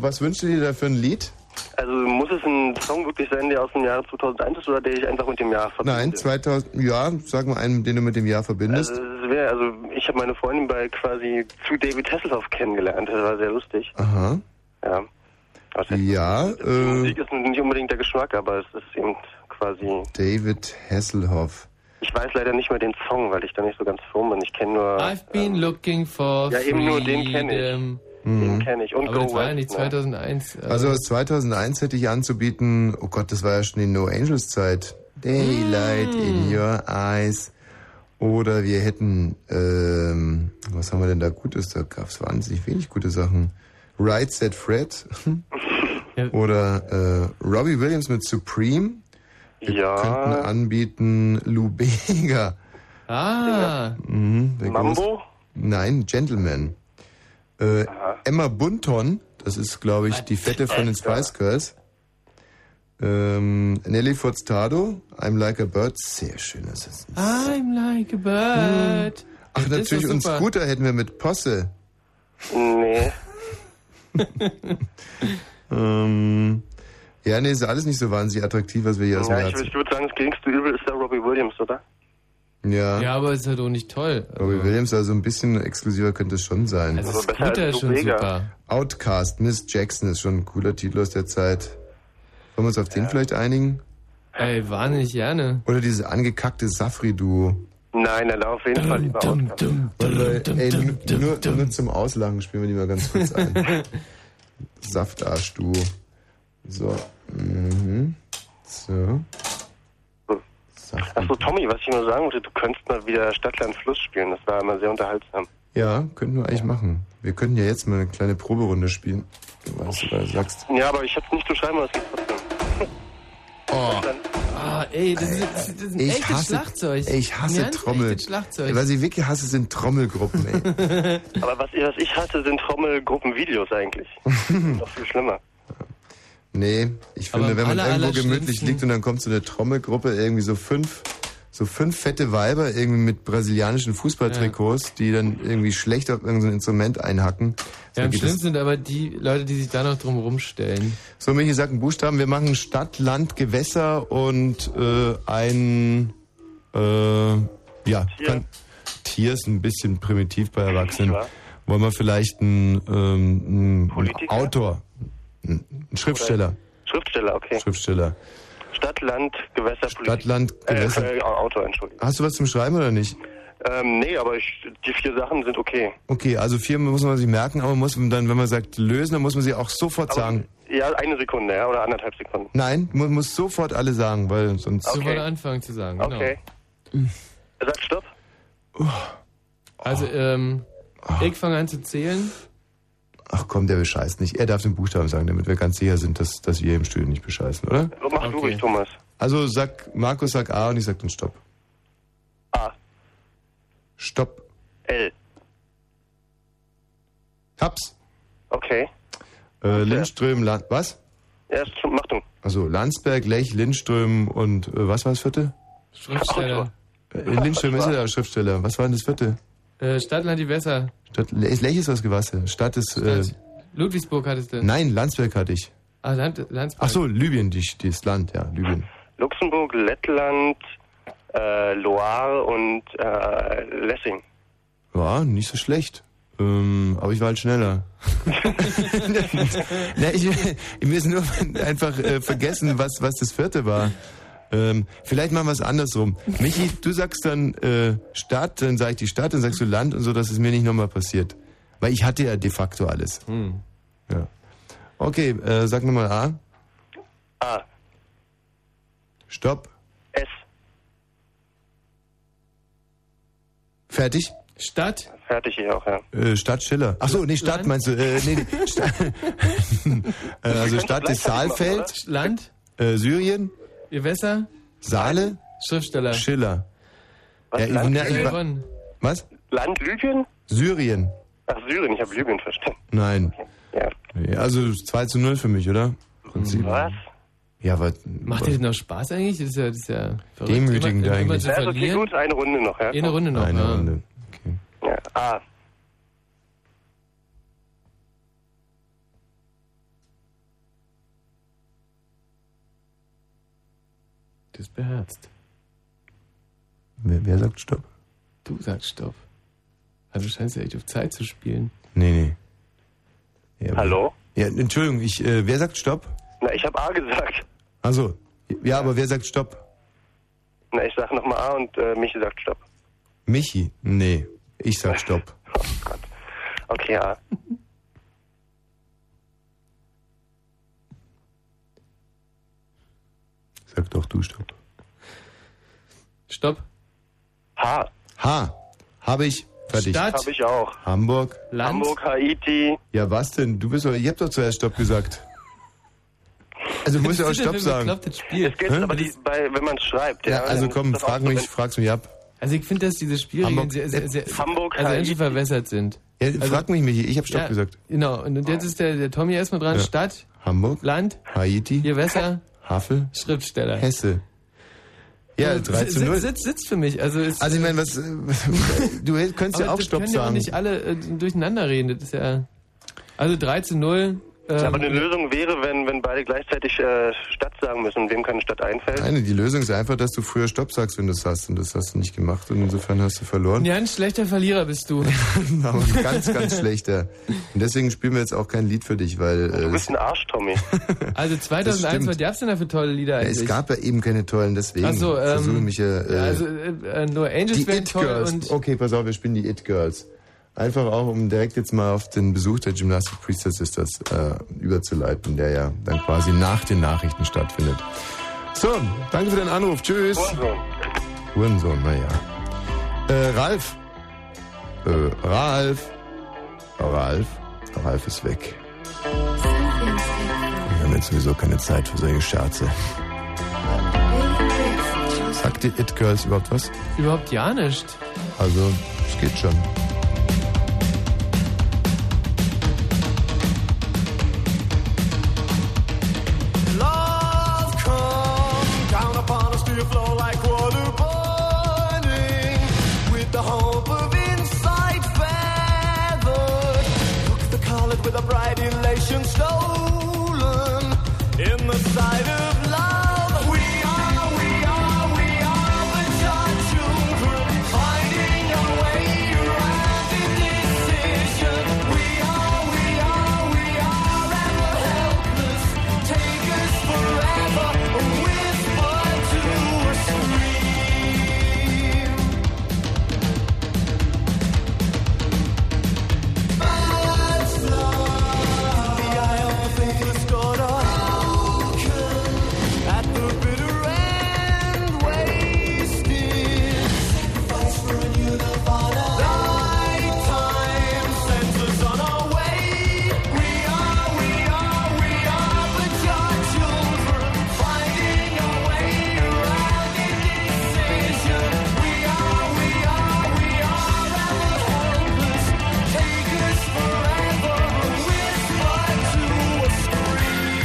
was wünschst du dir da für ein Lied? Also muss es ein Song wirklich sein, der aus dem Jahre 2001 ist oder der ich einfach mit dem Jahr verbinde? Nein, 2000, ja, sag mal einen, den du mit dem Jahr verbindest. Also, es wär, also ich habe meine Freundin bei quasi zu David Hasselhoff kennengelernt. Das war sehr lustig. Aha. Ja. Ja, äh, Musik ist nicht unbedingt der Geschmack, aber es ist eben quasi. David Hasselhoff. Ich weiß leider nicht mehr den Song, weil ich da nicht so ganz firm bin. Ich kenne nur. I've been looking for Ja, eben nur den freedom. kenn Mhm. Den kenne ich. Und Aber Go das war ja West, nicht ne? 2001. äh, Also aus 2001 hätte ich anzubieten, oh Gott, das war ja schon die No Angels Zeit. Daylight in your eyes. Oder wir hätten, ähm, was haben wir denn da Gutes? Da gab es wahnsinnig wenig gute Sachen. Right Set Fred. Oder äh, Robbie Williams mit Supreme. Wir könnten anbieten Lou Bega. Ah. Mhm, der Mambo? Groß- Nein, Gentleman. Äh, Emma Bunton, das ist, glaube ich, die Fette von den Spice Girls. Ähm, Nelly Furtado, I'm Like a Bird, sehr schön. Das ist I'm like a bird. Ach, Das ist natürlich, doch und super. Scooter hätten wir mit Posse. Nee. ähm, ja, nee, ist alles nicht so wahnsinnig attraktiv, was wir hier aus dem Ja, ich, Herzen. ich würde sagen, das geringste Übel ist der Robbie Williams, oder? Ja. Ja, aber ist halt auch nicht toll. Robbie Williams, also ein bisschen exklusiver könnte es schon sein. Also Aber besser Scooter als ist schon Lou Bega. super. Outcast, Miss Jackson ist schon ein cooler Titel aus der Zeit. Wollen wir uns auf den vielleicht einigen? Ey, wahnsinnig gerne. Oder dieses angekackte Safri-Duo. Nein, dann auf jeden Fall lieber Outcast. Weil wir- Äh, Ey, nu- nur, nur zum Auslachen spielen wir die mal ganz kurz ein. Saftarsch-Duo. So. Mhm. So. Achso, Tommy, was ich nur sagen wollte, du könntest mal wieder Stadtland Fluss spielen. Das war immer sehr unterhaltsam. Ja, könnten wir eigentlich machen. Wir könnten ja jetzt mal eine kleine Proberunde spielen. Was du da sagst. Ja, aber ich hab's nicht zu schreiben, aber es geht trotzdem. Oh. Ah, ey, das ist, das ist ein echtes Schlagzeug. Ey, Ich hasse Ein ganz Trommel. echtes Schlagzeug. Was ich wirklich hasse, sind Trommelgruppen, ey. aber was, was ich hasse, sind Trommelgruppenvideos eigentlich. Noch viel schlimmer. Nee, ich Aber finde, am wenn man aller- irgendwo allerschlimmsten- gemütlich liegt und dann kommt so eine Trommelgruppe, irgendwie so fünf, so fünf fette Weiber irgendwie mit brasilianischen Fußballtrikots, die dann irgendwie schlecht auf irgendein Instrument einhacken. So, ja, am geht das- schlimmsten sind aber die Leute, die sich da noch drum rumstellen. so Michi sagt einen Buchstaben, wir machen Stadt, Land, Gewässer und äh, ein äh, ja, Tier. Kann, Tier ist ein bisschen primitiv bei Erwachsenen. Wollen wir vielleicht einen, ähm, einen Autor, einen Schriftsteller. Schriftsteller, okay. Schriftsteller. Stadt, Land, Gewässer, Politik. Stadt, Land, Gewässer. Äh, äh, Auto, Entschuldigung. Hast du was zum Schreiben oder nicht? Ähm, nee, aber ich, die vier Sachen sind okay. Okay, also vier muss man sich merken, aber muss man dann, wenn man sagt lösen, dann muss man sie auch sofort sagen. Ja, eine Sekunde, ja, oder anderthalb Sekunden. Nein, man muss sofort alle sagen, weil sonst. Okay. Sofort anfangen zu sagen, Genau. Okay. Hm. Sag Stopp. Oh. Also, ähm, ich fange an zu zählen. Ach komm, der bescheißt nicht. Er darf den Buchstaben sagen, damit wir ganz sicher sind, dass, dass wir im Studio nicht bescheißen, oder? Mach du ruhig, Thomas. Also sag, Markus sagt A und ich sag dann Stopp. A. Stopp. L. Hab's. Okay. Äh, Lindström, Land, was? Ja, ist schon, mach du. Also Landsberg, Lech, Lindström und äh, was war das vierte? Schriftsteller. Äh, Lindström ist ja der Schriftsteller. Was war denn das vierte? Äh, Stadtland die Wässer. Stadt, Lech, Lech ist was Gewasser. Stadt ist. Äh, Ludwigsburg hattest du. nein, Landsberg hatte ich. äh, Ah, Land, Landsberg. Ach so, Libyen, die, die ist Land, ja, Libyen. Luxemburg, Lettland, äh, Loire und äh, Lessing. Ja, nicht so schlecht. Ähm, aber ich war halt schneller. Na, ich, mir ist nur einfach äh, vergessen, was, was das vierte war. Ähm, vielleicht machen wir es andersrum. Michi, du sagst dann äh, Stadt, dann sage ich die Stadt, dann sagst du Land und so, dass es mir nicht nochmal passiert. Weil ich hatte ja de facto alles. Ja. Okay, äh, sag nochmal A. A. Stopp. S. Fertig? Stadt? Fertig ich auch, ja. Äh, Stadt Schiller. Ach so, nee, Stadt meinst du. Äh, nee, nee, Stadt, äh, also Stadt ist Saalfeld. Land? Äh, Syrien. Gewässer. Saale. Schriftsteller. Schiller. Ja, ich- Land na, ich- Libyen? was? Land Libyen? Syrien. Ach, Syrien, ich habe Libyen verstanden. Nein. Ja. Also 2 zu 0 für mich, oder? Prinzip. Was? Ja, was? Macht dir das noch Spaß eigentlich? Das ist ja, das ist ja verrückt. Demütigend Immer- immer eigentlich. zu Ja, ist okay, verlieren. gut, eine Runde noch, ja. Eine Runde noch. Eine ja. Runde. Ja, ah. A. Du bist beherzt. Wer, wer sagt Stopp? Du sagst Stopp. Also du scheinst ja echt auf Zeit zu spielen. Nee, nee. Ja, aber- Hallo? Ja, Entschuldigung, ich, äh, wer sagt Stopp? Na, ich habe A gesagt. Also, ja, aber wer sagt Stopp? Na, ich sag nochmal A und äh, Michi sagt Stopp. Michi? Nee, ich sag Stopp. Okay, A. Sag doch du Stopp. Stopp. H. H. Habe ich. Fertig. Habe ich auch. Hamburg. Hamburg, Haiti. Ja, was denn? Du bist doch, ihr habt doch zuerst Stopp gesagt. Also, du musst ja auch Stopp sagen. Es geht Hä? aber die, bei, wenn man es schreibt. Ja, Ja, also dann komm, ist das frag auch so, mich, frag's mich ab. Also ich finde, dass diese Spielregeln Hamburg- sehr, sehr, sehr Hamburg, also Haiti. Menschen verwässert sind. Ja, Also- frag mich, Michi, ich hab Stopp Ja, gesagt. Genau, und und jetzt ist der, der Tommy erstmal dran. Ja. Stadt, Hamburg, Land, Haiti, Gewässer, Havel, Schriftsteller. Hesse. Äh, Ja, Also, 3 zu 0. Sitzt, sitzt, sitzt für mich. Also, ist, Also ich meine, was, du könntest ja Aber auch das Stopp können ja auch sagen. nicht alle äh, durcheinander reden. Das ist ja. Also 3 zu 0. Ähm, Aber eine Lösung wäre, wenn, wenn beide gleichzeitig äh, Stadt sagen müssen, wem keine Stadt einfällt. Nein, die Lösung ist einfach, dass du früher Stopp sagst, wenn du das hast. Und das hast du nicht gemacht und insofern hast du verloren. Ja, ein schlechter Verlierer bist du. Aber Genau, ein ganz, ganz schlechter. Und deswegen spielen wir jetzt auch kein Lied für dich, weil... Äh, du bist ein Arsch, Tommy. Also 2001, stimmt. was gab's denn da für tolle Lieder Ja, eigentlich? es gab ja eben keine tollen, deswegen Ach so, ähm, versuche mich ja... Äh, ja, also, äh, äh, nur Angels die wären It toll Girls. und- okay, pass auf, wir spielen die It Girls. Einfach auch, um direkt jetzt mal auf den Besuch der Gymnastic Priester Sisters äh, überzuleiten, der ja dann quasi nach den Nachrichten stattfindet. So, danke für deinen Anruf. Tschüss. Hurensohn. Hurensohn, naja. Äh, Ralf. Äh, Ralf. Oh, Ralf. Ralf ist weg. Wir haben jetzt sowieso keine Zeit für solche Scherze. Sagt die It Girls überhaupt was? Überhaupt ja nicht. Also, es geht schon. Love comes down upon us to flow like water boiling with the hope of insight feathered. Look the colored with a bright elation stolen in the sight of love. We are, we are, we are the child children finding a way around indecision. We are, we are, we are ever helpless. Take us forever, a whisper to a scream. That's love. The eye of the faithless got broken at the bitter end, wasted. Sacrifice for a new nirvana. Nighttime sends us on our way. We are, we are, we are the dark children finding a way around indecision. We are, we are, we are ever helpless. Take us forever. A whisper to a scream.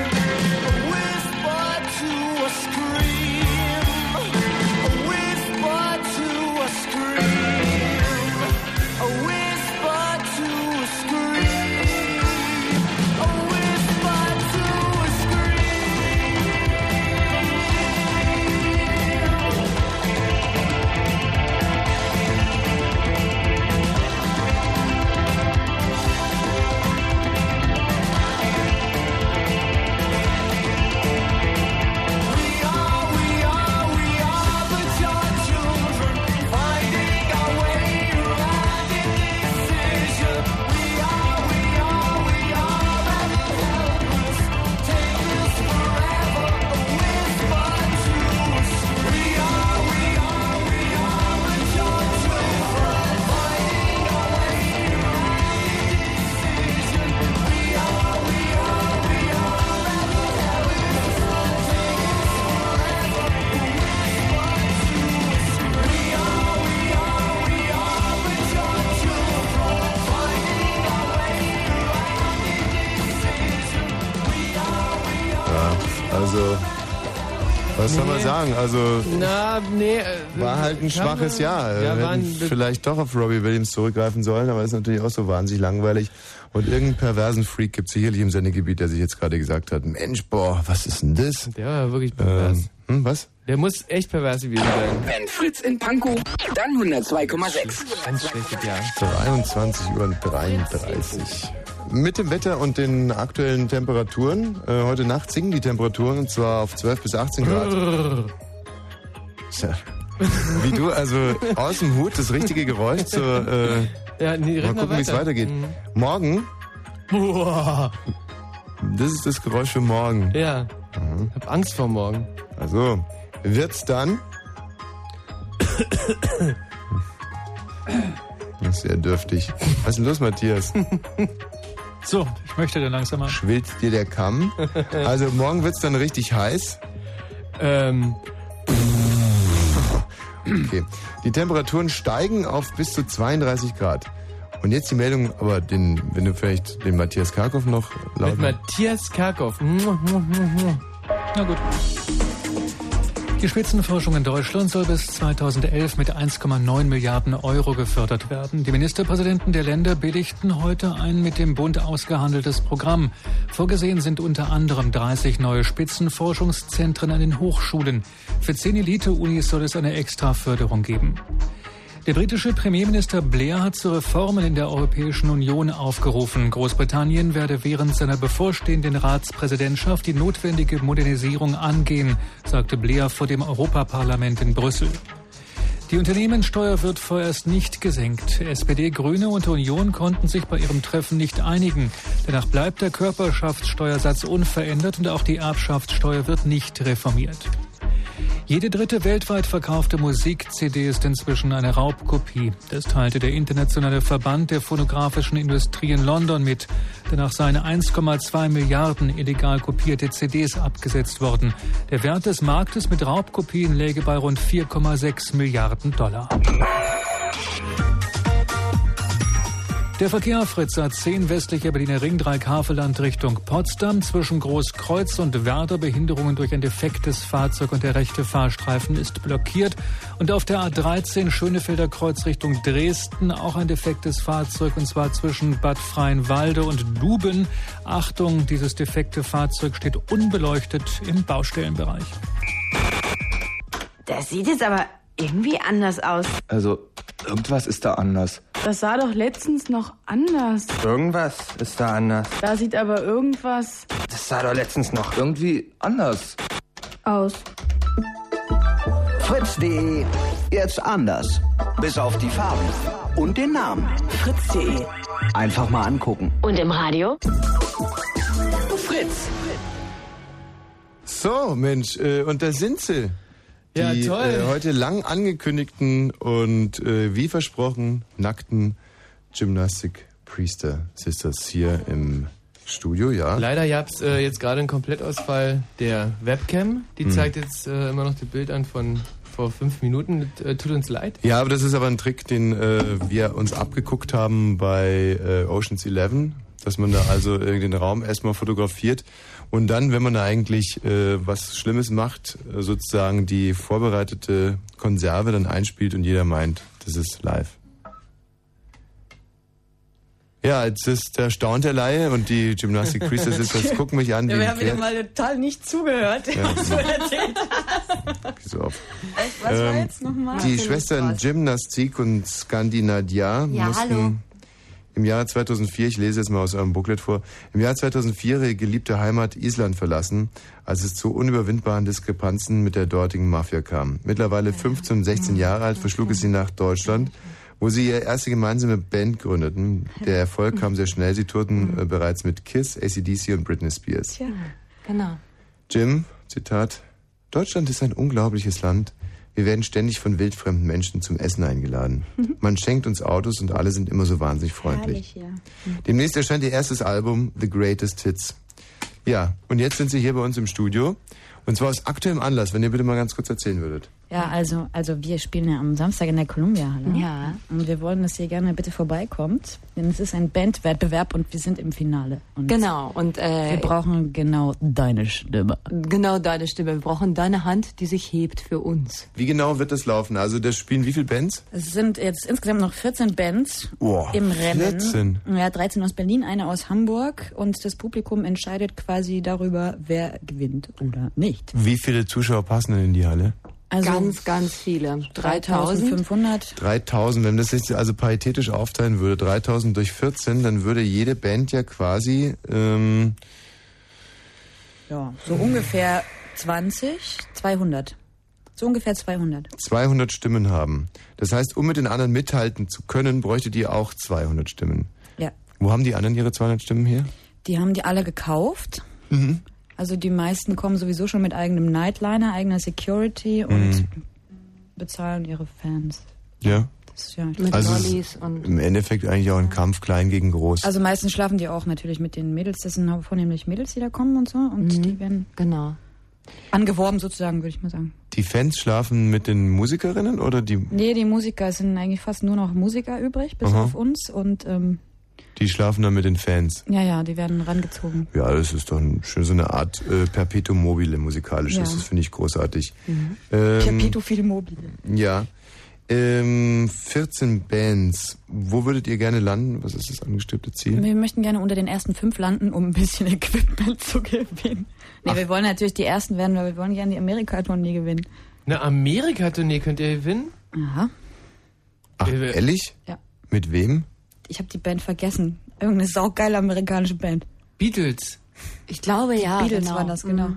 A whisper to a scream. A whisper to a scream. A whisper to a scream. A whisper to a scream. Ja, also, was soll man Nee. sagen? Also, Na, nee. äh, war halt ein kann man- schwaches Jahr. Wir Ja, war hätten ein, vielleicht doch auf Robbie Williams zurückgreifen sollen, aber ist natürlich auch so wahnsinnig langweilig. Und irgendeinen perversen Freak gibt es sicherlich im Sendegebiet, der sich jetzt gerade gesagt hat, Mensch, boah, was ist denn das? Der war wirklich pervers. Ähm, hm, was? Der muss echt pervers gewesen sein. Wenn Fritz in Pankow, dann 102,6. Ganz schlechtes Jahr. 23 Uhr und 33. Mit dem Wetter und den aktuellen Temperaturen. Äh, heute Nacht sinken die Temperaturen und zwar auf 12 bis 18 Grad. Tja. Wie du also aus dem Hut das richtige Geräusch zur. Äh, Ja, nee, mal red gucken, wie es weiter. Mhm. weitergeht. Morgen. Das ist das Geräusch für morgen. Ja. Ich hab Angst vor morgen. Mhm. Also, wird's dann. Das ist Sehr dürftig. Was ist denn los, Matthias? So, ich möchte dann langsamer. Schwillt dir der Kamm? Also morgen wird's dann richtig heiß. Ähm. Okay. Die Temperaturen steigen auf bis zu 32 Grad. Und jetzt die Meldung, aber den, wenn du vielleicht den Matthias Karkow noch laut Mit Matthias Karkow. Na gut. Die Spitzenforschung in Deutschland soll bis 2011 mit 1,9 Milliarden Euro gefördert werden. Die Ministerpräsidenten der Länder billigten heute ein mit dem Bund ausgehandeltes Programm. Vorgesehen sind unter anderem 30 neue Spitzenforschungszentren an den Hochschulen. Für 10 Elite-Unis soll es eine Extraförderung geben. Der britische Premierminister Blair hat zu Reformen in der Europäischen Union aufgerufen. Großbritannien werde während seiner bevorstehenden Ratspräsidentschaft die notwendige Modernisierung angehen, sagte Blair vor dem Europaparlament in Brüssel. Die Unternehmenssteuer wird vorerst nicht gesenkt. SPD, Grüne und Union konnten sich bei ihrem Treffen nicht einigen. Danach bleibt der Körperschaftssteuersatz unverändert und auch die Erbschaftssteuer wird nicht reformiert. Jede dritte weltweit verkaufte Musik-CD ist inzwischen eine Raubkopie. Das teilte der internationale Verband der phonografischen Industrie in London mit. Danach seien 1,2 Milliarden illegal kopierte CDs abgesetzt worden. Der Wert des Marktes mit Raubkopien läge bei rund 4,6 Milliarden Dollar. Der Verkehr auf Fritz A10 westlicher Berliner Ring 3 Kafeland Richtung Potsdam zwischen Großkreuz und Werder Behinderungen durch ein defektes Fahrzeug und der rechte Fahrstreifen ist blockiert. Und auf der A13 Schönefelder Kreuz Richtung Dresden auch ein defektes Fahrzeug und zwar zwischen Bad Freienwalde und Duben. Achtung, dieses defekte Fahrzeug steht unbeleuchtet im Baustellenbereich. Das sieht jetzt aber irgendwie anders aus. Also, irgendwas ist da anders. Das sah doch letztens noch anders. Irgendwas ist da anders. Da sieht aber irgendwas Das sah doch letztens noch irgendwie anders. aus. Fritz.de. Jetzt anders. Bis auf die Farben und den Namen. Fritz.de. Einfach mal angucken. Und im Radio? Fritz. So, Mensch, äh, und da sind sie. Ja, die, toll. Äh, heute lang angekündigten und äh, wie versprochen nackten Gymnastic Priester Sisters hier im Studio, ja. Leider gab es äh, jetzt gerade einen Komplettausfall der Webcam. Die Hm. zeigt jetzt äh, immer noch das Bild an von vor fünf Minuten. Das, äh, tut uns leid. Ja, aber das ist aber ein Trick, den äh, wir uns abgeguckt haben bei äh, Oceans 11, dass man da also äh, den Raum erstmal fotografiert und dann, wenn man da eigentlich äh, was Schlimmes macht, äh, sozusagen die vorbereitete Konserve dann einspielt und jeder meint, das ist live. Ja, jetzt ist da staunt der Laie und die Gymnastic Priestess ist, das gucken mich an, wie Ja, wir haben wieder erklärt, mal total nicht zugehört, Ja. was du erzählt hast. so oft. Ähm, Was war jetzt nochmal? Die Schwestern Gymnastik und Skandinadia Ja, mussten hallo. im Jahre 2004, ich lese jetzt mal aus eurem Booklet vor, im Jahr 2004 ihre geliebte Heimat Island verlassen, als es zu unüberwindbaren Diskrepanzen mit der dortigen Mafia kam. Mittlerweile 15, 16 Mhm. Jahre alt verschlug es sie nach Deutschland, wo sie ihre erste gemeinsame Band gründeten. Der Erfolg kam sehr schnell, sie Mhm. tourten äh, bereits mit Kiss, ACDC und Britney Spears. Tja, genau. Jim, Zitat, Deutschland ist ein unglaubliches Land. Wir werden ständig von wildfremden Menschen zum Essen eingeladen. Man schenkt uns Autos und alle sind immer so wahnsinnig freundlich. Mhm. Herrlich, ja. Demnächst erscheint ihr erstes Album, The Greatest Hits. Ja, und jetzt sind sie hier bei uns im Studio. Und zwar aus aktuellem Anlass, wenn ihr bitte mal ganz kurz erzählen würdet. Ja, also, also wir spielen ja am Samstag in der Columbia Halle. Ja. Und wir wollen, dass ihr gerne bitte vorbeikommt, denn es ist ein Bandwettbewerb und wir sind im Finale. Und Genau, und äh, Wir brauchen genau deine Stimme. genau deine Stimme. Wir brauchen deine Hand, die sich hebt für uns. Wie genau wird das laufen? Also, das spielen wie viele Bands? Es sind jetzt insgesamt noch 14 Bands Boah, im Rennen. 14. Ja, 13 aus Berlin, eine aus Hamburg und das Publikum entscheidet quasi darüber, wer gewinnt oder nicht. Wie viele Zuschauer passen denn in die Halle? Also ganz, ganz viele. 3500. 3000, wenn man das jetzt also paritätisch aufteilen würde, 3000 durch 14, dann würde jede Band ja quasi, ähm, Ja, so Hm. ungefähr 20, 200. So ungefähr 200. 200 Stimmen haben. Das heißt, um mit den anderen mithalten zu können, bräuchtet ihr auch 200 Stimmen. Ja, Wo haben die anderen ihre 200 Stimmen her? die haben die alle gekauft. Mhm. Also die meisten kommen sowieso schon mit eigenem Nightliner, eigener Security und bezahlen ihre Fans. Hm. Ja. Das ist ja also es ist im Endeffekt eigentlich auch ein Kampf klein gegen groß. also meistens schlafen die auch natürlich mit den Mädels. Das sind vornehmlich Mädels, die da kommen und so. Und die werden genau. angeworben sozusagen, würde ich mal sagen. die Fans schlafen mit den Musikerinnen oder die Nee, die Musiker es sind eigentlich fast nur noch Musiker übrig, bis Aha. auf uns. Und ähm, Die schlafen dann mit den Fans. Ja, ja, die werden rangezogen. Ja, das ist doch ein, schön so eine Art äh, Perpetuum mobile musikalisch. Ja. ist. Das finde ich großartig. Mhm. Ähm, Pädophile Mobile. ja. Ähm, 14 Bands. Wo würdet ihr gerne landen? Was ist das angestrebte Ziel? Wir möchten gerne unter den ersten fünf landen, um ein bisschen Equipment zu gewinnen. Nee, wir wollen natürlich die ersten werden, weil wir wollen gerne die Amerika-Tournee gewinnen. Eine Amerika-Tournee könnt ihr gewinnen? Aha. Ach, ehrlich? Ja. Mit wem? Ich habe die Band vergessen. Irgendeine saugeile amerikanische Band. Beatles. Ich glaube ja, Beatles genau. war das, genau.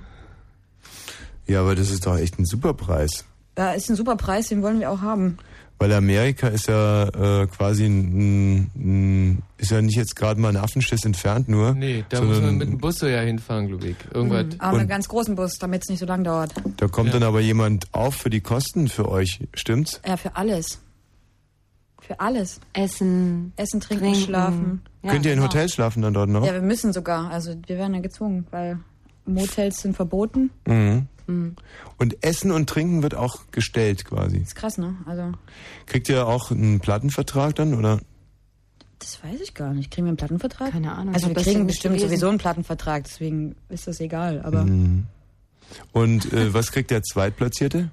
Ja, aber das ist doch echt ein super Preis. Ja, ist ein super Preis, den wollen wir auch haben. Weil Amerika ist ja äh, quasi ein, ein, ist ja nicht jetzt gerade mal ein Affenschiss entfernt nur. Nee, da sondern muss man mit dem Bus so ja hinfahren, glaube ich. Irgendwas. Aber einen Und- ganz großen Bus, damit es nicht so lange dauert. Da kommt dann aber jemand auf für die Kosten für euch, stimmt's? Ja, für alles. Für alles. Essen. Essen, trinken, genau. trinken. schlafen. Könnt genau. ihr in Hotels schlafen dann dort noch? Ja, wir müssen sogar. Also wir werden ja gezwungen, weil Motels sind verboten. mhm. Mhm. Und Essen und Trinken wird auch gestellt quasi. Ist krass, ne? Also Kriegt ihr auch einen Plattenvertrag dann oder? das weiß ich gar nicht. Kriegen wir einen Plattenvertrag? Keine Ahnung, Also wir hab ich kriegen nicht bestimmt gelesen. sowieso einen Plattenvertrag, deswegen ist das egal. Aber Mhm. Und äh, was kriegt der Zweitplatzierte?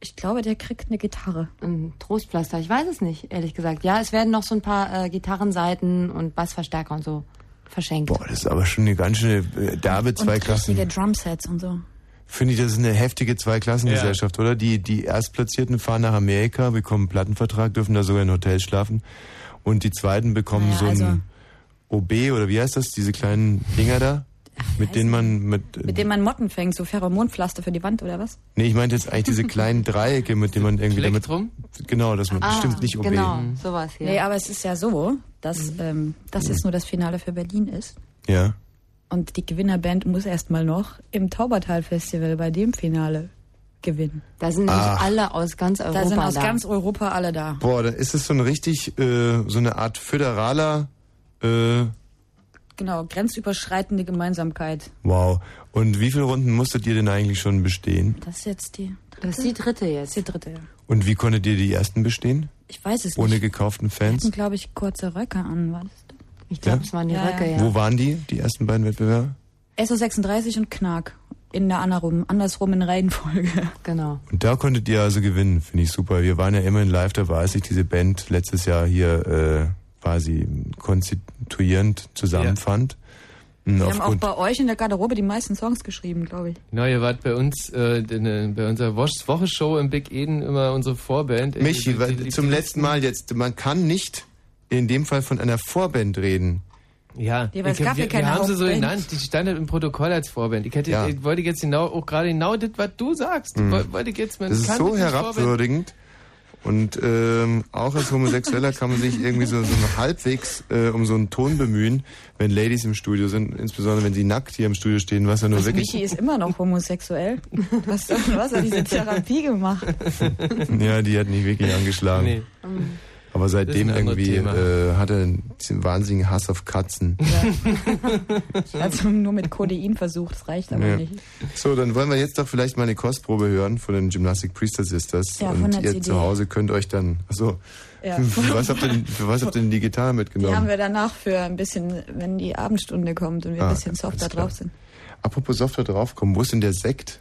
ich glaube, der kriegt eine Gitarre. Ein Trostpflaster, ich weiß es nicht, ehrlich gesagt. Ja, es werden noch so ein paar äh, Gitarrenseiten und Bassverstärker und so verschenkt. Boah, das ist aber schon eine ganz schöne äh, derbe und richtige Zweiklassen. Drumsets und so. Finde ich, das ist eine heftige Zweiklassengesellschaft, oder? Die, die Erstplatzierten fahren nach Amerika, bekommen einen Plattenvertrag, dürfen da sogar in Hotels schlafen. Und die Zweiten bekommen so ein also- OB oder wie heißt das? Diese kleinen Dinger da, mit denen man mit, äh, Mit dem man Motten fängt, so Pheromonpflaster für die Wand oder was? Nee, ich meinte jetzt eigentlich diese kleinen Dreiecke, mit denen man irgendwie damit. Genau, das man Ah, bestimmt nicht OB. Mhm. genau. Sowas hier. Mhm. Nee, aber es ist ja so, dass ähm, das Mhm. jetzt nur das Finale für Berlin ist. Ja. Und die Gewinnerband muss erstmal noch im Taubertal-Festival bei dem Finale gewinnen. Da sind nämlich Ach. alle aus ganz Da sind Europa aus da. ganz Europa alle da. Boah, da ist es so ein richtig, äh, so eine Art föderaler, äh, Genau, grenzüberschreitende Gemeinsamkeit. wow. Und wie viele Runden musstet ihr denn eigentlich schon bestehen? Das ist jetzt die dritte. Das ist die dritte jetzt. die dritte, ja. Und wie konntet ihr die ersten bestehen? Ich weiß es Ohne nicht. gekauften Die Fans? hatten, glaube ich, kurze Röcke an, war das? Ich glaub, Ja? es waren die Röcke, ja. Wo waren die, die ersten beiden Wettbewerbe? SO36 und Knark. In der Anarum, andersrum in Reihenfolge. Genau. Und da konntet ihr also gewinnen, finde ich super. Wir waren ja immerhin live dabei, als sich diese Band letztes Jahr hier äh, quasi konstituierend zusammenfand. Und Mhm. Wir haben auch aufgrund- bei euch in der Garderobe die meisten Songs geschrieben, glaube ich. Genau, ihr wart bei uns, äh, in, äh, bei unserer Wosch- Wochenshow im Big Eden immer unsere Vorband. Äh, die- Michi, die- wa- die- zum letzten Mal jetzt, man kann nicht in dem Fall von einer Vorband reden. Ja, Ja, weil es Ich- gab ja wir, keine wir haben sie so Hauptband. genannt. Die stand halt im Protokoll als Vorband. Ich, hätte, Ja. ich wollte jetzt genau, auch gerade genau das, was du sagst. Mhm. Woll- Wollte ich jetzt, man Das ist kann so nicht als Vorband- herabwürdigend. Und ähm, auch als Homosexueller kann man sich irgendwie so, so halbwegs äh, um so einen Ton bemühen, wenn Ladies im Studio sind, insbesondere wenn sie nackt hier im Studio stehen, was ja nur Also wirklich... Michi ist immer noch homosexuell. Was, was hat diese Therapie gemacht? Ja, die hat nicht wirklich angeschlagen. Aber seitdem Das ist ein anderes irgendwie Thema. äh, hat er diesen wahnsinnigen Hass auf Katzen. Also nur mit Codein versucht, das reicht aber Ja. nicht. So, dann wollen wir jetzt doch vielleicht mal eine Kostprobe hören von den Gymnastic Priester Sisters. Ja, von und der ihr CD. zu Hause könnt euch dann. Achso. Ja. Für, was habt ihr, denn- für was habt ihr denn die Gitarre Die haben mitgenommen? wir danach für ein bisschen, wenn die Abendstunde kommt und wir Ah, ein bisschen softer alles klar. drauf sind. Apropos Software draufkommen, wo ist denn der Sekt?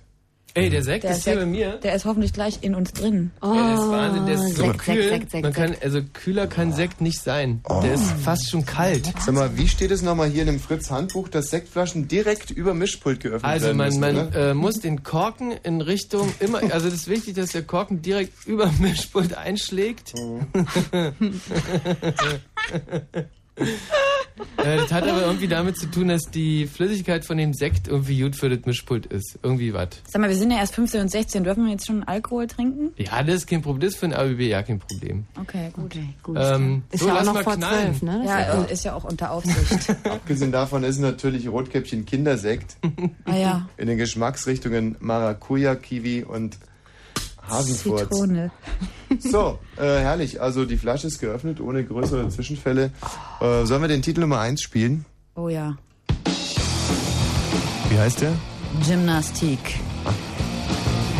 Ey, der Sekt ist hier bei mir. Der ist hoffentlich gleich in uns drin. Oh, ja, das ist Wahnsinn, der ist so kühl. Man kann, also kühler kann Sekt nicht sein. Oh. Der ist fast schon kalt. Sag mal, wie steht es nochmal hier in dem Fritz-Handbuch, dass Sektflaschen direkt über Mischpult geöffnet Also werden man, müssen, man oder? äh, muss den Korken in Richtung immer, also das ist wichtig, dass der Korken direkt über dem Mischpult einschlägt. Mhm. äh, das hat aber irgendwie damit zu tun, dass die Flüssigkeit von dem Sekt irgendwie gut für das Mischpult ist. Irgendwie was. Sag mal, wir sind ja erst 15 und 16. Dürfen wir jetzt schon Alkohol trinken? Ja, das ist kein Problem, das ist für den ABB ja kein Problem. Okay, gut. gut. Ähm, Ist so, ja auch lass noch mal vor knallen. 12, ne? Das Ja, ist ja also gut. ist ja auch unter Aufsicht. Abgesehen davon ist natürlich Rotkäppchen Kindersekt ah ja, in den Geschmacksrichtungen Maracuja, Kiwi und Hasenfurz. Zitrone. So, äh, herrlich. Also die Flasche ist geöffnet, ohne größere Zwischenfälle. Äh, sollen wir den Titel Nummer 1 spielen? Oh ja. Wie heißt der? Gymnastik.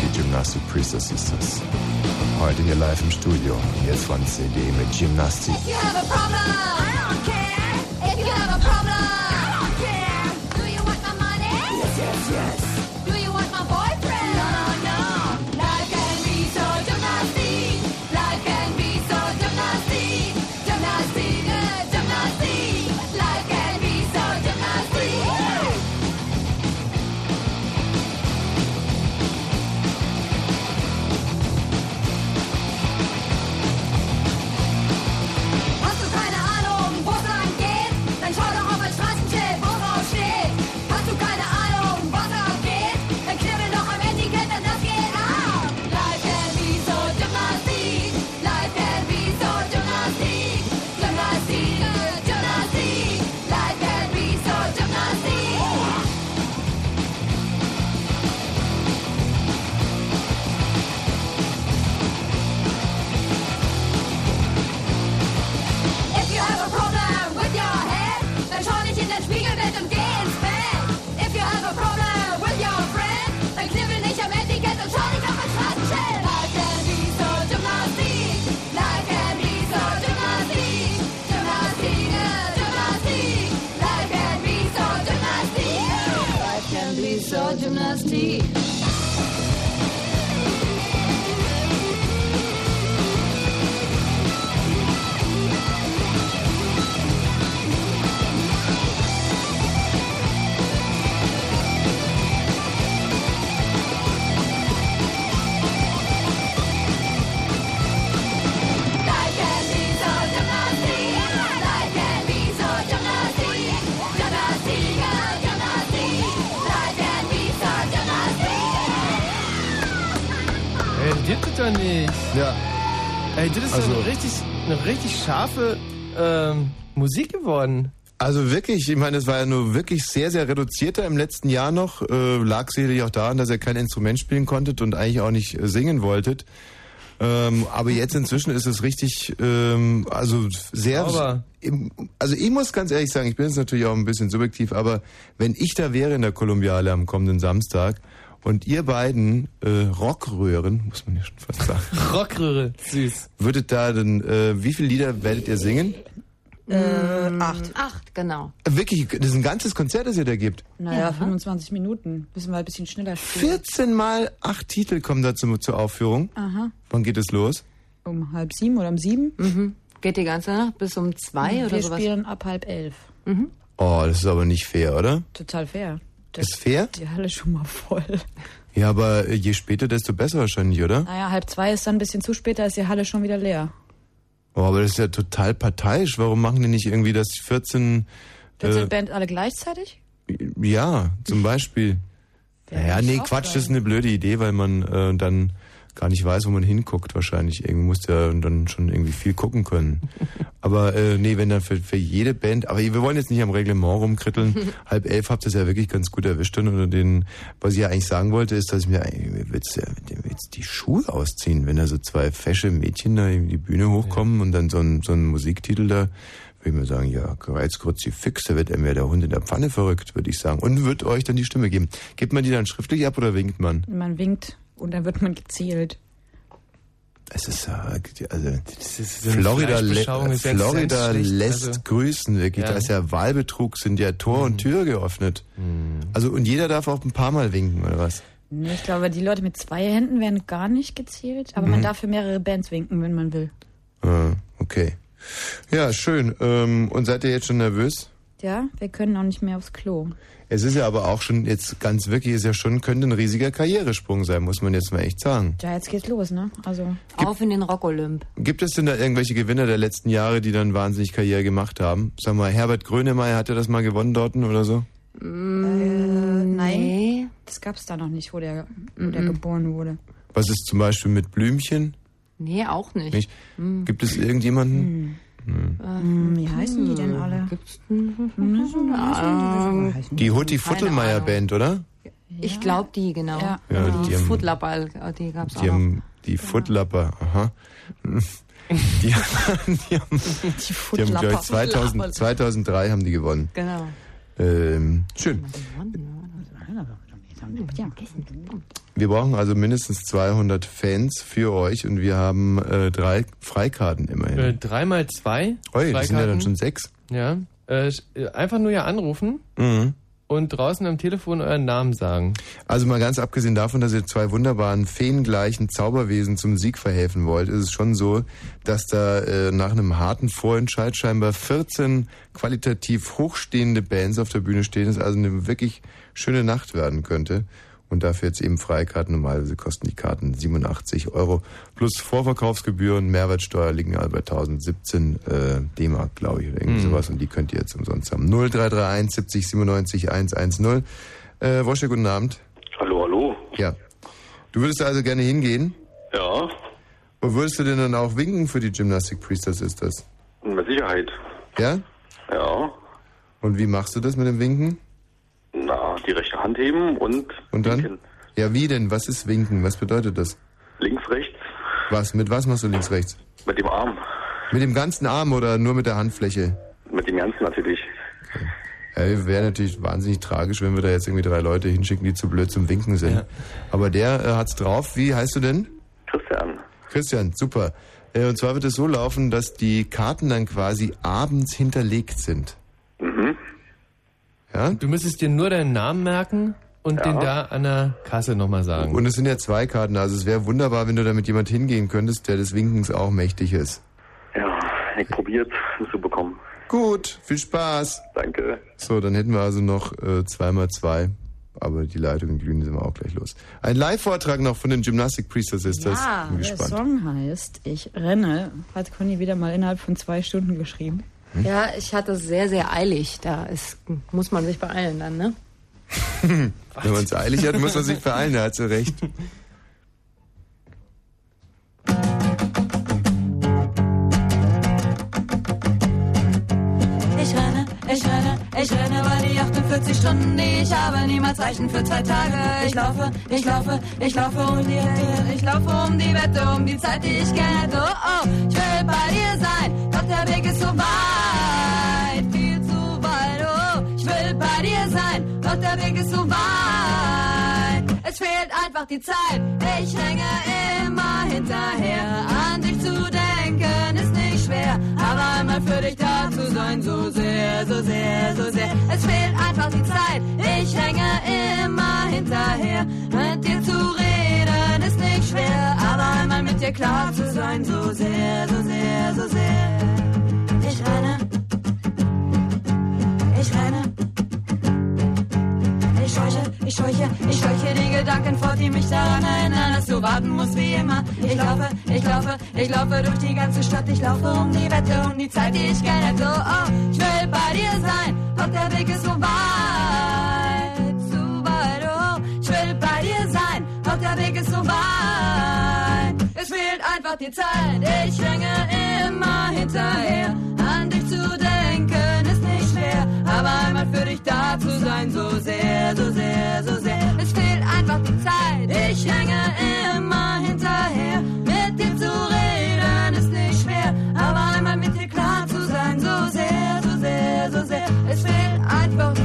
Die Gymnastic Priestess ist es. Heute hier live im Studio. Jetzt von CD mit Gymnastik. You have a problem. I don't care. oh dynasty. Life can be so dynasty. Life can be so dynasty. Dynasty, yeah, dynasty. Life can be so dynasty. Ey, Äh, das gibt es doch nicht. Ja. Ey, das ist Also- eine, richtig, eine richtig scharfe ähm, Musik geworden. Also wirklich, ich meine, es war ja nur wirklich sehr, sehr reduzierter im letzten Jahr noch. Äh, lag sicherlich auch daran, dass ihr kein Instrument spielen konntet und eigentlich auch nicht äh, singen wolltet. Ähm, aber jetzt inzwischen ist es richtig, ähm, also sehr... Sauber. Im- Also ich muss ganz ehrlich sagen, ich bin jetzt natürlich auch ein bisschen subjektiv, aber wenn ich da wäre in der Kolumbiale am kommenden Samstag und ihr beiden äh, Rockröhren, muss man ja schon fast sagen, Rockröhre, süß. würdet da denn, äh, wie viele Lieder werdet ihr singen? Äh, acht. Acht, genau. Wirklich, das ist ein ganzes Konzert, das ihr da gibt. Naja, Ja. 25 Minuten. Müssen wir halt ein bisschen schneller spielen. 14 mal acht Titel kommen dazu zur Aufführung. Aha. Wann geht es los? Um halb sieben oder um sieben? Mhm. Geht die ganze Nacht bis um zwei wir oder sowas? Wir spielen ab halb elf. Oh, das ist aber nicht fair, oder? Total fair. Ist fair? Die Halle schon mal voll. Ja, aber äh, je später, desto besser wahrscheinlich, oder? Naja, halb zwei ist dann ein bisschen zu spät, da ist die Halle schon wieder leer. Oh, aber das ist ja total parteiisch. Warum machen die nicht irgendwie das 14... Dann äh, sind Band alle gleichzeitig? Ja, zum Beispiel. Naja, nee, auch Quatsch, das ist eine blöde Idee, weil man äh, dann gar nicht weiß, wo man hinguckt wahrscheinlich. Irgendwie muss ja dann schon irgendwie viel gucken können. aber äh, nee, wenn dann für, für jede Band, aber wir wollen jetzt nicht am Reglement rumkritteln. Halb elf habt ihr es ja wirklich ganz gut erwischt. Und unter den, was ich ja eigentlich sagen wollte, ist, dass ich mir eigentlich mir wird's ja, mir wird's die Schuhe ausziehen, wenn da so zwei fesche Mädchen da eben die Bühne hochkommen und dann so ein, so ein Musiktitel da würde ich mal sagen, ja, Greiz, Kruzifix, da wird er mir der Hund in der Pfanne verrückt, würde ich sagen. Und wird euch dann die Stimme geben. Gibt man die dann schriftlich ab oder winkt man? Man winkt und dann wird man gezählt. Es ist, äh, also, das ist so eine Florida, le Fleischbeschauung ist ja Florida ganz schlecht, lässt also- grüßen, wirklich. Ja. Mhm. Da ist ja Wahlbetrug, sind ja Tor und Tür geöffnet. Also, und jeder darf auch ein paar Mal winken, oder was? Nee, ich glaube, die Leute mit zwei Händen werden gar nicht gezählt, aber man Mhm. darf für mehrere Bands winken, wenn man will. Ah, okay. Ja, schön. Ähm, und seid ihr jetzt schon nervös? Ja, wir können auch nicht mehr aufs Klo. Es ist ja aber auch schon jetzt ganz wirklich, ist ja schon, könnte ein riesiger Karrieresprung sein, muss man jetzt mal echt sagen. Ja, jetzt geht's los, ne? Also auf in den Rock-Olymp. Gibt es denn da irgendwelche Gewinner der letzten Jahre, die dann wahnsinnig Karriere gemacht haben? Sag mal, Herbert Grönemeyer, hat er das mal gewonnen dort oder so? Äh, nein. Das gab's da noch nicht, wo der, wo der Mhm. geboren wurde. Was ist zum Beispiel mit Blümchen? Nee, auch nicht. Mhm. Nicht? Gibt es irgendjemanden? Hm, Wie heißen die denn alle? Hm, Hm, Gibt's Ähm, Die Hutti Hm, Keine Futtelmeier Band, oder? Ich glaube die, genau. Ja, Ja, die die haben- Footlappal, die gab's Die auch noch. Genau. haben die Footlapper, aha. Die haben, die haben, die haben glaube ich, 2000, 2003 haben die gewonnen. Genau. Ähm, schön. Wir brauchen also mindestens 200 Fans für euch und wir haben äh, drei Freikarten immerhin. Äh, dreimal zwei. Oi, das sind ja dann Freikarten. schon sechs. Ja. Äh, sch- äh, einfach nur ja anrufen Mhm. und draußen am Telefon euren Namen sagen. Also mal ganz abgesehen davon, dass ihr zwei wunderbaren, feengleichen Zauberwesen zum Sieg verhelfen wollt, ist es schon so, dass da äh, nach einem harten Vorentscheid scheinbar 14 qualitativ hochstehende Bands auf der Bühne stehen, das also eine wirklich schöne Nacht werden könnte. Und dafür jetzt eben Freikarten. Normalerweise kosten die Karten 87 Euro. Plus Vorverkaufsgebühren, Mehrwertsteuer liegen alle bei 1017 äh, D-Mark, glaube ich, oder irgendwie Mhm. sowas. Und die könnt ihr jetzt umsonst haben. 0331 70 97 110. Äh, Wosche, guten Abend. Hallo, hallo. Ja. Du würdest also gerne hingehen? Ja, Und würdest du denn dann auch winken für die Gymnastic Priestess ist das? mit Sicherheit. Ja? Ja. Und wie machst du das mit dem Winken? Na, die rechte Hand heben und Und dann? Ja, wie denn? Was ist winken? Was bedeutet das? links, rechts Was? Mit was machst du links, rechts? mit dem Arm. Mit dem ganzen Arm oder nur mit der Handfläche? Mit dem Ganzen natürlich. Ja, wäre natürlich wahnsinnig tragisch, wenn wir da jetzt irgendwie drei Leute hinschicken, die zu blöd zum Winken sind. Aber der äh, hat's drauf. Wie heißt du denn? Christian. Christian, super. Äh, und zwar wird es so laufen, dass die Karten dann quasi abends hinterlegt sind. Mhm. Ja? Du müsstest dir nur deinen Namen merken und Ja. den da an der Kasse nochmal sagen. Und es sind ja zwei Karten, da, also es wäre wunderbar, wenn du damit jemand hingehen könntest, der des Winkens auch mächtig ist. Ja, ich probiert, es zu bekommen. Gut, viel Spaß. Danke. So, dann hätten wir also noch äh, zweimal zwei. Aber die Leitungen glühen, die sind wir auch gleich los. Ein Live-Vortrag noch von den Gymnastic Priester Sisters. Ja, Bin der gespannt. Song heißt Ich renne. Hat Conny wieder mal innerhalb von zwei Stunden geschrieben. Hm? Ja, ich hatte es sehr, sehr eilig. Da ist, muss man sich beeilen dann, ne? Wenn man es eilig hat, muss man sich beeilen, da hat sie recht. Ich renne, ich renne, ich renne über die 48 Stunden, die ich habe, niemals reichen für zwei Tage. Ich laufe, ich laufe, ich laufe um die Wette, ich laufe um die Wette, um die Zeit, die ich gerne hätte. Oh, oh, ich will bei dir sein, doch der Weg ist so weit, viel zu weit. Oh, ich will bei dir sein, doch der Weg ist so weit. Es fehlt einfach die Zeit, ich hänge immer hinterher. An dich zu denken ist nicht schwer, aber einmal für dich da zu sein, so sehr, so sehr, so sehr. Es fehlt einfach die Zeit, ich hänge immer hinterher. Mit dir zu reden ist nicht schwer, aber einmal mit dir klar zu sein, so sehr, so sehr, so sehr. Ich renne, ich renne. Ich scheuche, ich scheuche, ich scheuche die Gedanken fort, die mich daran erinnern, dass du warten musst wie immer. Ich laufe, ich laufe, ich laufe durch die ganze Stadt. Ich laufe um die Wette, um die Zeit, die ich gerne hätte. Oh, ich will bei dir sein, doch der Weg ist so weit, zu weit. Oh, ich will bei dir sein, doch der Weg ist so weit. Es fehlt einfach die Zeit, ich hänge immer hinterher. An dich zu denken ist nicht schwer, aber einmal für dich da zu sein, so sehr, so sehr, so sehr. Es fehlt einfach die Zeit, ich hänge immer hinterher. Mit dir zu reden ist nicht schwer, aber einmal mit dir klar zu sein, so sehr, so sehr, so sehr. Es fehlt einfach die Zeit.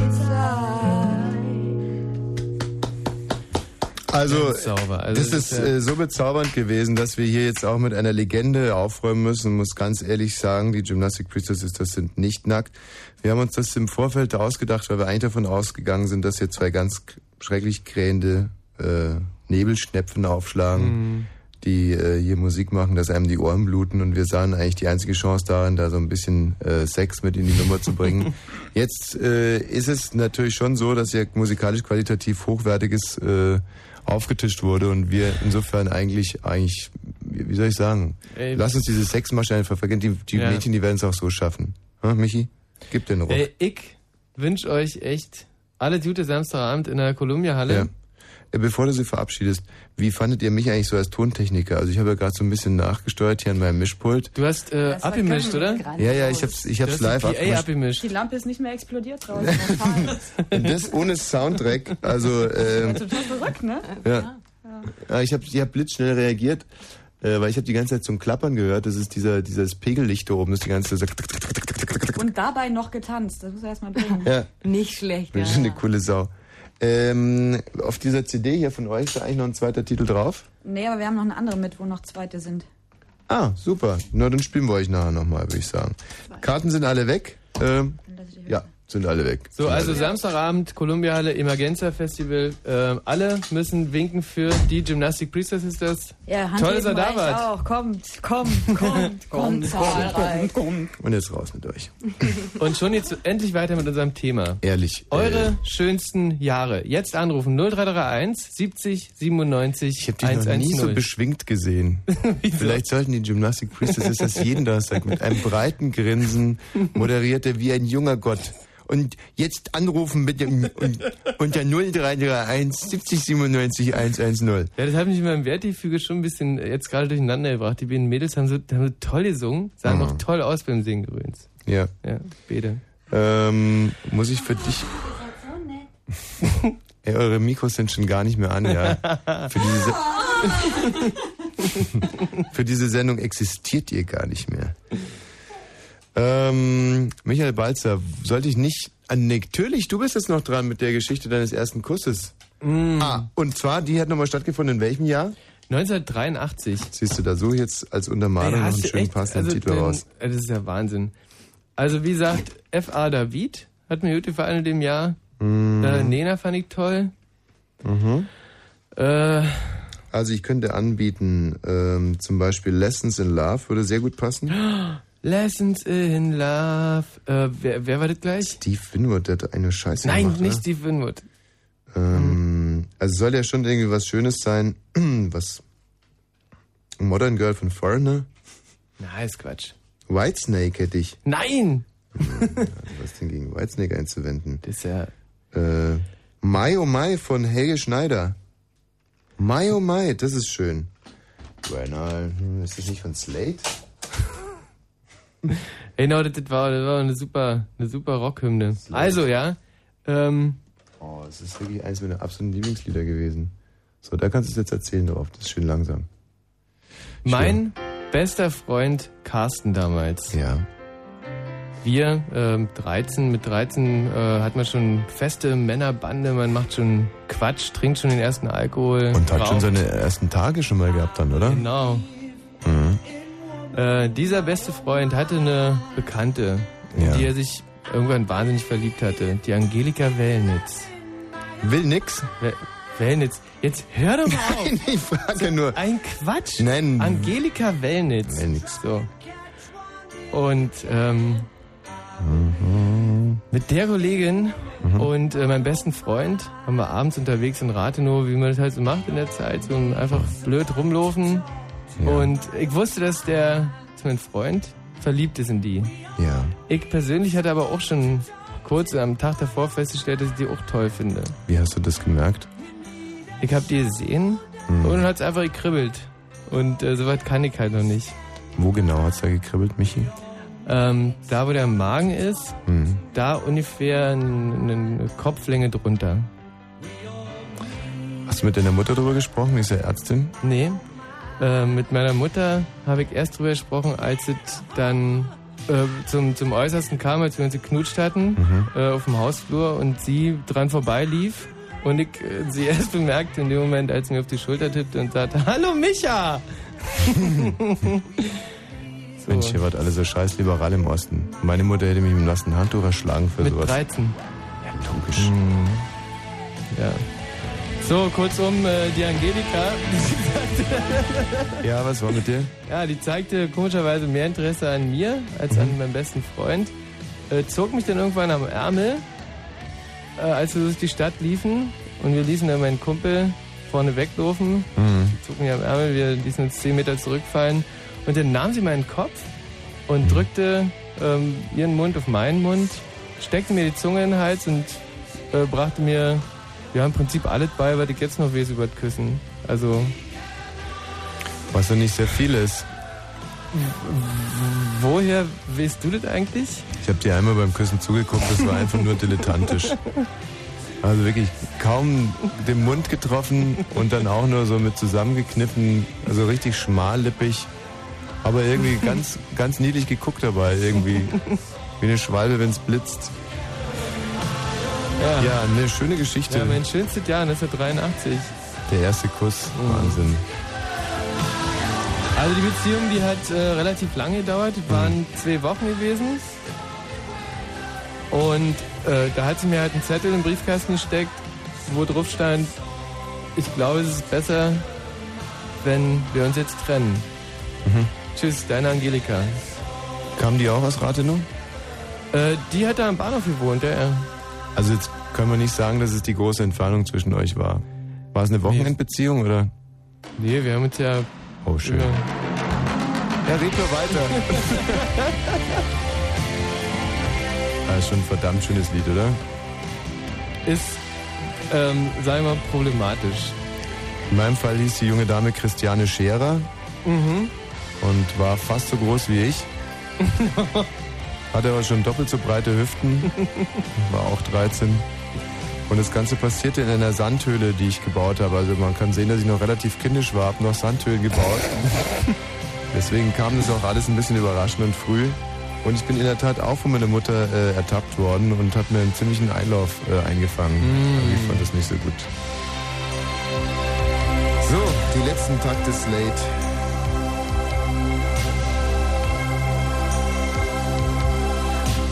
Also, Ganz sauber. Also, das das ist ist ja- äh, so bezaubernd gewesen, dass wir hier jetzt auch mit einer Legende aufräumen müssen. Muss ganz ehrlich sagen, die Gymnastic Priestess Sisters sind nicht nackt. Wir haben uns das im Vorfeld ausgedacht, weil wir eigentlich davon ausgegangen sind, dass hier zwei ganz k- schrecklich krähende äh, Nebelschnepfen Mhm. aufschlagen, die äh, hier Musik machen, dass einem die Ohren bluten. Und wir sahen eigentlich die einzige Chance darin, da so ein bisschen äh, Sex mit in die Nummer zu bringen. Jetzt äh, ist es natürlich schon so, dass hier musikalisch qualitativ hochwertiges äh, aufgetischt wurde und wir insofern eigentlich, eigentlich, wie soll ich sagen, Ey, lass uns diese Sexmasche einfach vergessen. Die, die Ja. Mädchen, die werden es auch so schaffen. Hm, Michi, gib den Ruck. Ey, ich wünsche euch echt alle Gute Samstagabend in der Columbia-Halle. Ja. Äh, Bevor du sie verabschiedest, wie fandet ihr mich eigentlich so als Tontechniker? Also ich habe ja gerade so ein bisschen nachgesteuert hier an meinem Mischpult. Du hast äh, abgemischt, oder? Ja, ja, ich hab's, ich hab's Du live hast die PA abgemischt. Ähm, abgemischt. Die Lampe ist nicht mehr explodiert draußen. Und Das ohne Soundtrack, also ähm, Total verrückt, ne? ja. Ja, Ich habe ich hab blitzschnell reagiert, äh, weil ich habe die ganze Zeit zum Klappern gehört. Das ist dieser, dieses Pegellicht da oben, das ist die ganze Zeit so- Und dabei noch getanzt. Das muss er erstmal bringen. Ja. Nicht schlecht, Bin schon eine coole Sau. Ähm, auf dieser CD hier von euch ist da eigentlich noch ein zweiter Titel drauf. Nee, aber wir haben noch einen anderen mit, wo noch zweite sind. Ah, super. Na, dann spielen wir euch nachher nochmal, würde ich sagen. Karten sind alle weg. Ähm, ja, sind alle weg. So, Sind also alle weg. Samstagabend, Columbia-Halle, Emergenza Festival. Ähm, alle müssen winken für die Gymnastic Priestess Sisters. Ja, Hand Toll, dass er heben da reicht wart. auch. Kommt, kommt, kommt, kommt, kommt, kommt. Und jetzt raus mit euch. Und schon jetzt endlich weiter mit unserem Thema. Ehrlich. äh, Eure schönsten Jahre. Jetzt anrufen 0331 70 97 Ich habe dich noch nie so beschwingt gesehen. Vielleicht sollten die Gymnastic Priestesses das jeden Donnerstag mit einem breiten Grinsen moderiert er wie ein junger Gott. Und jetzt anrufen mit dem und, unter 0331 70 97 110. Ja, das hat mich in meinem Wertgefüge schon ein bisschen äh, jetzt gerade durcheinander gebracht. Die beiden Mädels haben so, haben so toll gesungen, sahen Mhm. auch toll aus beim Singen übrigens. Ja. Ja, Bede. Ähm, muss ich für dich. Ey, eure Mikros sind schon gar nicht mehr an, ja. Für diese, Se- für diese Sendung existiert ihr gar nicht mehr. Ähm, Michael Balzer, sollte ich nicht. Ah, nee, Natürlich, du bist jetzt noch dran mit der Geschichte deines ersten Kusses. Mm. Ah, und zwar, die hat nochmal stattgefunden in welchem Jahr? 1983. Siehst du da so jetzt als Untermalung noch hast einen du schönen echt- passenden also Titel den- raus? äh, Das ist ja Wahnsinn. Also wie gesagt, F.A. David hat mir gut gefallen in dem Jahr. Mm. Äh, Nena fand ich toll. Mhm. Äh. also ich könnte anbieten, ähm, zum Beispiel Lessons in Love würde sehr gut passen. Lessons in Love. Äh, wer, wer war das gleich? Steve Winwood, der hat eine Scheiße Nein, gemacht. nicht ne? Steve Winwood. Mhm. Ähm, also soll ja schon irgendwie was Schönes sein, was Modern Girl von Foreigner. Na, ist Quatsch. Whitesnake hätte ich. also Nein! Was denn gegen Whitesnake einzuwenden? Das ist ja... Äh, Mai oh Mai von Helge Schneider. Mai oh Mai, das ist schön. When I, hm, ist das nicht von Slate? Genau, das, das, war, das war eine super, eine super Rockhymne. Also, ja. Ähm, Oh, es ist wirklich eins meiner absoluten Lieblingslieder gewesen. So, da kannst du es jetzt erzählen drauf. Das ist schön langsam. mein bester Freund Carsten damals. Ja. Wir, ähm, 13, mit 13 äh, hat man schon feste Männerbande, man macht schon Quatsch, trinkt schon den ersten Alkohol. Und hat schon raucht. seine ersten Tage schon mal gehabt dann, oder? Genau. Mhm. Äh, dieser beste Freund hatte eine Bekannte, in Ja. die er sich irgendwann wahnsinnig verliebt hatte. Die Angelika Wellnitz. Willnix? We Wellnitz. Jetzt hör doch mal auf. Nein, ich frage nur. Ein Quatsch. Nein. Angelika Wellnitz. Wellnitz. So. Und ähm, mit der Kollegin und äh, meinem besten Freund waren wir abends unterwegs in Rathenow, wie man das halt so macht in der Zeit, so einfach blöd rumlaufen. Und ich wusste, dass der, dass mein Freund verliebt ist in die. Ja. Ich persönlich hatte aber auch schon kurz am Tag davor festgestellt, dass ich die auch toll finde. Wie hast du das gemerkt? Ich habe die gesehen Mhm. und hat es einfach gekribbelt. Und äh, soweit kann ich halt noch nicht. Wo genau hat's da gekribbelt, Michi? Ähm, da, wo der Magen ist, Mhm. da ungefähr n- eine Kopflänge drunter. Hast du mit deiner Mutter darüber gesprochen? Die ist ja Ärztin. Nee. Äh, mit meiner Mutter habe ich erst drüber gesprochen, als es dann äh, zum, zum Äußersten kam, als wir uns geknutscht hatten äh, auf dem Hausflur und sie dran vorbeilief und ich äh, sie erst bemerkte in dem Moment, als sie mir auf die Schulter tippte und sagte, Hallo Micha! so, Mensch, ihr wart alle so scheiß liberal im Osten. Meine Mutter hätte mich mit dem nassen Handtuch erschlagen für mit sowas. 13. Ja, logisch. Ja. So, kurzum, äh, die Angelika. Ja, was war mit dir? Ja, die zeigte komischerweise mehr Interesse an mir als an meinem besten Freund. Äh, zog mich dann irgendwann am Ärmel, äh, als wir durch die Stadt liefen. Und wir ließen dann meinen Kumpel vorne weglaufen. Mhm. Sie zog mich am Ärmel, wir ließen uns 10 Meter zurückfallen. Und dann nahm sie meinen Kopf und drückte ähm, ihren Mund auf meinen Mund, steckte mir die Zunge in den Hals und äh, brachte mir ja, im Prinzip alles bei, was ich jetzt noch weiß über das Küssen. Also Was ja nicht sehr viel ist. Woher weißt du das eigentlich? Ich habe dir einmal beim Küssen zugeguckt, das war einfach nur dilettantisch. Also wirklich kaum den Mund getroffen und dann auch nur so mit zusammengekniffen, also richtig schmallippig, aber irgendwie ganz, ganz niedlich geguckt dabei, irgendwie. Wie eine Schwalbe, wenn's blitzt. Ja. Ja, eine schöne Geschichte. Ja, mein schönstes Jahr 1983. Der erste Kuss, Mhm. Wahnsinn. Also die Beziehung, die hat äh, relativ lange gedauert, Es Mhm. waren zwei Wochen gewesen. Und äh, da hat sie mir halt einen Zettel im Briefkasten gesteckt, wo drauf stand, ich glaube, es ist besser, wenn wir uns jetzt trennen. Tschüss, deine Angelika. Mhm. Kam die auch aus Rathenow? Äh, die hat da am Bahnhof gewohnt, ja, ja. Also jetzt können wir nicht sagen, dass es die große Entfernung zwischen euch war. War es eine Wochenendbeziehung oder? Nee, wir haben uns ja... Oh, schön. Ja, red nur weiter. Das ist schon ein verdammt schönes Lied, oder? Ist, ähm, sagen wir mal, problematisch. In meinem Fall hieß die junge Dame Christiane Scherer Mm-hmm. Mhm. und war fast so groß wie ich. Hatte aber schon doppelt so breite Hüften. War auch 13. Und das Ganze passierte in einer Sandhöhle, die ich gebaut habe. Also man kann sehen, dass ich noch relativ kindisch war, hab noch Sandhöhlen gebaut. Deswegen kam das auch alles ein bisschen überraschend und früh. Und ich bin in der Tat auch von meiner Mutter äh, ertappt worden und habe mir einen ziemlichen Einlauf äh, eingefangen. Aber ich fand das nicht so gut. So, die letzten Takte Slate.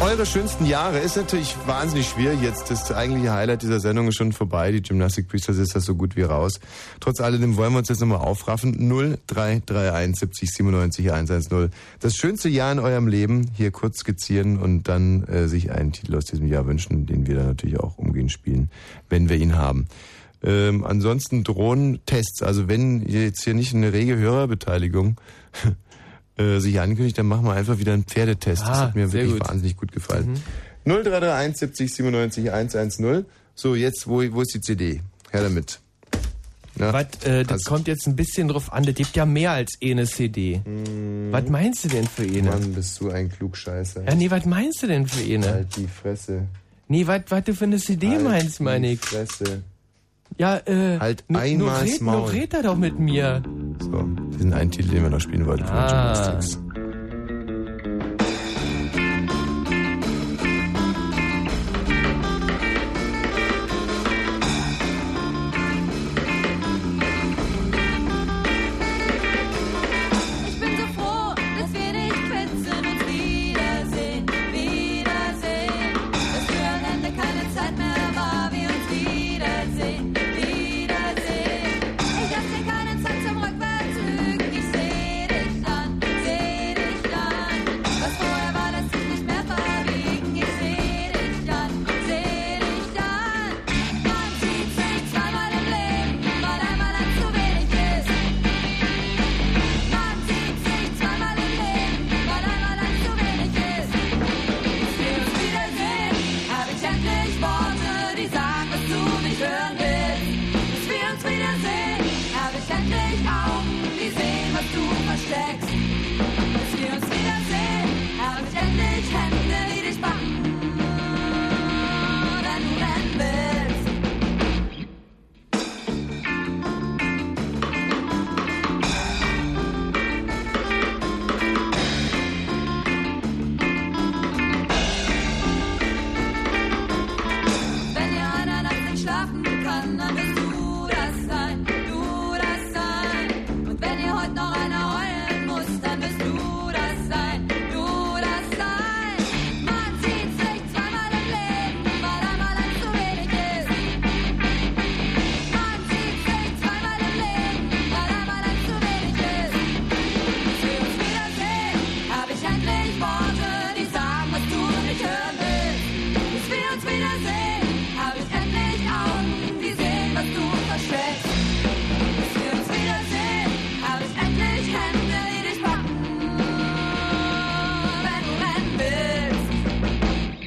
eure schönsten Jahre ist natürlich wahnsinnig schwierig. Jetzt das eigentliche Highlight dieser Sendung ist schon vorbei. Die Gymnastic Priestess ist das so gut wie raus. Trotz alledem wollen wir uns jetzt nochmal aufraffen. 0331 70 97 110. Das schönste Jahr in eurem Leben hier kurz skizzieren und dann äh, sich einen Titel aus diesem Jahr wünschen, den wir dann natürlich auch umgehend spielen, wenn wir ihn haben. Ähm, ansonsten Drohnentests. Also wenn jetzt hier nicht eine rege Hörerbeteiligung äh, sich ankündigt, dann machen wir einfach wieder einen Pferdetest. das Ah, hat mir sehr wirklich gut. Mhm. wahnsinnig gut gefallen. 0331 70 97 110. So, jetzt, wo, wo ist die CD? Her damit. Was, äh, das Also kommt jetzt ein bisschen drauf an. Das gibt ja mehr als eine CD. Mhm. Was meinst du denn für eine? Mann, bist du ein Klugscheißer. Ja, nee, was meinst du denn für eine? Halt die Fresse. Nee, was was du für eine CD meinst, meine ich. Fresse. Ja, äh. Halt nu- nu einmal red- nu Maul. red er doch mit mir. So, diesen einen Titel, den wir noch spielen wollten von den Ah. Gymnastics. Ich bin so froh, dass wir dich quitzen und wiedersehen, wiedersehen. Dass für ein Ende keine Zeit mehr war, wir uns wiedersehen, wiedersehen. Ich hab dir keine Zeit zum Rückwärtslügen, ich seh dich an, seh dich an. Was vorher war, das ist nicht mehr verbiegen, ich seh dich an, seh dich an. Man sieht sich zweimal im Leben, weil einmal ein zu wenig ist. Man sieht sich zweimal im Leben, weil einmal ein zu wenig ist. Bis wir uns wiedersehen, hab ich endlich Worte, die sagen, was du nicht hören willst. Bis wir uns wiedersehen, hab ich endlich Augen, die sehen, was du versteckst. Bis wir uns wiedersehen, hab ich endlich Hände, die dich packen, wenn du rennen willst. Wenn ihr einer Nacht nicht schlafen kann, dann bist du das sein, du das sein. Und wenn ihr heute noch einer heulen muss, dann bist du das sein, du das sein. Man sieht sich zweimal im Leben, weil einmal ein zu wenig ist. Man sieht sich zweimal im Leben, weil einmal ein zu wenig ist. Bis wir uns wiedersehen, hab ich endlich Worte, die sagen, was du nicht hören willst. Bis wir uns wiedersehen, hab ich endlich Augen, die sehen, was du versteckst. Bis wir uns wiedersehen, hab ich endlich Hände, die dich packen, wenn du rennen willst.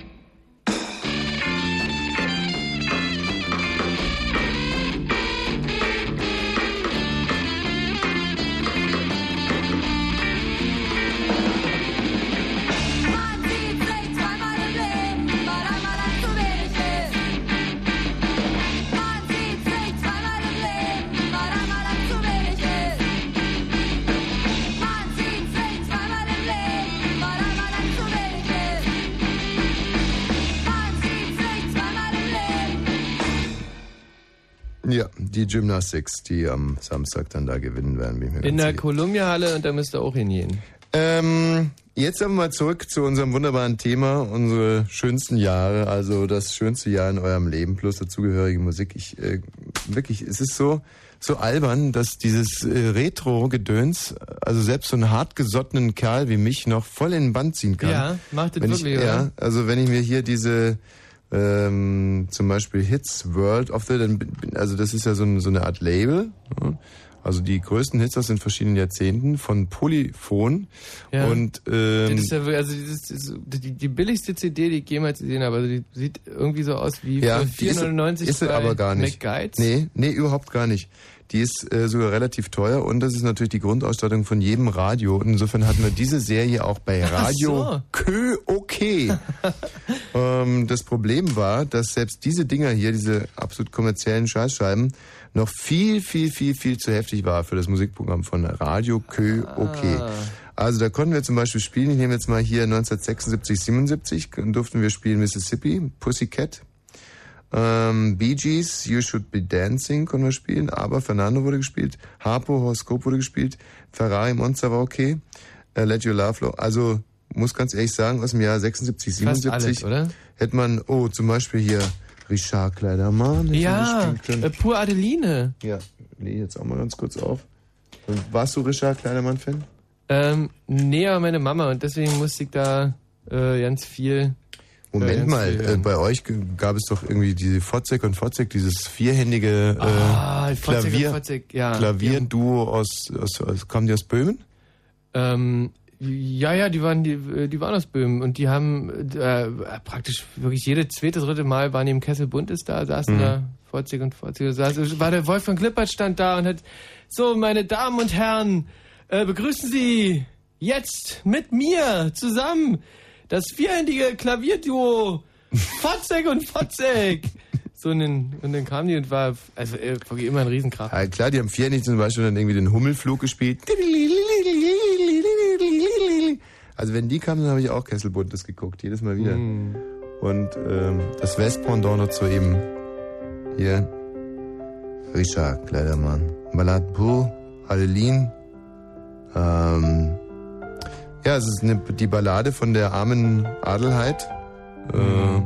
Man sieht sich zweimal im Leben, weil einmal ein zu wenig ist. Man sieht sich zweimal im Leben, weil einmal ein zu wenig ist. Man sieht sich zweimal im Leben, weil einmal ein zu wenig ist. Man sieht sich zweimal im Leben. Ja, die Gymnastics, die am Samstag dann da gewinnen werden, bin ich mir In ganz der Columbia-Halle und da müsst ihr auch hingehen. Ähm, jetzt aber mal zurück zu unserem wunderbaren Thema, unsere schönsten Jahre, also das schönste Jahr in eurem Leben plus dazugehörige Musik. Ich äh, wirklich, es ist so so albern, dass dieses äh, Retro-Gedöns, also selbst so einen hartgesottenen Kerl wie mich noch voll in den Band ziehen kann. Ja, macht das wenn wirklich, ich, oder? Ja, also wenn ich mir hier diese ähm, zum Beispiel Hits World of the, dann bin, bin- also das ist ja so, ein, so eine Art Label. ne? Also die größten Hits aus den verschiedenen Jahrzehnten von Polyphon Ja. und ähm, das ist ja wirklich, also dieses, dieses- die, die billigste CD, die ich jemals gesehen habe. Also die sieht irgendwie so aus wie ja, für die ist, 4,99 ist sie bei aber gar nicht. McGuides. Nee, nee, überhaupt gar nicht. Die ist äh, sogar relativ teuer und das ist natürlich die Grundausstattung von jedem Radio. Und insofern hatten wir diese Serie auch bei Radio Ach so. Kö okay. ähm, das Problem war, dass selbst diese Dinger hier, diese absolut kommerziellen Scheißscheiben, noch viel, viel, viel, viel zu heftig war für das Musikprogramm von Radio Kö okay. Ah. Also da konnten wir zum Beispiel spielen, ich nehme jetzt mal hier 1976, 77, durften wir spielen Mississippi, Pussycat, ähm, Bee Gees, You Should Be Dancing konnten wir spielen, aber Fernando wurde gespielt, Harpo, Horoskop wurde gespielt, Ferrari Monster war okay, äh, Let Your Love Flow, also muss ganz ehrlich sagen, aus dem Jahr 76, Fast 77 alles, oder? hätte man, oh, zum Beispiel hier Richard Kleidermann. hätte man Ja, gespielt können. äh, pur Adeline. Ja, lege ich jetzt auch mal ganz kurz auf. Und warst du Richard Kleidermann-Fan? Ähm, nee, aber meine Mama und deswegen musste ich da äh, ganz viel. äh, Moment ganz mal, viel äh, hören. bei euch g- gab es doch irgendwie diese Fotzek und Fotzek, dieses vierhändige äh, Ah, Fotzek und Klavier, Fotzek, ja. Klavierduo aus, aus, aus, kamen die aus Böhmen? Ähm, ja, ja, die waren, die, äh, die waren aus Böhmen und die haben äh, praktisch wirklich jedes zweite, dritte Mal waren die im Kessel Buntes da, saßen Mhm. da 40 und 40. Saß, war der Wolfgang Klippert stand da und hat, so, meine Damen und Herren, äh, begrüßen Sie jetzt mit mir zusammen das vierhändige Klavierduo Fotzek und Fotzek. So, und dann, und dann kamen die und war, also äh, wirklich immer ein Riesenkraft. Ja, klar, die haben vierhändig zum Beispiel dann irgendwie den Hummelflug gespielt. Also wenn die kamen, dann habe ich auch Kesselbuntes geguckt, jedes Mal wieder. Und ähm, das Westpendant dazu eben hier Richard Kleidermann. Ballad pour Adeline. Ähm, ja, es ist eine, die Ballade von der armen Adelheid, äh,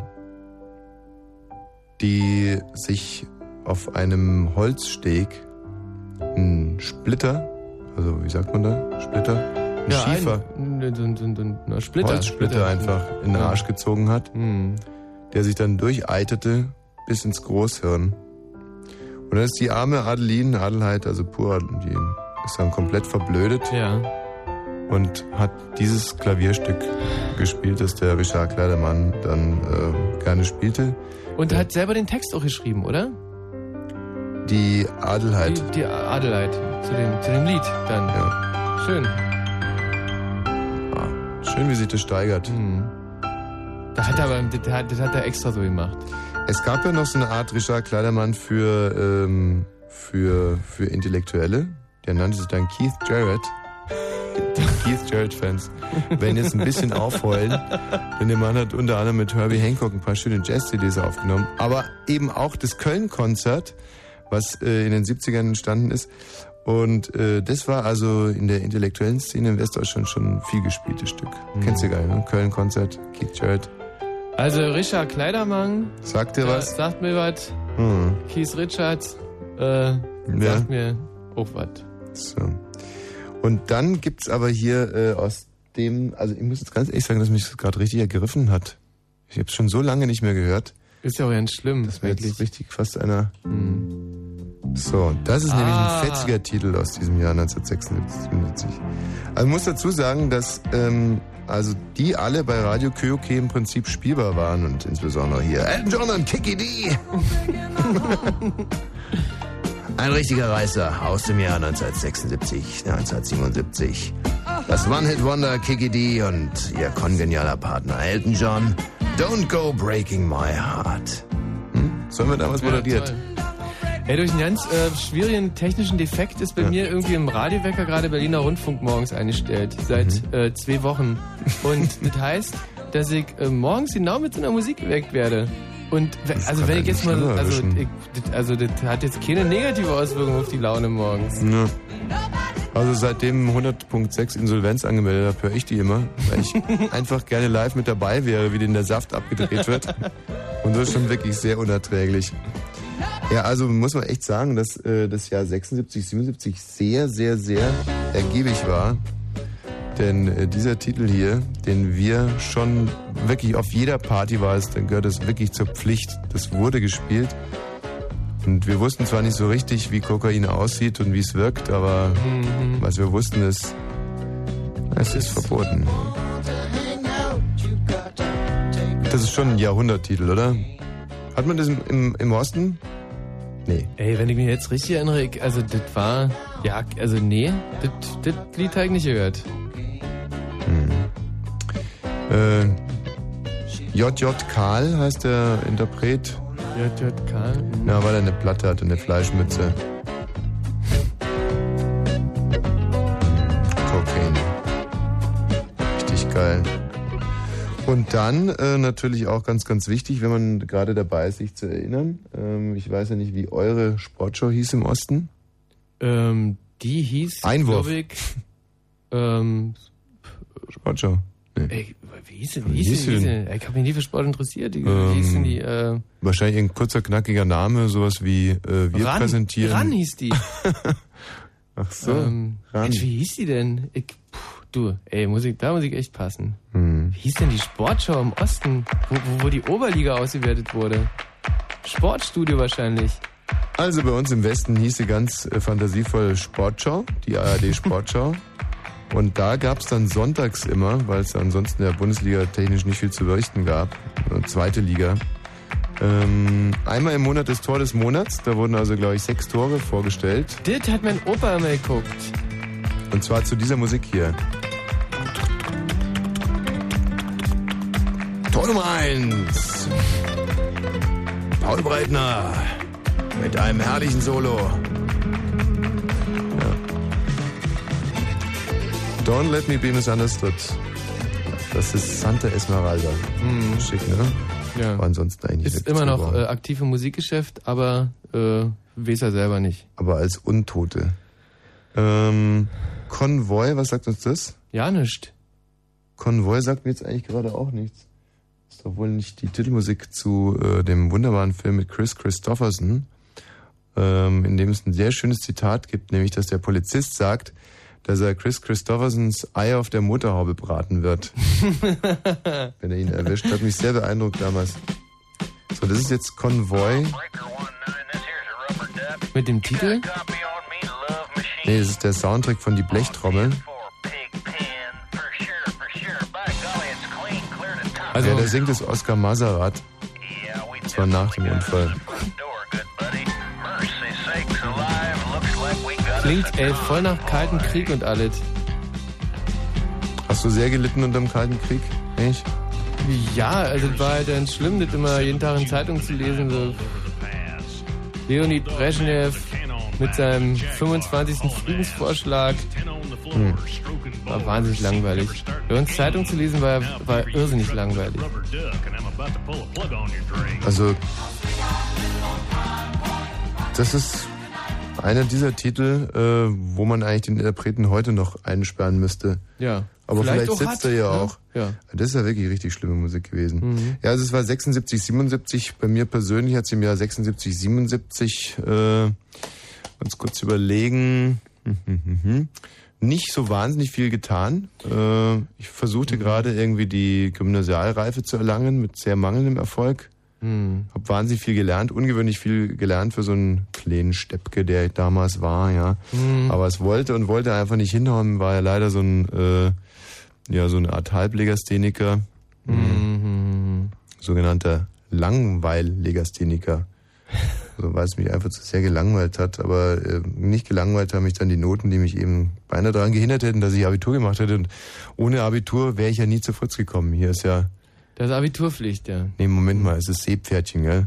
die sich auf einem Holzsteg ein Splitter, also wie sagt man da? Splitter? Ein Ja, Schiefer. Ein, ein, ein, ein, ein, ein Splitter. Holzsplitter einfach in den Ja. Hm. Arsch gezogen hat, der sich dann durcheiterte bis ins Großhirn. Und dann ist die arme Adeline, Adelheid, also pur, Adeline, die ist dann komplett verblödet. Ja. Und hat dieses Klavierstück gespielt, das der Richard Kleidermann dann äh, gerne spielte. Und hat selber den Text auch geschrieben, oder? Die Adelheid. Die, die Adelheid zu dem, zu dem Lied dann. Ja. Ah, Schön. Schön, wie sich das steigert. Hm. Da hat er aber, das hat, das hat er extra so gemacht. Es gab ja noch so eine Art Richard Kleidermann für, ähm, für, für Intellektuelle. Der nannte sich dann Keith Jarrett. Die Keith Jarrett-Fans werden jetzt ein bisschen aufheulen, denn der Mann hat unter anderem mit Herbie Hancock ein paar schöne Jazz-CDs aufgenommen, aber eben auch das Köln-Konzert, was äh, in den 70ern entstanden ist. Und äh, das war also in der intellektuellen Szene in Westdeutschland schon ein viel gespieltes Stück. Mhm. Kennst du geil, ne? Köln-Konzert, Keith Jarrett. Also Richard Kleidermann. Sagt dir äh, was? Sagt mir was. Hm. Keith Richards. Äh, Ja. Sagt mir auch oh, was. So. Und dann gibt's aber hier äh, aus dem, also ich muss jetzt ganz ehrlich sagen, dass mich das gerade richtig ergriffen hat. Ich habe es schon so lange nicht mehr gehört. Ist ja auch ganz schlimm. Hm. Das wäre jetzt richtig fast einer. So, das ist nämlich Ah. ein fetziger Titel aus diesem Jahr 1976. Also ich muss dazu sagen, dass ähm, also die alle bei Radio Kyoke im Prinzip spielbar waren und insbesondere hier Elton John und Kiki D. Ein richtiger Reißer aus dem Jahr 1976, 1977. Das One-Hit-Wonder Kiki D und ihr kongenialer Partner Elton John. Don't go breaking my heart. Hm? Sollen wir damals moderiert? Ey, durch einen ganz äh, schwierigen technischen Defekt ist bei mir irgendwie im Radiowecker gerade Berliner Rundfunk morgens eingestellt. Seit Mhm. äh, zwei Wochen. Und das heißt, dass ich äh, morgens genau mit so einer Musik geweckt werde. Und we- also kann wenn ich einen jetzt mal, schlimmer also, erwischen. ich, das- also das hat jetzt keine negative Auswirkung auf die Laune morgens. Nö. Also seitdem 100.6 Insolvenz angemeldet habe, höre ich die immer, weil ich einfach gerne live mit dabei wäre, wie denn der Saft abgedreht wird. Und das ist schon wirklich sehr unerträglich. Ja, also muss man echt sagen, dass äh, das Jahr 76, 77 sehr, sehr, sehr ergiebig war. Denn äh, dieser Titel hier, den wir schon wirklich auf jeder Party war, es, dann gehört es wirklich zur Pflicht. Das wurde gespielt. Und wir wussten zwar nicht so richtig, wie Kokain aussieht und wie es wirkt, aber was wir wussten ist, es ist verboten. Das ist schon ein Jahrhunderttitel, oder? Hat man das im, im, im Osten? Nee. Ey, wenn ich mich jetzt richtig erinnere, ich, also das war, ja, also nee, das, das Lied habe ich nicht gehört. Hm. Äh, JJ Äh, Karl heißt der Interpret. JJ Karl? Ja, weil er eine Platte hat und eine Fleischmütze. Kokain. Richtig geil. Und dann äh, natürlich auch ganz, ganz wichtig, wenn man gerade dabei ist, sich zu erinnern. Ähm, ich weiß ja nicht, wie eure Sportshow hieß im Osten. Ähm, die hieß, Einwurf. glaub ich, ähm, Sportshow. Ey, wie hieß sie? Wie Wie hieß hieß sie? Wie sie hieß sie? Ich habe mich nie für Sport interessiert. Die, Ähm, wie hieß denn die? Äh, Wahrscheinlich ein kurzer, knackiger Name, sowas wie äh, wir Ran, präsentieren. Ran hieß die. Ach so. Ähm, Ran. Mensch, wie hieß die denn? Ich, puh, du, ey, muss ich, da muss ich echt passen. Hm. Wie hieß denn die Sportschau im Osten, wo, wo, wo die Oberliga ausgewertet wurde? Sportstudio wahrscheinlich. Also bei uns im Westen hieß sie ganz äh, fantasievoll Sportschau, die ARD Sportschau. Und da gab es dann sonntags immer, weil es ansonsten der Bundesliga technisch nicht viel zu berichten gab, äh, zweite Liga, ähm, einmal im Monat das Tor des Monats. Da wurden also, glaube ich, sechs Tore vorgestellt. Das hat mein Opa immer geguckt. Und zwar zu dieser Musik hier. Tor Nummer 1. Paul Breitner mit einem herrlichen Solo. Ja. Don't let me be misunderstood. Das ist Santa Esmeralda. Schick, ne? Ja. War ansonsten eigentlich Ist nichts immer noch geworden. äh, aktiv im Musikgeschäft, aber äh, weiß er selber nicht. Aber als Untote. Ähm, Konvoi, was sagt uns das? Ja, nicht. Konvoi sagt mir jetzt eigentlich gerade auch nichts. Ist doch wohl nicht die Titelmusik zu äh, dem wunderbaren Film mit Chris Christopherson, ähm, in dem es ein sehr schönes Zitat gibt, nämlich, dass der Polizist sagt, dass er Chris Christophersons Eier auf der Motorhaube braten wird. Wenn er ihn erwischt. Hat mich sehr beeindruckt damals. So, das ist jetzt Konvoi. Mit dem Titel? Nee, das ist der Soundtrack von Die Blechtrommel. Also, ja, der singt es Oscar Maserat. Das war nach dem Unfall. Klingt ey, voll nach Kalten Krieg und alles. Hast du sehr gelitten unter dem Kalten Krieg? Echt? Ja, also das war halt dann schlimm, das immer jeden Tag in Zeitung zu lesen. So. Leonid Brezhnev mit seinem 25. Friedensvorschlag. Hm. War wahnsinnig langweilig. Bei uns Zeitung zu lesen war, war irrsinnig langweilig. Also, das ist einer dieser Titel, äh, wo man eigentlich den Interpreten heute noch einsperren müsste. Ja. Aber vielleicht, auch sitzt hat, er ja ne? auch. Ja. Das ist ja wirklich richtig schlimme Musik gewesen. Mhm. Ja, also es war 76, 77. Bei mir persönlich hat es im Jahr 76, 77, äh, uns kurz überlegen, hm, hm, hm, hm. nicht so wahnsinnig viel getan. Äh, ich versuchte Mhm. gerade irgendwie die Gymnasialreife zu erlangen mit sehr mangelndem Erfolg. Hm. Hab wahnsinnig viel gelernt, ungewöhnlich viel gelernt für so einen kleinen Steppke, der ich damals war, ja. Mhm. Aber es wollte und wollte einfach nicht hinhauen, war ja leider so ein, äh, ja, so eine Art Halblegastheniker, Mhm. sogenannter Langweil-Legastheniker. Also, weil es mich einfach zu sehr gelangweilt hat, aber äh, nicht gelangweilt haben mich dann die Noten, die mich eben beinahe daran gehindert hätten, dass ich Abitur gemacht hätte. Und ohne Abitur wäre ich ja nie zu Fritz gekommen. Hier ist ja Das ist Abiturpflicht, ja. Nee, Moment mal, es ist Seepferdchen, gell?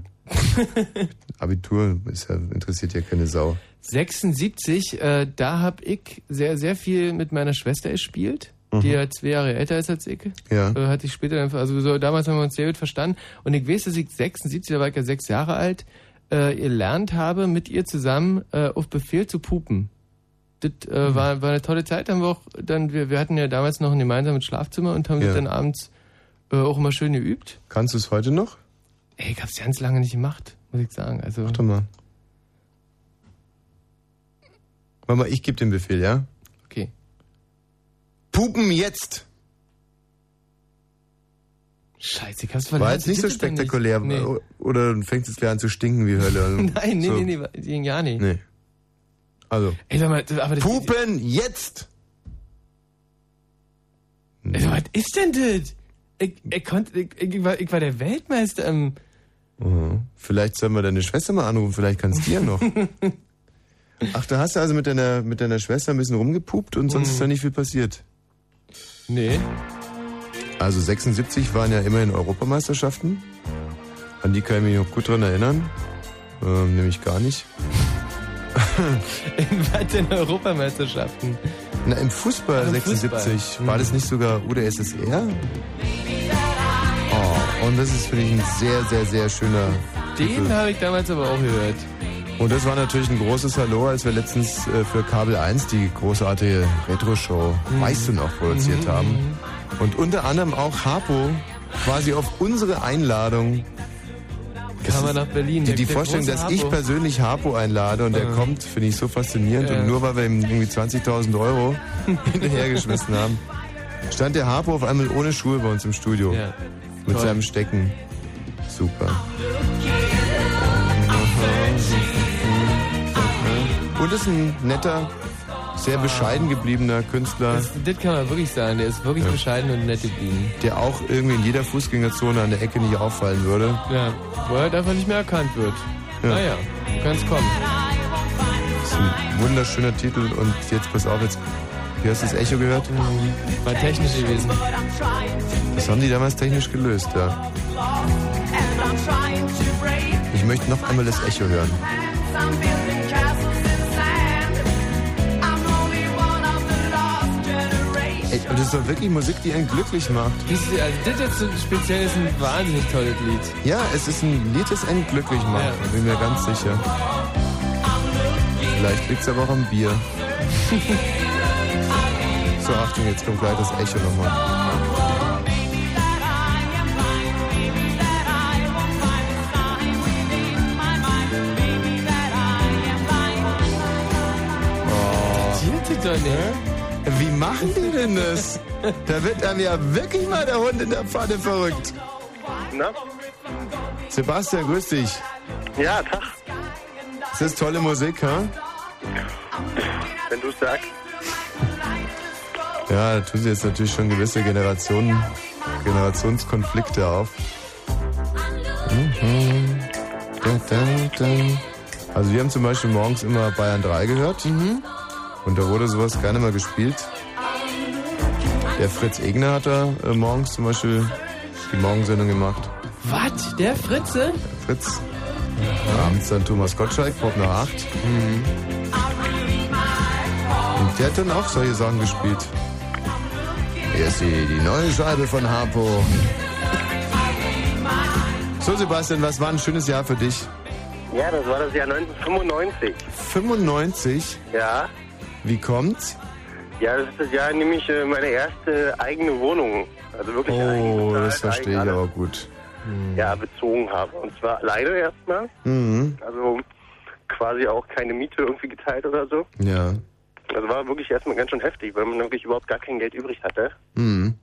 Abitur ist ja, interessiert ja keine Sau. 76, äh, da hab ich sehr, sehr viel mit meiner Schwester gespielt, die Mhm. ja zwei Jahre älter ist als ich. Ja. Äh, hatte ich später, dann- also so, damals haben wir uns sehr gut verstanden. Und ich weiß, dass ich 76, da war ich ja sechs Jahre alt, äh, gelernt habe, mit ihr zusammen äh, auf Befehl zu pupen. Das Mhm. äh, war, war eine tolle Zeit. Haben wir auch dann, wir, wir hatten ja damals noch ein gemeinsames Schlafzimmer und haben Ja. das dann abends äh, auch immer schön geübt. Kannst du es heute noch? Ey, ich hab's ganz lange nicht gemacht, muss ich sagen. Also, Warte mal. Warte mal, ich gebe den Befehl, ja? Okay. Pupen jetzt! Scheiße, ich hab's War verlernt. jetzt nicht so Das ist ja spektakulär. Nee. o- Oder fängt es gleich an zu stinken wie Hölle. Also, Nein, nee, so. nee, nee, nee, ja nicht. Nee. Also. Ey, sag mal, das- aber das, Pupen jetzt! Ey, sag mal, was ist denn das? Ich, ich, konnte, ich, ich, war, ich war der Weltmeister im. Mhm. Vielleicht sollen wir deine Schwester mal anrufen, vielleicht kannst du ja noch. Ach, da hast du also mit deiner, mit deiner Schwester ein bisschen rumgepupt und Mhm. sonst ist da nicht viel passiert. Nee. Also 76 waren ja immerhin Europameisterschaften. An die kann ich mich noch gut dran erinnern. Ähm, nämlich gar nicht. in was denn Europameisterschaften? Na, im Fußball Ach, im 76. Fußball. Hm. War das nicht sogar UdSSR? Oh, und das ist, finde ich, ein sehr, sehr, sehr schöner Titel. Den habe ich damals aber auch gehört. Und das war natürlich ein großes Hallo, als wir Mhm. letztens äh, für Kabel 1 die großartige Retro-Show Weißt du noch produziert haben. Und unter anderem auch Harpo quasi auf unsere Einladung. Kam er nach Berlin. Die, der- die der Vorstellung, große dass ich Harpo. persönlich Harpo einlade und er Ja. kommt, finde ich so faszinierend. Ja. Und nur weil wir ihm irgendwie 20.000 Euro hinterhergeschmissen haben, stand der Harpo auf einmal ohne Schuhe bei uns im Studio. Ja. Mit Toll. seinem Stecken. Super. Und ist ein netter, sehr bescheiden gebliebener Künstler. Das, das kann man wirklich sagen. Der ist wirklich bescheiden und nett geblieben. der auch irgendwie in jeder Fußgängerzone an der Ecke nicht auffallen würde. Ja, wo er halt einfach nicht mehr erkannt wird. Naja, kann es kommen. Das ist ein wunderschöner Titel und jetzt pass auf, jetzt hier hast du das Echo gehört? War technisch gewesen. Das haben die damals technisch gelöst, ja. Ich möchte noch einmal das Echo hören. Ey, und das ist doch wirklich Musik, die einen glücklich macht. Das, ist- also das jetzt so speziell ist ein wahnsinnig tolles Lied. Ja, es ist ein Lied, das einen glücklich macht, da bin mir ganz sicher. Vielleicht liegt es aber auch am Bier. so, Achtung, jetzt kommt gleich das Echo nochmal. Irrtet doch ne? nicht. Oh. Wie machen die denn das? Da wird einem ja wirklich mal der Hund in der Pfanne verrückt. Na? Sebastian, grüß dich. Ja, Tag. Ist das tolle Musik, ha? Wenn du sagst. Ja, da tun sie jetzt natürlich schon gewisse Generationen, Generationskonflikte auf. Mhm. Da, da, da. Also wir haben zum Beispiel morgens immer Bayern 3 gehört und da wurde sowas gerne mal gespielt. Der Fritz Egner hat da äh, morgens zum Beispiel die Morgensendung gemacht. Was? Der Fritze? Fritz. Abends dann Thomas Gottschalk, Pop nach 8. Und der hat dann auch solche Sachen gespielt. Hier ist sie, die neue Scheibe von Harpo. So, Sebastian, was war ein schönes Jahr für dich? Ja, das war das Jahr 1995. 95? Ja. Wie kommt's? Ja, das ist das Jahr nämlich äh, meine erste eigene Wohnung. Also wirklich Oh, eigene, das verstehe ich aber gut. ja, bezogen habe. Und zwar alleine erstmal. Mhm. Also quasi auch keine Miete irgendwie geteilt oder so. Ja. Also war wirklich erstmal ganz schön heftig, weil man wirklich überhaupt gar kein Geld übrig hatte. Mhm.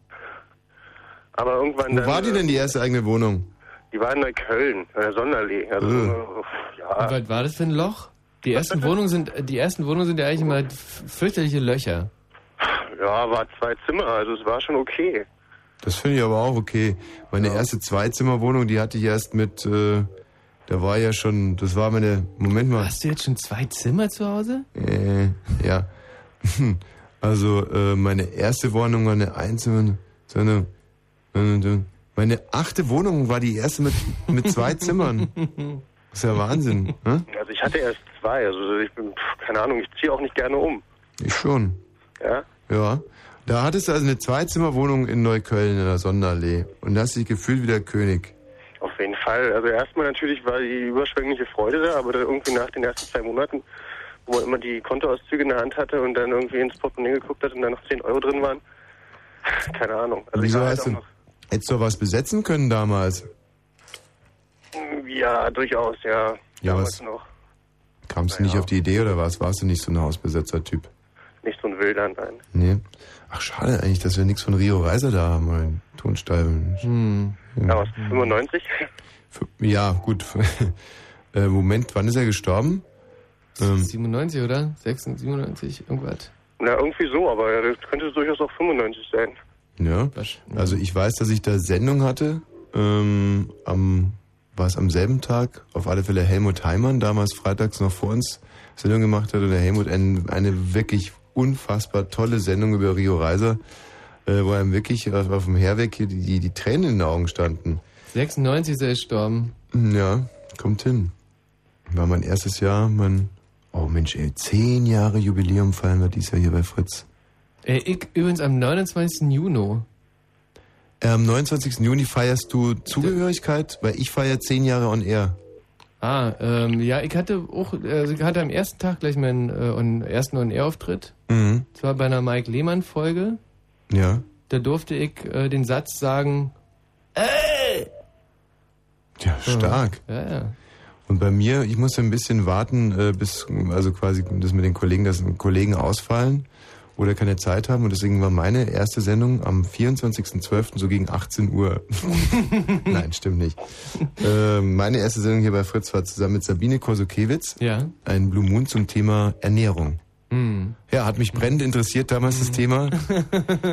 Aber irgendwann Wo dann, war die denn die erste eigene Wohnung? Die war in Neukölln, in der Sonderlee. Also, Mhm. äh, ja. Und was war das für ein Loch? Die ersten Wohnungen sind, die ersten Wohnungen sind ja eigentlich immer f- fürchterliche Löcher. ja, war zwei Zimmer, also es war schon okay. Das finde ich aber auch okay. Meine erste Zweizimmerwohnung, die hatte ich erst mit, äh, da war ja schon, das war meine, Moment mal. Hast du jetzt schon zwei Zimmer zu Hause? Äh, ja. Also äh, meine erste Wohnung war eine einzelne, so eine, eine- meine achte Wohnung war die erste mit, mit zwei Zimmern. Das ist ja Wahnsinn. Ne? Also ich hatte erst zwei, also ich bin, pf, keine Ahnung, ich ziehe auch nicht gerne um. Ich schon. Ja? Ja. Da hattest du also eine Zweizimmerwohnung in Neukölln in der Sonderallee und hast dich gefühlt wie der König. Auf jeden Fall. Also erstmal natürlich war die überschwängliche Freude da, aber dann irgendwie nach den ersten zwei Monaten, wo man immer die Kontoauszüge in der Hand hatte und dann irgendwie ins Portemonnaie geguckt hat und dann noch 10 Euro drin waren. Keine Ahnung. Also ich Wieso war halt hast auch du, hättest du doch was besetzen können damals? noch- Ja, durchaus, ja. Ja, Damals was- noch. Kamst du nicht auf die Idee oder was? Warst du nicht so ein Hausbesetzer-Typ? Nicht so ein Wilder, nein. Nee. Ach, schade eigentlich, dass wir nichts von Rio Reiser da haben, mein Tonstall. Hm. Ja, was, Mhm. 95? Ja, gut. äh, Moment, wann ist er gestorben? Ähm, 97, oder? 96, 97, irgendwas. Na, irgendwie so, aber das könnte durchaus auch 95 sein. ja. Also ich weiß, dass ich da Sendung hatte. Ähm, am war es am selben Tag auf alle Fälle Helmut Heimann damals freitags noch vor uns Sendung gemacht hat und der Helmut ein, eine wirklich unfassbar tolle Sendung über Rio Reiser, äh, wo einem wirklich auf, auf dem Herweg hier die, die, die Tränen in den Augen standen. 96 ist er gestorben. Ja, kommt hin. War mein erstes Jahr, mein. Oh Mensch, ey, zehn Jahre Jubiläum feiern wir dieses Jahr hier bei Fritz. Äh, ich übrigens am 29. Juni. Äh, Am 29. Juni feierst du Zugehörigkeit, weil ich feiere zehn Jahre on air. Ah, ähm, ja, ich hatte auch, also ich hatte am ersten Tag gleich meinen äh, on- ersten On-Air-Auftritt. Mhm. Zwar bei einer Mike Lehmann-Folge. Ja. Da durfte ich äh, den Satz sagen, Ja, stark. Ja, ja. Und bei mir, ich musste ein bisschen warten, äh, bis, also quasi das mit den Kollegen, dass Kollegen ausfallen oder keine Zeit haben. Und deswegen war meine erste Sendung am 24.12. so gegen 18 Uhr. Nein, stimmt nicht. Äh, meine erste Sendung hier bei Fritz war zusammen mit Sabine Korsukewitz. Ja. Ein Blue Moon zum Thema Ernährung. hm, Ja, hat mich brennend interessiert damals das Thema.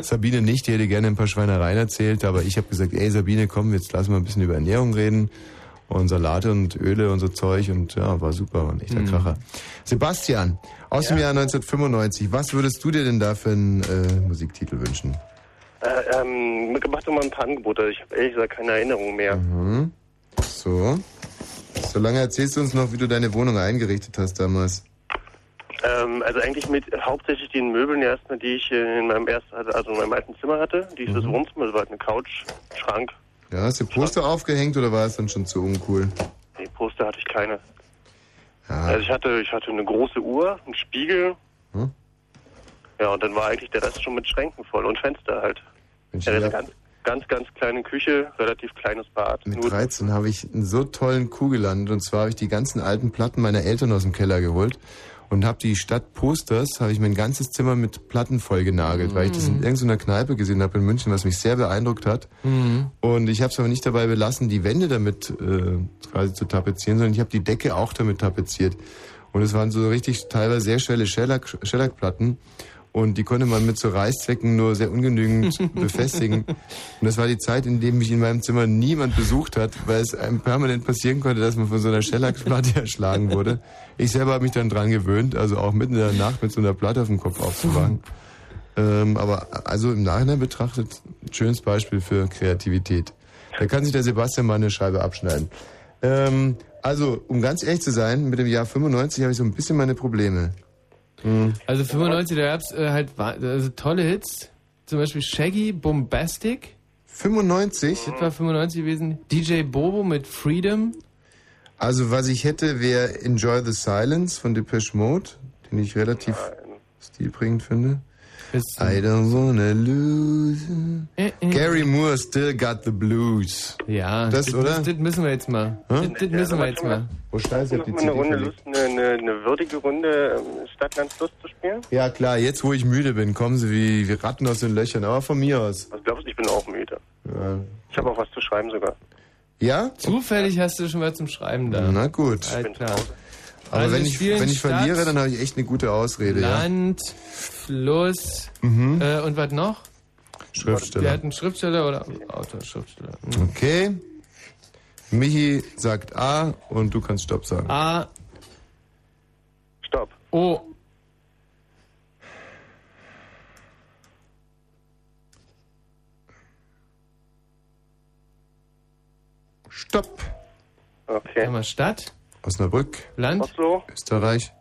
Sabine nicht, die hätte gerne ein paar Schweinereien erzählt, aber ich habe gesagt, ey Sabine, komm, jetzt lass mal ein bisschen über Ernährung reden und Salate und Öle und so Zeug und ja, war super, war ein echter Mhm. Kracher. Sebastian, aus dem Jahr 1995, was würdest du dir denn da für einen äh, Musiktitel wünschen? Äh, ähm, mach doch mal ein paar Angebote. Ich habe ehrlich gesagt keine Erinnerung mehr. Mhm. So. Solange erzählst du uns noch, wie du deine Wohnung eingerichtet hast damals. Ähm, also eigentlich mit hauptsächlich den Möbeln erstmal, die ich in meinem ersten, also in meinem alten Zimmer hatte. Die ist Mhm. das Wohnzimmer, das war halt eine Couch, Schrank. Ja, hast du Poster aufgehängt oder war es dann schon zu uncool? Nee, Poster hatte ich keine. Ah. Also ich hatte, ich hatte eine große Uhr, einen Spiegel. Hm. Ja, und dann war eigentlich der Rest schon mit Schränken voll und Fenster halt. Mensch, ja, das ja. ist eine ganz, ganz, ganz kleine Küche, relativ kleines Bad. Mit 13 habe ich einen so tollen Kuh gelandet. Und zwar habe ich die ganzen alten Platten meiner Eltern aus dem Keller geholt und habe die statt Posters, habe ich mein ganzes Zimmer mit Platten vollgenagelt, weil ich das in irgendeiner Kneipe gesehen habe in München, was mich sehr beeindruckt hat. Mhm. Und ich habe es aber nicht dabei belassen, die Wände damit äh, quasi zu tapezieren, sondern ich habe die Decke auch damit tapeziert. Und es waren so richtig teilweise sehr schnelle Shellac- Shellac-Platten. Und die konnte man mit so Reißzwecken nur sehr ungenügend befestigen. Und das war die Zeit, in der mich in meinem Zimmer niemand besucht hat, weil es einem permanent passieren konnte, dass man von so einer Shellac-Platte erschlagen wurde. Ich selber habe mich dann dran gewöhnt, also auch mitten in der Nacht mit so einer Platte auf dem Kopf aufzuwachen. Ähm, aber also im Nachhinein betrachtet, ein schönes Beispiel für Kreativität. Da kann sich der Sebastian mal eine Scheibe abschneiden. Ähm, also, um ganz ehrlich zu sein, mit dem Jahr 95 habe ich so ein bisschen meine Probleme. Hm. Also 95, da gab's äh, halt wa- also tolle Hits. Zum Beispiel Shaggy, Bombastic. 95? Das war 95 gewesen. DJ Bobo mit Freedom. Also, was ich hätte, wäre Enjoy the Silence von Depeche Mode, den ich relativ stilprägend finde. I don't wanna lose. Gary Moore still got the blues. Ja, das, Ah, das, oder? Das, das müssen wir jetzt mal. Das, das Ja, müssen aber wir jetzt schon mal. Oh, scheiße, ich hab die Mal eine CD Runde verlegt. Lust, eine, eine, eine würdige Runde ähm, Stadt, Land, Fluss zu spielen? Ja klar, jetzt wo ich müde bin, kommen sie wie, wie Ratten aus den Löchern, aber von mir aus. Was glaubst du, ich bin auch müde. Ja? Ich habe auch was zu schreiben sogar. ja? Zufällig hast du schon was zum Schreiben da. Na gut. Alter. Aber Also wenn wir ich, spielen wenn ich Stadt, verliere, dann habe ich echt eine gute Ausrede. Ja? Land, Fluss Mhm. äh, und was noch? Wir Schriftsteller. hatten Schriftsteller oder Autor, Schriftsteller. Okay. Michi sagt A und du kannst Stopp sagen. A. Stopp. O. Stopp. Okay. Mal Stadt. Osnabrück. Land. Oslo. Österreich.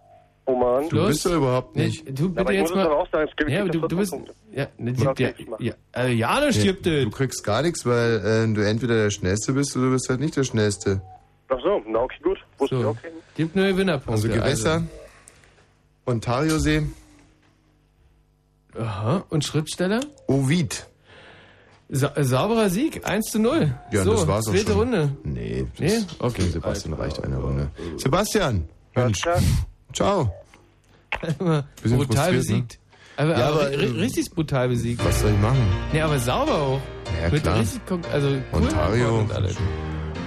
Oman. Du bist doch überhaupt Nee, nicht. Du bitte Aber ich jetzt muss mal. es aber auch sagen, es gibt ja, aber du, du bist. Ja, ne, die, ja, ja, also ja, das stimmt. Du kriegst gar nichts, weil äh, du entweder der Schnellste bist oder du bist halt nicht der Schnellste. Ach so, na okay, gut. Wusste ich auch keinen. Gibt nur Also Gewinnerpunkte. Gewässer, Ontariosee. Aha, und Schriftsteller? Ovid. Sa äh, sauberer Sieg, 1 zu 0. Ja, so, das war's auch Zweite schon. Runde. Nee, das Nee? okay. Sebastian reicht eine Runde. Sebastian, Mensch. Ciao. Bisschen frustriert, brutal ne? besiegt. Aber, Ja, aber aber, ri- äh, richtig brutal besiegt. Was soll ich machen? Nee, aber sauber auch. Ja, Mit klar. richtig konk- also cool Ontario. und alles.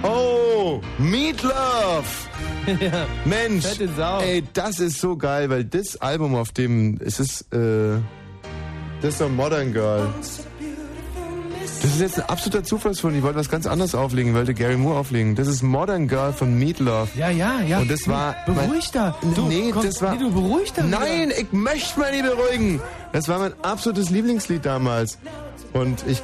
Oh, Meatloaf! ja. Mensch, Fette Sau. ey, das ist so geil, weil das Album auf dem, es ist, äh, das ist doch Modern Girl. Das ist jetzt ein absoluter Zufallsfund. Ich wollte was ganz anderes auflegen, wollte Gary Moore auflegen. Das ist Modern Girl von Meatloaf. Ja, ja, ja. Und das war Beruhig da. Du, nee, komm, das war. nee, du beruhig da wieder. Nein, ich möchte mal nicht beruhigen. Das war mein absolutes Lieblingslied damals. Und ich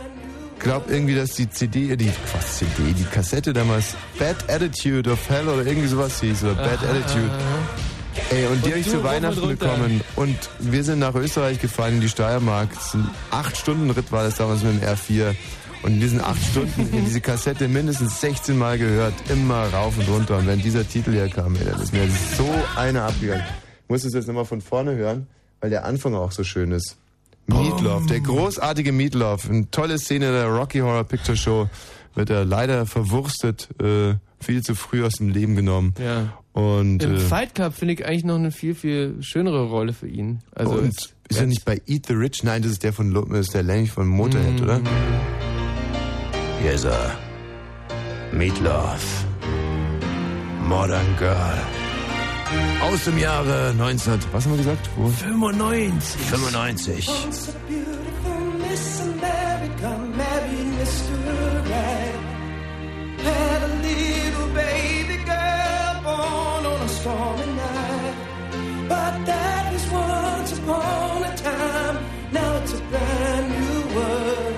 glaube irgendwie, dass die CD, äh, die was CD, die Kassette damals Bad Attitude of Hell oder irgendwie sowas hieß oder Bad Aha. Attitude. Äh, Ey, und die habe ich du zu hoch und Weihnachten runter. bekommen. Und wir sind nach Österreich gefahren in die Steiermark. Das ist ein acht Stunden Ritt war das damals mit dem R4. Und in diesen acht Stunden in diese Kassette mindestens 16 Mal gehört. Immer rauf und runter. Und wenn dieser Titel hier kam, ey, das ist mir so eine abgegangen. Ich muss das jetzt nochmal von vorne hören, weil der Anfang auch so schön ist. Meatloaf, der großartige Meatloaf. Eine tolle Szene der Rocky Horror Picture Show. Wird er leider verwurstet, äh, viel zu früh aus dem Leben genommen. Ja. Und, Im äh, Fight Club finde ich eigentlich noch eine viel, viel schönere Rolle für ihn. Also und es- ist er nicht bei Eat the Rich? Nein, das ist der von Lo- das ist der Lenny von Motorhead, Mm. oder? Hier ist er. Meatloaf. Modern Girl. Aus dem Jahre 19... Was haben wir gesagt? Wo? 95. 95. Once a beautiful Miss America, marry Mr. Right. Had a little baby girl born on a stormy night. But that was once upon a time. Now it's a brand new world.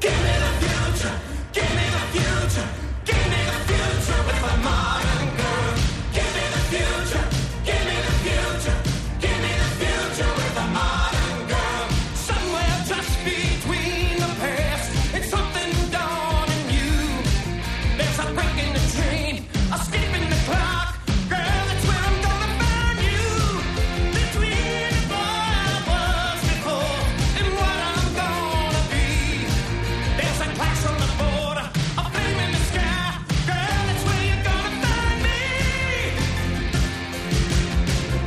Give me the future. Give me the future. Give me the future with my modern girl. Give me the future. Give me the future. Give me the future with a modern girl. Somewhere just between the past and something dawning new. There's a break in the train, a skip in the clock. Girl, that's where I'm gonna find you. Between the boy I was before and what I'm gonna be. There's a clash on the border, a flame in the sky. Girl, that's where you're gonna find me.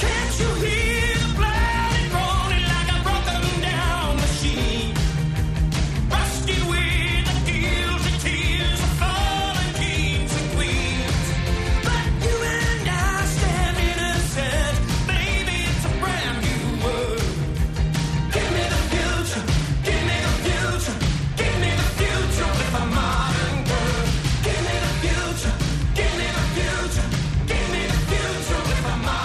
Can't you hear the planet rolling like a broken down machine? Rusty with the deals and tears of fallen kings and queens. But you and I stand innocent, baby, it's a brand new world. Give me the future, give me the future, give me the future with a modern girl. Give me the future, give me the future, give me the future with a modern girl.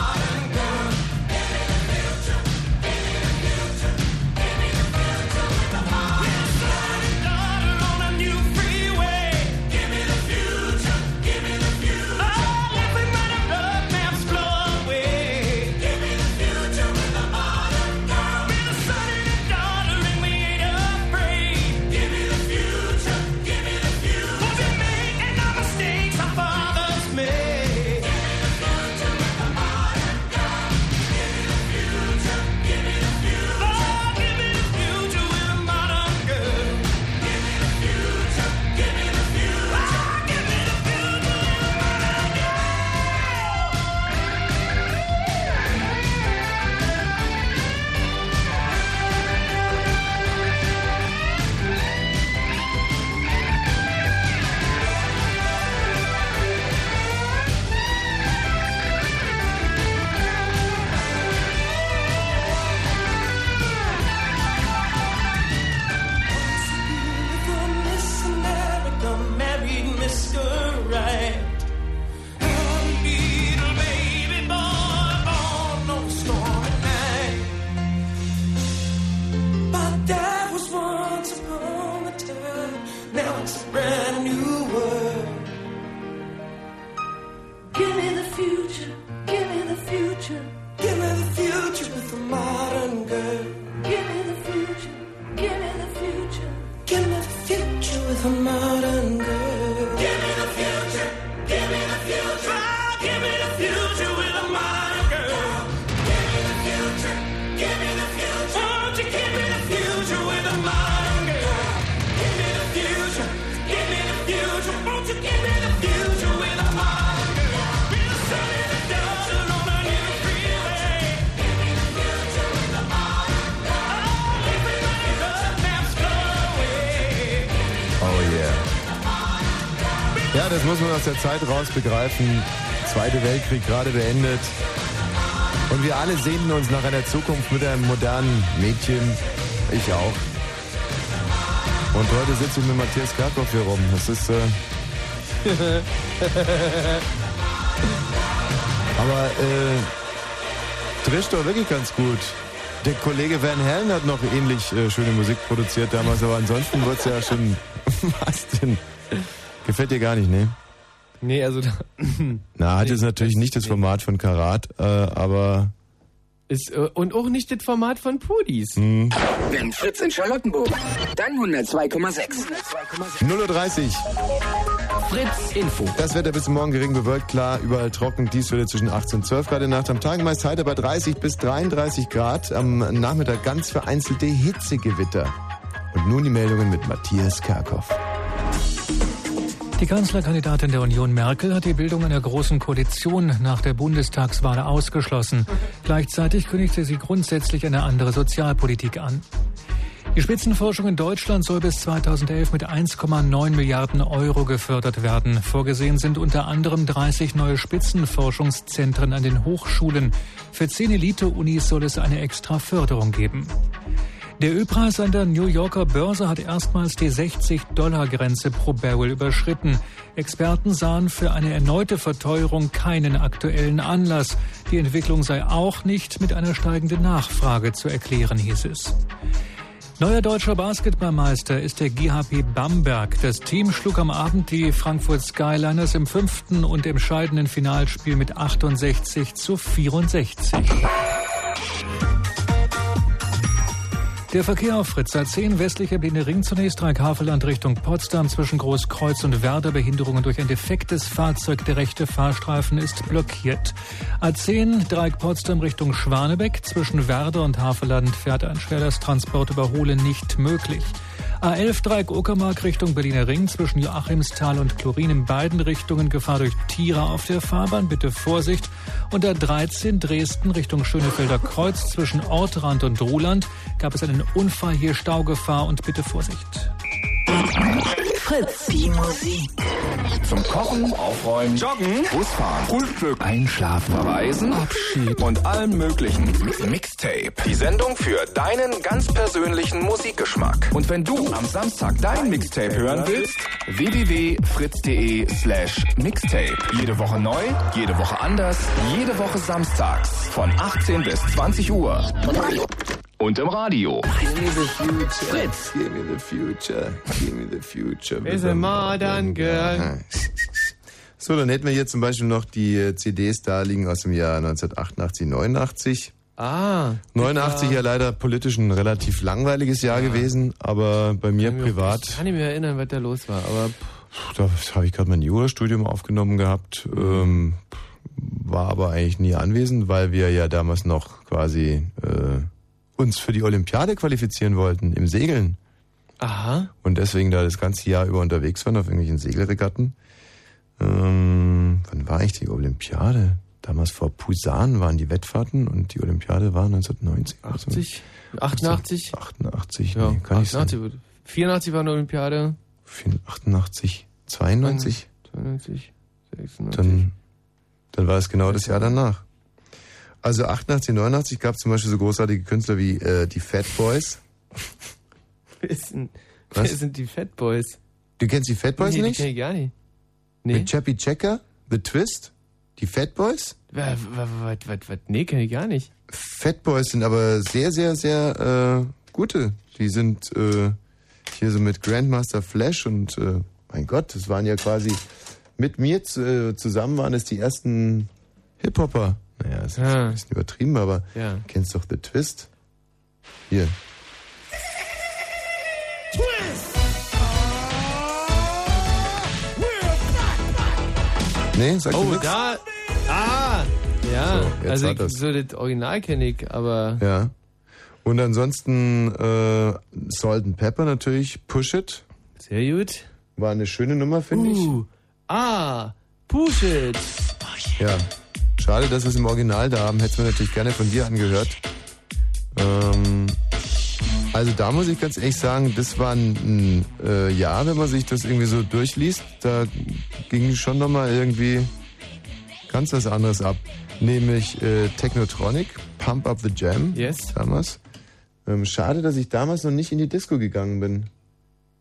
beautiful Miss America married Mr. Right. One beetle baby boy born on a stormy night. But that was once upon a time. Now it's a brand new world. Give me the future. Give me the future. Give me the future with a modern girl. Give me the future. Give me the future. Give me the future with a modern girl. Give me the future. Give me the future. Ah, Give me the future with a modern girl. Give me the future. Give me the future. Won't you give me the future with a modern girl? Give me the future. Give me the future. Won't you give me the future with a modern girl? Be the sun in the desert on a new freeway. Give me the future with a modern girl. Oh, everybody love maps blow away. Oh yeah. Ja, das muss man aus der Zeit raus begreifen. Zweite Weltkrieg gerade beendet. Und wir alle sehnen uns nach einer Zukunft mit einem modernen Mädchen. Ich auch. Und heute sitzen wir mit Matthias Karkow hier rum. Das ist, äh, aber äh, Drisch doch wirklich ganz gut. Der Kollege Van Halen hat noch ähnlich äh, schöne Musik produziert damals, aber ansonsten wird's ja schon... Was denn? Gefällt dir gar nicht, ne? Nee, also da, Na, hat jetzt natürlich nicht das Format von Karat, äh, aber Ist, äh, und auch nicht das Format von Pudis. Hm. Wenn Fritz in Charlottenburg, dann 102,6. 0.30 Fritz Info. Das Wetter bis morgen gering bewölkt, klar, überall trocken. Dies wird zwischen 18 und 12 Grad in der Nacht. Am Tag meist heiter bei 30 bis 33 Grad. Am Nachmittag ganz vereinzelte Hitzegewitter. Und nun die Meldungen mit Matthias Kerkhoff. Die Kanzlerkandidatin der Union Merkel hat die Bildung einer großen Koalition nach der Bundestagswahl ausgeschlossen. Gleichzeitig kündigte sie grundsätzlich eine andere Sozialpolitik an. Die Spitzenforschung in Deutschland soll bis 2011 mit 1,9 Milliarden Euro gefördert werden. Vorgesehen sind unter anderem 30 neue Spitzenforschungszentren an den Hochschulen. Für 10 Elite-Unis soll es eine extra Förderung geben. Der Ölpreis an der New Yorker Börse hat erstmals die 60-Dollar-Grenze pro Barrel überschritten. Experten sahen für eine erneute Verteuerung keinen aktuellen Anlass. Die Entwicklung sei auch nicht mit einer steigenden Nachfrage zu erklären, hieß es. Neuer deutscher Basketballmeister ist der GHP Bamberg. Das Team schlug am Abend die Frankfurt Skyliners im fünften und entscheidenden Finalspiel mit 68 zu 64. Der Verkehr auf Fritz A10 westlicher Berliner Ring zunächst Dreieck-Haveland Richtung Potsdam zwischen Großkreuz und Werder Behinderungen durch ein defektes Fahrzeug. Der rechte Fahrstreifen ist blockiert. A10 Dreieck Potsdam Richtung Schwanebeck zwischen Werder und Haveland fährt ein Schwerlasttransport überholen nicht möglich. A11 Dreieck Uckermark Richtung Berliner Ring zwischen Joachimsthal und Chlorin in beiden Richtungen Gefahr durch Tiere auf der Fahrbahn, bitte Vorsicht. Und A13 Dresden Richtung Schönefelder Kreuz zwischen Ortrand und Ruhland gab es einen Unfall, hier Staugefahr und bitte Vorsicht. Fritz, die Musik. Zum Kochen, Aufräumen, Joggen, Busfahren, Frühstück, Einschlafen, Verweisen, Abschied und allem möglichen. Mixtape. Die Sendung für deinen ganz persönlichen Musikgeschmack. Und wenn du am Samstag dein Mixtape hören willst, www.fritz.de slash Mixtape. Jede Woche neu, jede Woche anders, jede Woche samstags von 18 bis 20 Uhr. Und im Radio. Give me the future. Fritz. Give me the future. Give me the future. Is a modern girl. So, dann hätten wir hier zum Beispiel noch die äh, CDs da liegen aus dem Jahr 1988, 89. Ah. 89 ja leider politisch ein relativ langweiliges Jahr gewesen, aber bei mir Ich privat, kann nicht mehr erinnern, was da los war, aber pff, pf, da habe ich gerade mein Jurastudium aufgenommen gehabt, ähm, pf, war aber eigentlich nie anwesend, weil wir ja damals noch quasi äh, uns für die Olympiade qualifizieren wollten im Segeln. aha. und deswegen da das ganze Jahr über unterwegs waren auf irgendwelchen Segelregatten. Ähm, wann war ich die Olympiade? Damals vor Pusan waren die Wettfahrten und die Olympiade war 1990. 80? 88? 88, Ja, nee, kann nicht sein. 88 wurde- 84 war eine Olympiade. 88, 92. 92, 96. Dann, dann war es genau das Jahr danach. Also 88, 89 gab es zum Beispiel so großartige Künstler wie äh, die Fat Boys. Wer, ist denn, Was? wer sind die Fat Boys? Du kennst die Fat Boys nee, nicht? Die kenn ich gar nicht. Mit Chappie Checker, The Twist, die Fat Boys. Was, was, was, was? Nee, kenne ich gar nicht. Fat Boys sind aber sehr, sehr, sehr äh, gute. Die sind äh, hier so mit Grandmaster Flash und äh, mein Gott, das waren ja quasi mit mir zu, äh, zusammen waren es die ersten Hip-Hopper. Naja, das ist ein bisschen übertrieben, aber Ja. kennst doch The Twist. Hier. Nee, sag oh, mir nichts. da. Ah! Ja, So, jetzt also hat ich, er's. so das Original kenne ich, aber Ja. Und ansonsten äh, Salt and Pepper natürlich, Push It. Sehr gut. War eine schöne Nummer, finde Uh, ah, push it. ich. Ja. Schade, dass wir es im Original da haben. Hätten wir natürlich gerne von dir angehört. Ähm, also da muss ich ganz ehrlich sagen, das war ein, ein äh, Jahr, wenn man sich das irgendwie so durchliest, da ging schon nochmal irgendwie ganz was anderes ab. Nämlich äh, Technotronic, Pump Up the Jam yes. damals. Ähm, schade, dass ich damals noch nicht in die Disco gegangen bin.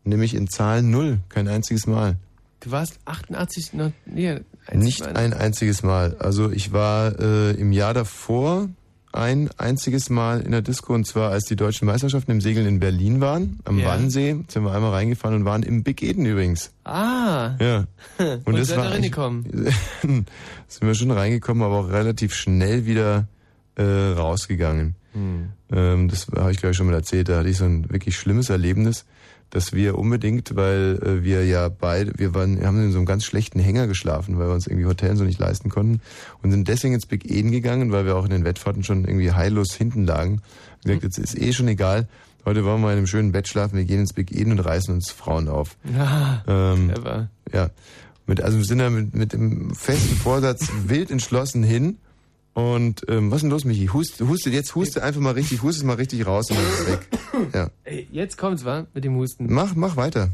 Nämlich in Zahlen null, kein einziges Mal. Du warst 88 noch. Nee, Nicht ein einziges Mal. Also ich war äh, im Jahr davor ein einziges Mal in der Disco und zwar als die deutschen Meisterschaften im Segeln in Berlin waren, am Ja. Wannsee, sind wir einmal reingefahren und waren im Big Eden übrigens. Ah. Ja. Und, das seid war da eigentlich- reingekommen. sind wir schon reingekommen, aber auch relativ schnell wieder äh, rausgegangen. Ähm, das habe ich, glaube ich, schon mal erzählt. Da hatte ich so ein wirklich schlimmes Erlebnis, dass wir unbedingt, weil äh, wir ja beide, wir waren, haben in so einem ganz schlechten Hänger geschlafen, weil wir uns irgendwie Hotels so nicht leisten konnten und sind deswegen ins Big Eden gegangen, weil wir auch in den Wettfahrten schon irgendwie heillos hinten lagen. Ich gesagt, jetzt ist eh schon egal. Heute wollen wir mal in einem schönen Bett schlafen, wir gehen ins Big Eden und reißen uns Frauen auf. Ja, Ähm, clever. ja. Mit, also wir sind da mit, mit dem festen Vorsatz wild entschlossen hin. Und ähm, was ist denn los, Michi? Hust, hustet jetzt, huste einfach mal richtig, hustet mal richtig raus und dann ist es weg. Ja. Ey, jetzt kommt's, wa? Mit dem Husten. Mach, mach weiter.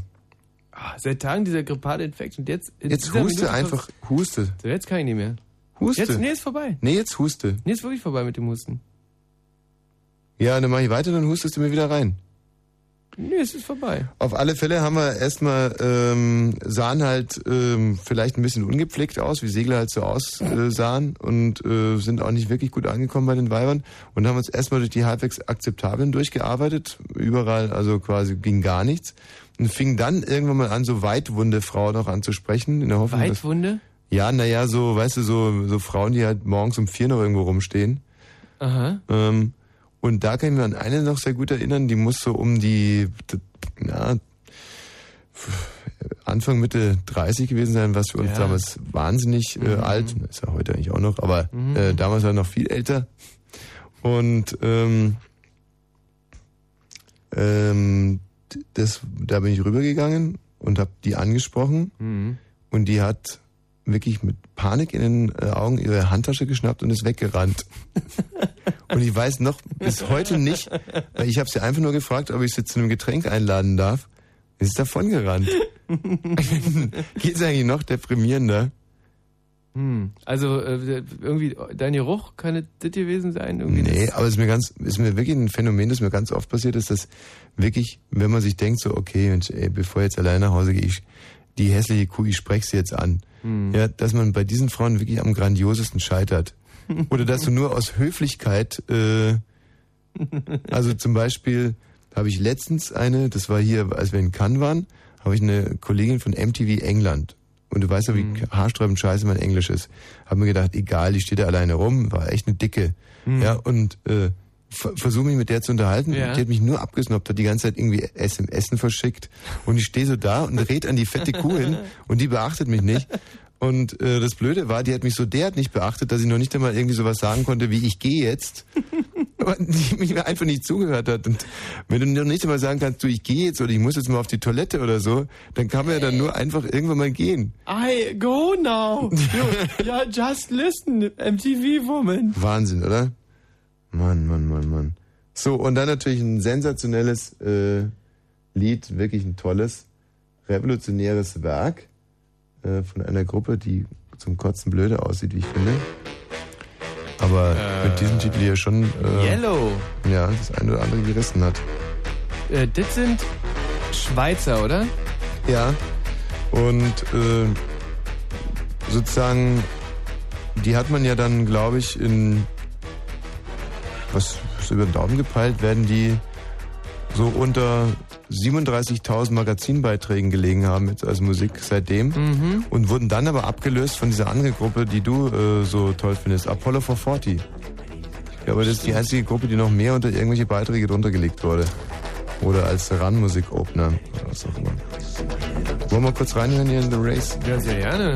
Ah, seit Tagen dieser grippale Infekt und jetzt... in Jetzt dieser huste Minute- einfach, huste. So, jetzt kann ich nicht mehr. Huste. Jetzt, nee, ist vorbei. Nee, jetzt huste. Nee, ist wirklich vorbei mit dem Husten. Ja, und dann mach ich weiter, dann hustest du mir wieder rein. Nee, es ist vorbei. Auf alle Fälle haben wir erstmal, ähm, sahen halt ähm, vielleicht ein bisschen ungepflegt aus, wie Segler halt so aussahen äh, sahen und äh, sind auch nicht wirklich gut angekommen bei den Weibern und haben uns erstmal durch die halbwegs akzeptablen durchgearbeitet. Überall, also quasi ging gar nichts. Und fingen dann irgendwann mal an, so weitwunde Frauen auch anzusprechen, in der Hoffnung, dass- Weitwunde? Ja, naja, so, weißt du, so, so Frauen, die halt morgens um vier noch irgendwo rumstehen. Aha. Ähm, und da kann ich mir an eine noch sehr gut erinnern, die muss so um die, d- na, Anfang, Mitte 30 gewesen sein, was für uns Ja. damals wahnsinnig äh, alt, ist ja heute eigentlich auch noch, aber äh, damals war noch viel älter. Und ähm, ähm, d- das, da bin ich rübergegangen und habe die angesprochen und die hat wirklich mit Panik in den äh, Augen ihre Handtasche geschnappt und ist weggerannt. und ich weiß noch bis heute nicht, weil ich habe sie einfach nur gefragt, ob ich sie zu einem Getränk einladen darf. Ist davon gerannt. Geht's eigentlich noch deprimierender? Hm. Also äh, irgendwie, dein Geruch kann es das gewesen sein? Irgendwie Nee, das- aber es ist mir ganz, ist mir wirklich ein Phänomen, das mir ganz oft passiert ist, dass wirklich, wenn man sich denkt, so, okay, Mensch, ey, bevor ich jetzt allein nach Hause gehe, ich, die hässliche Kuh, ich spreche sie jetzt an. Hm. Mhm. Ja, dass man bei diesen Frauen wirklich am grandiosesten scheitert. Oder dass du nur aus Höflichkeit, äh, also zum Beispiel habe ich letztens eine, das war hier, als wir in Cannes waren, habe ich eine Kollegin von MTV England. Und du weißt ja, wie haarsträubend scheiße mein Englisch ist. Habe mir gedacht, egal, die steht da alleine rum, war echt eine Dicke. Mhm. Ja, und äh, ver versuche mich mit der zu unterhalten. Ja. Die hat mich nur abgesnoppt, hat die ganze Zeit irgendwie SMS verschickt. Und ich stehe so da und red an die fette Kuh hin und die beachtet mich nicht. Und äh, das Blöde war, die hat mich so derart nicht beachtet, dass ich noch nicht einmal irgendwie sowas sagen konnte, wie ich gehe jetzt. Aber die mir einfach nicht zugehört hat. Und wenn du noch nicht einmal sagen kannst, du, ich gehe jetzt oder ich muss jetzt mal auf die Toilette oder so, dann kann man ja dann nur einfach irgendwann mal gehen. I go now. You- genau. ja, just listen, MTV Woman. Wahnsinn, oder? Mann, Mann, Mann, Mann. So, und dann natürlich ein sensationelles äh, Lied, wirklich ein tolles, revolutionäres Werk äh, von einer Gruppe, die zum Kotzen blöde aussieht, wie ich finde. Aber mit diesem Titel hier schon. Äh, Yellow. Ja, das eine oder andere gerissen hat. Äh, das sind Schweizer, oder? Ja. Und äh, sozusagen, die hat man ja dann, glaube ich, in was ist über den Daumen gepeilt, werden die so unter 37.000 Magazinbeiträgen gelegen haben jetzt als Musik seitdem Mhm. und wurden dann aber abgelöst von dieser anderen Gruppe, die du äh, so toll findest, Apollo 440. Ja, aber das ist die einzige Gruppe, die noch mehr unter irgendwelche Beiträge drunter gelegt wurde. Oder als Run-Musik-Opener. oder was auch immer. Wollen wir kurz reinhören hier in The Race? Ja, sehr gerne.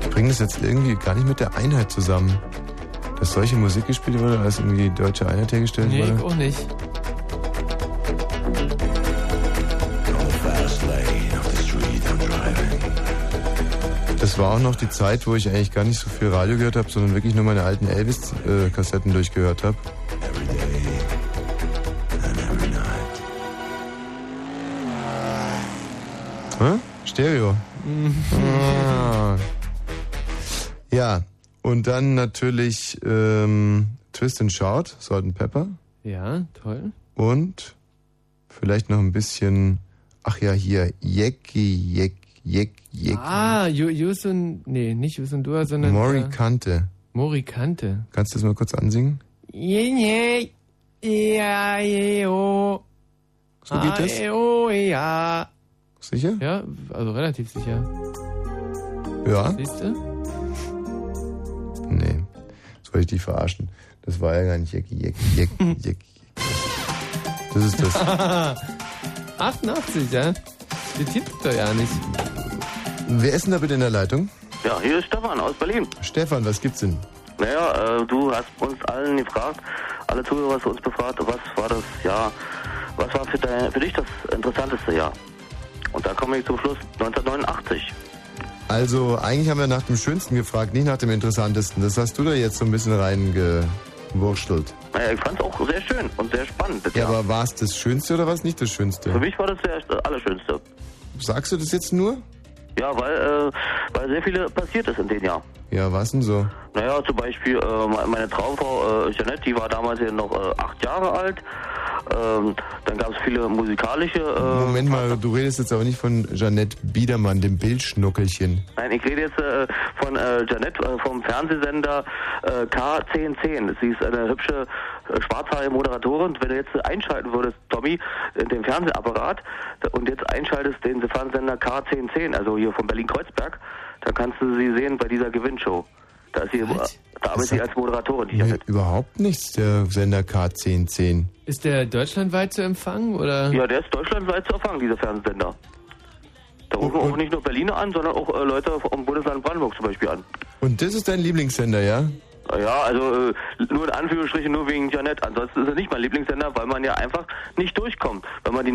Ich bringe das jetzt irgendwie gar nicht mit der Einheit zusammen. Dass solche Musik gespielt wurde, als irgendwie die deutsche Einheit hergestellt Nee, ich wurde. auch nicht. Das war auch noch die Zeit, wo ich eigentlich gar nicht so viel Radio gehört habe, sondern wirklich nur meine alten Elvis-Kassetten durchgehört habe. Hä? Stereo. ah. Ja, und dann natürlich ähm, Twist and Shout, Salt and Pepper. Ja, toll. Und vielleicht noch ein bisschen, ach ja, hier, Jecki, Jeck, Jeck, Jeck. Ah, Ju- Jusun, nee, nicht Jusun Dua, sondern... Mori äh, Kante. Morikante. Kannst du das mal kurz ansingen? Yeah, yeah, yeah, oh. So geht das? Oh, ja. Sicher? Ja, also relativ sicher. Ja. Siehst du? Nee. Jetzt wollte ich dich verarschen. Das war ja gar nicht Jackie, Jackie, Jackie, Mhm. Jackie. Das ist das. 88, ja? Die tippt doch ja nicht. Wer ist denn da bitte in der Leitung? Ja, hier ist Stefan aus Berlin. Stefan, was gibt's denn? Naja, äh, du hast uns allen gefragt, alle Zuhörer hast du uns befragt, was war das Jahr, was war für, dein, für dich das interessanteste Jahr? Und da komme ich zum Schluss 1989. Also, eigentlich haben wir nach dem Schönsten gefragt, nicht nach dem Interessantesten. Das hast du da jetzt so ein bisschen reingewurschtelt. Naja, ich fand es auch sehr schön und sehr spannend. Hm, Das Ja, Jahr. aber war es das Schönste oder war es nicht das Für Schönste? mich war das der äh, Allerschönste. Sagst du das jetzt nur? Ja, weil, äh, weil sehr viel passiert ist in dem Jahr. Ja, was denn so? Naja, zum Beispiel äh, me- meine Traumfrau äh, Jeanette, die war damals ja noch äh, acht Jahre alt. Ähm, dann gab es viele musikalische. Äh, Moment mal, du redest jetzt aber nicht von Jeanette Biedermann, dem Bildschnuckelchen. Nein, ich rede jetzt äh, von äh, Jeanette äh, vom Fernsehsender äh, K1010. Sie ist eine hübsche äh, schwarzhaarige Moderatorin. Wenn du jetzt einschalten würdest, Tommy, in den Fernsehapparat und jetzt einschaltest den Fernsehsender K1010, also hier von Berlin-Kreuzberg, dann kannst du sie sehen bei dieser Gewinnshow. Da, ist sie, äh, da arbeitet sie als Moderatorin. Die Nee, überhaupt nichts, der Sender K1010. Ist der deutschlandweit zu empfangen oder? Ja, der ist deutschlandweit zu erfangen, dieser Fernsehsender. Da rufen auch nicht nur Berliner an, sondern auch äh, Leute vom Bundesland Brandenburg zum Beispiel an. Und das ist dein Lieblingssender, ja? Ja, also äh, nur in Anführungsstrichen nur wegen Janet. Ansonsten ist es nicht mein Lieblingssender, weil man ja einfach nicht durchkommt. Wenn man die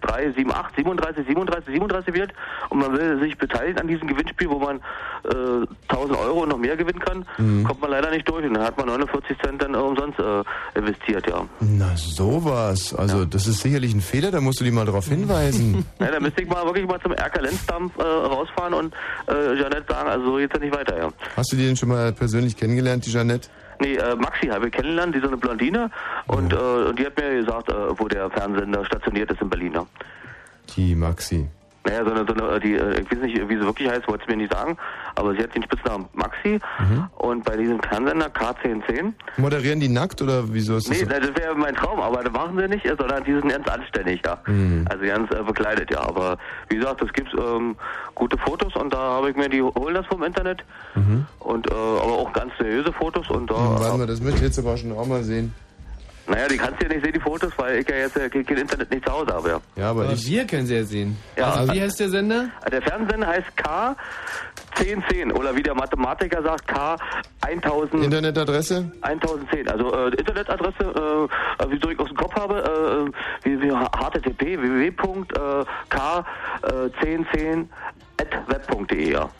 01378 37 37 37 wählt und man will sich beteiligen an diesem Gewinnspiel, wo man äh, 1000 Euro und noch mehr gewinnen kann, kommt man leider nicht durch. Und dann hat man 49 Cent dann umsonst äh, investiert, ja. Na sowas. Also das ist sicherlich ein Fehler, da musst du die mal drauf hinweisen. ja da müsste ich mal wirklich mal zum Erker Lenzdampf äh, rausfahren und äh, Janet sagen, also so geht's ja nicht weiter, ja. Hast du die denn schon mal persönlich kennengelernt, die Jeanette? Nee, äh, Maxi habe ich kennengelernt, die ist so eine Blondine und äh, die hat mir gesagt, äh, wo der Fernsehsender stationiert ist in Berlin. Ne? Die Maxi. Naja, so eine, so eine die, äh, ich weiß nicht, wie sie wirklich heißt, wollte sie mir nicht sagen, aber sie hat den Spitznamen Maxi Mhm. und bei diesem Fernsehsender K1010, Moderieren die nackt oder wieso ist das nee, so? na, das wäre mein Traum, aber das machen sie nicht, äh, sondern die sind ganz anständig, ja. Mhm. Also ganz äh, bekleidet, ja, aber wie gesagt, es gibt ähm, gute Fotos und da habe ich mir die, hol das vom Internet Mhm. und äh, aber auch ganz seriöse Fotos und da... Warte mal, Hm, das möchte ich jetzt aber schon auch mal sehen. Naja, die kannst du ja nicht sehen, die Fotos, weil ich ja jetzt äh, kein kein Internet nicht zu Hause habe. Ja, ja Aber wir können sie ja sehen. Ja, also, wie äh, heißt der Sender? Der Fernsehsender heißt K1010 oder wie der Mathematiker sagt, K1000. Internetadresse? 1010. Also äh, Internetadresse, äh, äh, wie soll ich aus dem Kopf habe, äh, wie, wie http äh, www.k1010.web.de. E, Ja.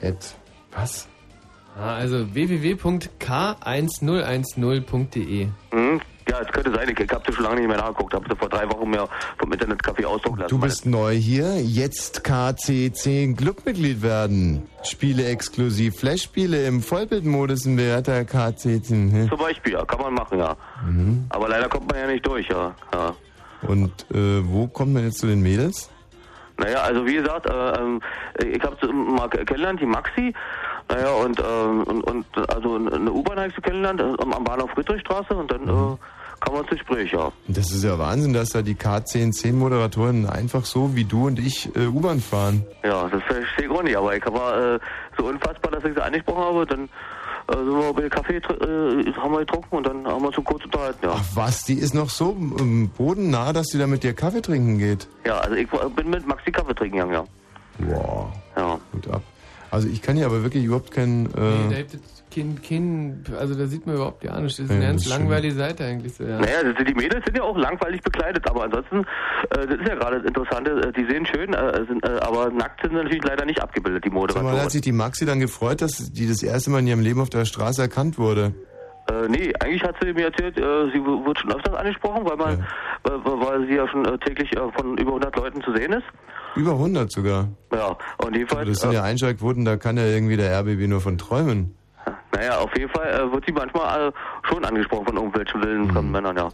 Ed. Was? Ah, also www.k1010.de. Hm? Ja, es könnte sein, ich, ich habe das schon lange nicht mehr nachgeguckt, habe vor drei Wochen mir vom Internetcafé ausdrucken lassen. Du bist neu hier, jetzt KC10 Clubmitglied werden. Spiele exklusiv, Flashspiele im Vollbildmodus in bewährter KC10. Zum Beispiel, ja, kann man machen, ja. Mhm. Aber leider kommt man ja nicht durch, ja. ja. Und äh, wo kommt man jetzt zu den Mädels? Naja, also wie gesagt, äh, ähm, ich habe mal kennengelernt, die Maxi. Naja, und, ähm, und, und also eine U-Bahn habe ich sie kennengelernt, äh, am am Bahnhof Friedrichstraße und dann äh, kam man ins Gespräch, ja. Das ist ja Wahnsinn, dass da die K10-10-Moderatoren einfach so wie du und ich äh, U-Bahn fahren. Ja, das verstehe ich auch nicht, aber ich war äh, so unfassbar, dass ich sie angesprochen habe. Dann äh, sind wir bei Kaffee tr- äh, haben wir getrunken und dann haben wir uns so kurz unterhalten, ja. Was, die ist noch so ähm, bodennah, dass sie da mit dir Kaffee trinken geht? Ja, also ich war- bin mit Maxi Kaffee trinken gegangen, ja. Wow. Ja. Gut ab. Also ich kann hier aber wirklich überhaupt keinen... Äh, Da gibt es kein, kein, also da sieht man überhaupt gar nicht. Das ist Ja, eine das ganz ist schön. langweilige Seite eigentlich. So, ja. Naja, das sind- die Mädels sind ja auch langweilig bekleidet, aber ansonsten, äh, das ist ja gerade das Interessante, äh, die sehen schön, äh, sind, äh, aber nackt sind sie natürlich leider nicht abgebildet, die Sag mal, Moderatoren. hat sich die Maxi dann gefreut, dass die das erste Mal in ihrem Leben auf der Straße erkannt wurde? Äh, nee, eigentlich hat sie mir erzählt, äh, sie w- wird schon öfters angesprochen, weil man, weil, weil sie ja schon äh, täglich äh, von über 100 Leuten zu sehen ist. Über 100 sogar. Also Ja, und jedenfalls, Das sind ja Einschaltquoten, da kann ja irgendwie der RBB nur von träumen. naja, auf jeden Fall äh, wird sie manchmal äh, schon angesprochen von irgendwelchen wilden fremden Männern, ja. Mhm.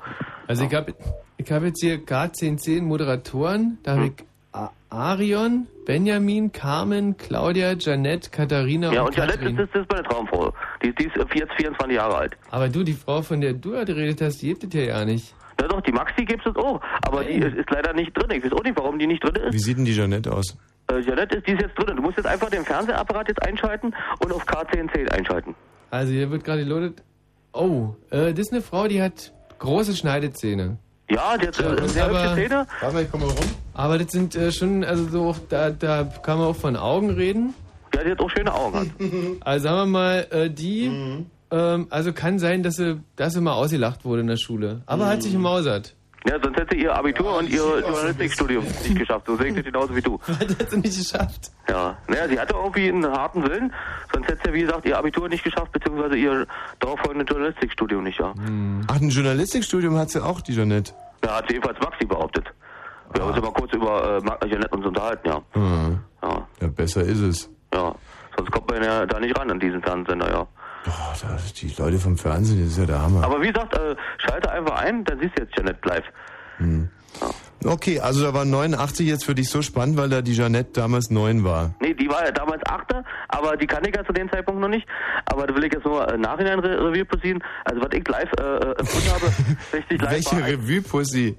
Also ich habe ich hab jetzt hier K1010 Moderatoren, Hm. da habe ich A- Arion, Benjamin, Carmen, Claudia, Janette, Katharina Ja, und, und Janette Katrin. ist, ist, ist meine Traumfrau. Die, die ist äh, jetzt 24 Jahre alt. Aber du, die Frau, von der du ja geredet hast, die gibt es ja ja nicht. Na doch, die Maxi gibt es auch, aber die ist, ist leider nicht drin. Ich weiß auch nicht, warum die nicht drin ist. Wie sieht denn die Jeanette aus? Äh, Janett ist, die ist jetzt drin. Du musst jetzt einfach den Fernsehapparat jetzt einschalten und auf K1010 einschalten. Also hier wird gerade gelodet. Oh, äh, das ist eine Frau, die hat große Schneidezähne. Ja, die hat äh, das sehr aber- hübsche Zähne. Warte mal, ich komme mal rum. Aber das sind äh, schon, also so, auch- da, da kann man auch von Augen reden. Ja, die hat auch schöne Augen. Also sagen wir mal, äh, die, Mhm. ähm, also kann sein, dass sie, dass sie mal ausgelacht wurde in der Schule. Aber hat Mhm. sich gemausert. Ja, sonst hätte sie ihr Abitur und ihr Journalistikstudium nicht geschafft. So sehe ich das genauso wie du. Das hat sie nicht geschafft. Ja, naja, sie hatte irgendwie einen harten Willen, sonst hätte sie, wie gesagt, ihr Abitur nicht geschafft, beziehungsweise ihr darauffolgendes Journalistikstudium nicht, ja. Mhm. Ach, ein Journalistikstudium hat sie auch, die Jeanette. Da hat sie jedenfalls Maxi behauptet. Ah. Wir haben uns ja mal kurz über äh, Ma- Jeanette uns unterhalten, ja. Hm. Ja. besser ist es. Ja, sonst kommt man ja da nicht ran an diesen Fernsehsender, ja. Oh, da, die Leute vom Fernsehen, das ist ja der Hammer. Aber wie gesagt, äh, schalte einfach ein, dann siehst du jetzt Jeanette live. Okay, also da war 89 jetzt für dich so spannend, weil da die Jeanette damals neun war. Nee, die war ja damals Achter, aber die kann ich ja zu dem Zeitpunkt noch nicht. Aber da will ich jetzt nur äh, nachhinein Re Revue passieren. Also was ich live äh, äh, empfunden habe, richtig live Welche war, Revue-Pussy?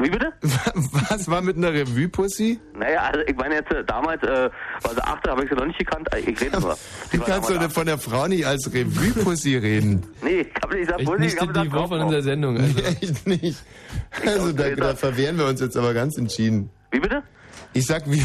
Wie bitte? Was war mit einer Revue-Pussy? Naja, also ich meine jetzt, äh, damals äh, war sie Achter, habe ich sie noch nicht gekannt. Äh, Ich rede nur. Du kannst doch von der Frau nicht als Revue-Pussy reden. Nee, ich habe nicht gesagt, Ich Bulli, ich nicht habe die gesagt, Woche in unserer Sendung. Also. Echt nicht. Also da, da verwehren wir uns jetzt aber ganz entschieden. Wie bitte? Ich sag wie...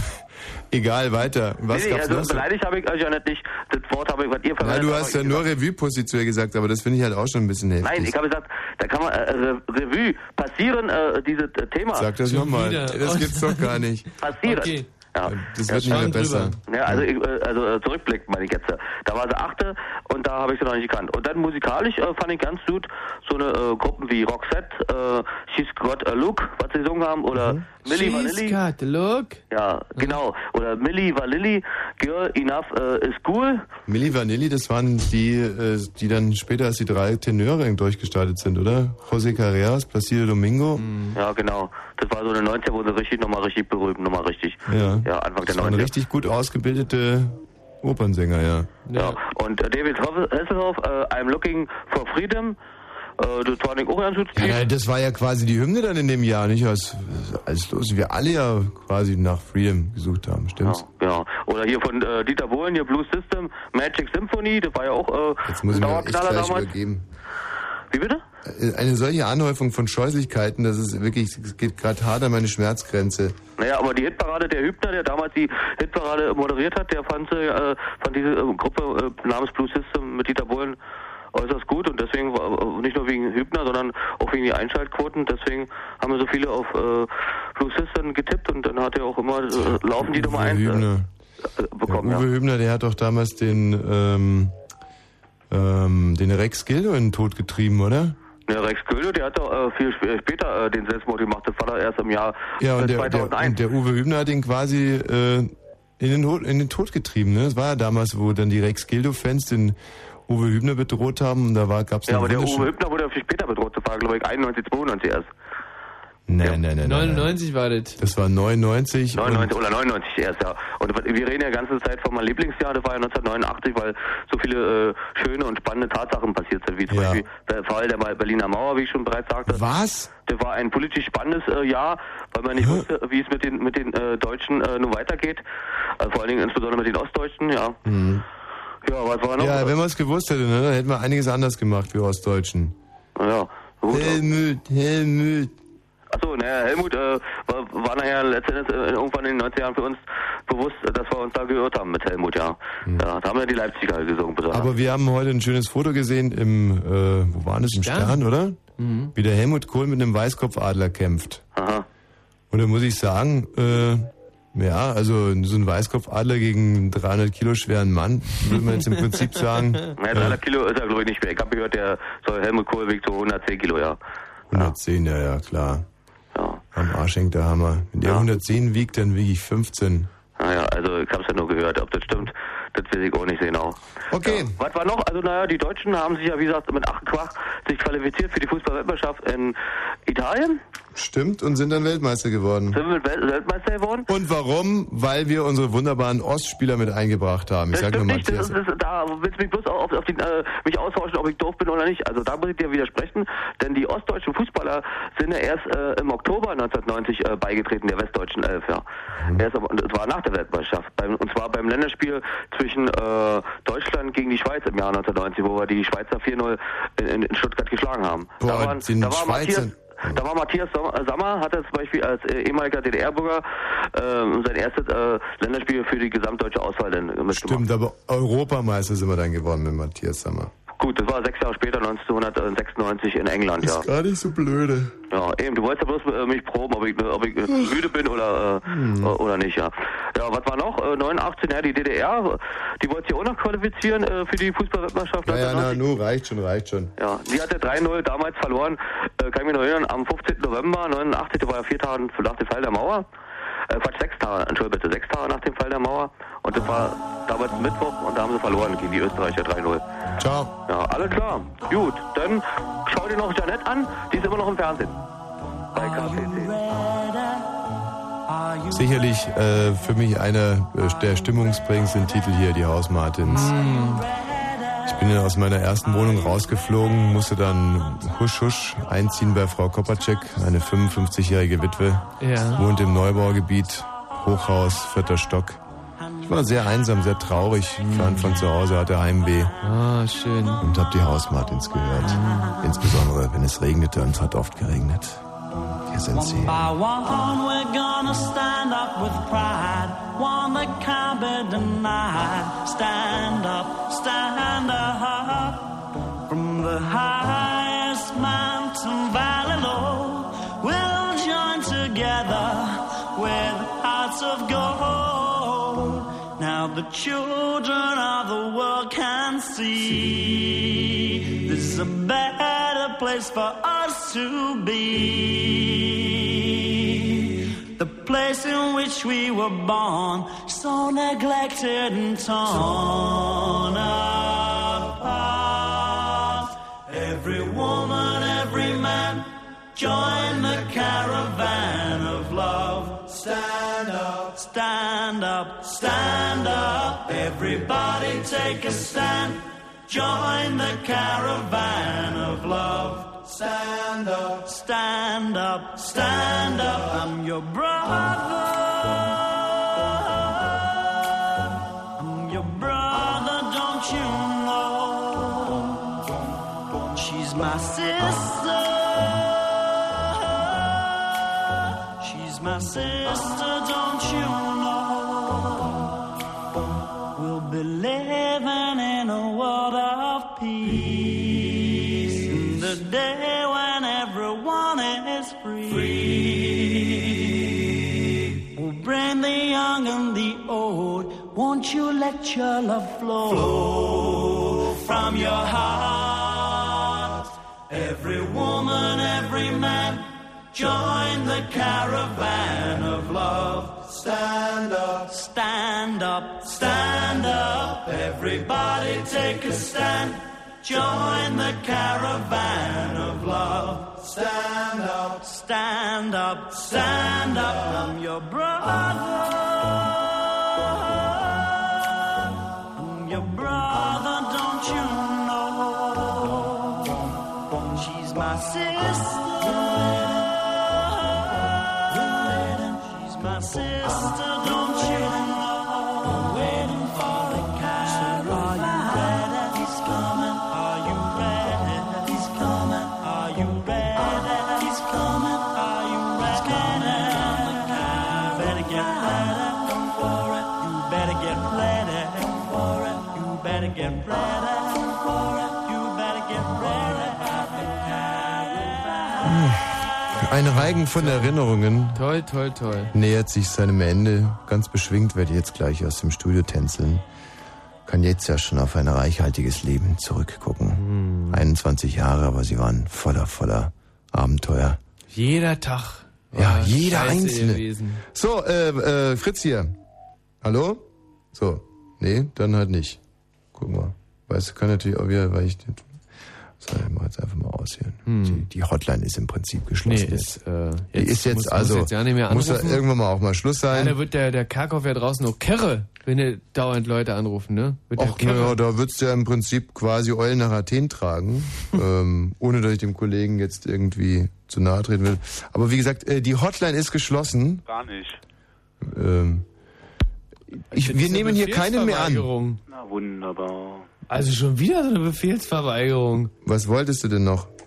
Egal, weiter. Was nee, nee, gab's also noch so? beleidigt habe ich euch ja nicht, nicht. Das Wort habe ich, was ihr Nein, verwendet du habt, hast ja nur Revue-Pussy zu ihr gesagt, aber das finde ich halt auch schon ein bisschen heftig. Nein, ich habe gesagt, da kann man äh, Re- Revue passieren, äh, dieses äh, Thema. Sag das nochmal. Das gibt's doch gar nicht. Passieren. Ja. Das wird nicht mehr besser. Ja, also, ich, äh, also äh, zurückblickt meine ich jetzt. äh, Da war sie achte und da habe ich sie noch nicht gekannt. Und dann musikalisch äh, fand ich ganz gut so eine äh, Gruppen wie Roxette, äh, She's Got a Look, was sie gesungen haben, oder Mhm. Milli She's Vanilli. got a look. Ja, genau. Oder Milli Vanilli, Girl Enough äh, is Cool. Milli Vanilli, das waren die, äh, die dann später als die drei Tenöre durchgestartet sind, oder? José Carreras, Placido Domingo. Mhm. Ja, genau. Das war so eine 90er, wo sie richtig nochmal richtig berühmt, nochmal richtig. Ja. Ja, Anfang der Das waren 90er. richtig gut ausgebildete Opernsänger, ja. Ja. Und äh, David Hoff- Hasselhoff, äh, I'm Looking for Freedom, äh, das fand ich auch ganz gut. Ja, na, das war ja quasi die Hymne dann in dem Jahr, nicht? Als, als los wir alle ja quasi nach Freedom gesucht haben, stimmt's? Ja, oder hier von äh, Dieter Bohlen, hier Blue System, Magic Symphony, das war ja auch äh, Jetzt muss ich mir echt gleich übergeben. Wie bitte? Äh, Eine solche Anhäufung von Scheußlichkeiten, das ist wirklich, es geht gerade hart an meine Schmerzgrenze. Naja, aber die Hitparade, der Hübner, der damals die Hitparade moderiert hat, der fand, sie, äh, fand diese äh, Gruppe äh, namens Blue System mit Dieter Bohlen äußerst gut und deswegen, war- äh, nicht nur wegen Hübner, sondern auch wegen die Einschaltquoten, deswegen haben so viele auf äh, Blue System getippt und dann hat er auch immer, äh, laufen die Nummer Uwe 1 äh, Hübner. bekommen, der Uwe ja. Hübner, der hat doch damals den, ähm, ähm, den Rex Gildo in den Tod getrieben, oder? Der Rex Köhle, der hat doch äh, viel sp- später äh, den Selbstmord gemacht, das war doch erst im Jahr Ja, äh, und der, der, 2001. und der Uwe Hübner hat ihn quasi äh, in, den, Ho- in den Tod getrieben. Ne? Das war ja damals, wo dann die Rex Gildo-Fans den Uwe Hübner bedroht haben und da war, gab's ja, eine aber der wunderschöne- Uwe Hübner wurde ja viel später bedroht, das war glaube ich 91, 92 erst. Nein, nein, nein, nein, nein. 99 war das. Das war 99. 99 oder 99 erst, ja. Und wir reden ja die ganze Zeit von meinem Lieblingsjahr, das war ja 1989, weil so viele äh, schöne und spannende Tatsachen passiert sind, wie zum Beispiel der Fall der Berliner Mauer, wie ich schon bereits sagte. Was? Das war ein politisch spannendes äh, Jahr, weil man nicht wusste, wie es mit den mit den äh, Deutschen äh, nun weitergeht. Äh, vor allen Dingen insbesondere mit den Ostdeutschen, ja. Mhm. Ja, was war noch? Ja, wenn man es gewusst hätte, ne, dann hätten wir einiges anders gemacht, wir Ostdeutschen. Ja. Helmut, Helmut. Achso, naja, Helmut äh, war, war nachher letztendlich äh, irgendwann in den 90er Jahren für uns bewusst, äh, dass wir uns da gehört haben mit Helmut, ja. ja da haben ja die Leipziger gesungen, bitte. Hm. Aber wir haben heute ein schönes Foto gesehen im, äh, wo war das? Im Stern, oder? Mhm. Wie der Helmut Kohl mit einem Weißkopfadler kämpft. Aha. Und da muss ich sagen, äh, ja, also so ein Weißkopfadler gegen einen 300 Kilo schweren Mann, würde man jetzt im Prinzip sagen. Naja, 300 Kilo ist er, glaube ich, nicht mehr. Ich habe gehört, der soll Helmut Kohl wiegt so 110 Kilo, ja. 110, ja, ja, klar. Am Arsch hängt der Hammer. Wenn der 110 wiegt, dann wiege ich 15. Naja, also ich habe es ja nur gehört. Ob das stimmt, das weiß ich auch nicht so genau. Okay. Was war noch? Also naja, die Deutschen haben sich ja, wie gesagt, mit Acht Quach sich qualifiziert für die Fußballweltmeisterschaft in Italien? Stimmt, und sind dann Weltmeister geworden. Sind wir Wel- Weltmeister geworden? Und warum? Weil wir unsere wunderbaren Ostspieler mit eingebracht haben. Ich Das sag nur stimmt nicht, das Matthias. ist, das, da willst du mich bloß auf, auf den, äh, mich austauschen, ob ich doof bin oder nicht. Also da muss ich dir widersprechen, denn die ostdeutschen Fußballer sind ja erst äh, im Oktober 1990 äh, beigetreten, der westdeutschen Elf, ja. Mhm. Erst, aber- das war nach der Weltmeisterschaft, beim, und zwar beim Länderspiel zwischen äh, Deutschland gegen die Schweiz im Jahr 1990, wo wir die Schweizer 4-0 in, in, in Stuttgart geschlagen haben. Boah, da waren, den da war Schweizern- Matthias, da war Matthias Sommer, äh, Sammer, hat er zum Beispiel als äh, ehemaliger DDR-Bürger ähm, sein erstes äh, Länderspiel für die gesamtdeutsche Auswahl dann mitgemacht. Stimmt, aber Europameister sind wir dann geworden mit Matthias Sammer. Gut, das war sechs Jahre später, 1996 in England, ja. Gar nicht so blöde. Ja, eben, du wolltest ja bloß äh, mich proben, ob ich, äh, ob ich äh, müde bin oder, äh, Hm. äh, oder nicht, ja. Ja, was war noch? Äh, 89, ja, die DDR, die wollte sich auch noch qualifizieren äh, für die Fußballweltmeisterschaft. Ja, ja, na, nur reicht schon, reicht schon. Ja, die hatte 3-0 damals verloren, äh, kann ich mich noch erinnern, am 15. November 89, das war ja vier Tage nach dem Fall der Mauer. Äh, Quatsch, sechs Tage, Entschuldigung bitte, sechs Tage nach dem Fall der Mauer. Und das war damals Mittwoch und da haben sie verloren gegen die Österreicher 3-0. Ciao. Ja, alles klar. Gut, dann schau dir noch Janette an, die ist immer noch im Fernsehen. Bei KCC. Sicherlich äh, für mich einer äh, der stimmungsprägendsten Titel hier, die Hausmartins. Hm. Ich bin ja aus meiner ersten Wohnung rausgeflogen, musste dann husch husch einziehen bei Frau Kopacek, eine 55-jährige Witwe, Ja. wohnt im Neubaugebiet, Hochhaus, vierter Stock. Ich war sehr einsam, sehr traurig, fern von zu Hause, hatte Heimweh. Ah, schön. Und hab die Hausmartins gehört. Insbesondere, wenn es regnete, und es hat oft geregnet. Hier sind sie. By one we're gonna stand up with pride, one that can't be denied. Stand up, stand up. From the highest mountain valley low, we'll join together with hearts of gold. Now the children of the world can see this is a better place for us to be. The place in which we were born, so neglected and torn apart. Every woman, every man, join the caravan of love. Stand up, stand up, stand up. Everybody take a stand. Join the caravan of love. Stand up, stand up, stand up. I'm your brother. I'm your brother, don't you know? She's my sister. She's my sister, don't you know? We'll be living in a world of peace. In the day when everyone is free. We'll bring the young and the old. Won't you let your love flow, flow from your heart? Every woman, every man. Join the caravan of love. Stand up, stand up, stand up. Everybody take a stand. Join the caravan of love. Stand up, stand up, stand up. I'm your brother. I'm your brother, don't you know? She's my sister. She's my sister, don't you know? Waiting for a caravan. He's coming. Are you ready? He's coming. Are you ready? He's coming. Are you ready? Better get ready. Don't worry. You better get ready. Don't worry. You better get ready. Don't worry. You better get ready. Ein Reigen von Erinnerungen. Toll, toll, toll. Nähert sich seinem Ende. Ganz beschwingt werde ich jetzt gleich aus dem Studio tänzeln. Kann jetzt ja schon auf ein reichhaltiges Leben zurückgucken. Hm. 21 Jahre, aber sie waren voller, voller Abenteuer. Jeder Tag. Ja, war jeder scheiße einzelne. Gewesen. So, äh, äh, Fritz hier. Hallo? So, nee, dann halt nicht. Gucken wir. Weißt du, kann natürlich auch wieder, weil ich. Das soll ich mal jetzt einfach mal aushören. Die, die Hotline ist im Prinzip geschlossen. Hm. Nee, jetzt. ist, äh, die ist jetzt muss, also. Muss, jetzt ja nicht mehr muss da anrufen. irgendwann mal auch mal Schluss Ja, sein. da wird der, der Karkow ja draußen noch Kerre, wenn er dauernd Leute anrufen, ne? Wird der Ach, Kerre. naja, da würdest du ja im Prinzip quasi Eulen nach Athen tragen, ähm, ohne dass ich dem Kollegen jetzt irgendwie zu nahe treten will. Aber wie gesagt, äh, die Hotline ist geschlossen. Gar nicht. Ähm, ich, wir ist eine nehmen hier keinen mehr an. Befehlsverweigerung. Na wunderbar. Also schon wieder so eine Befehlsverweigerung. Was wolltest du denn noch?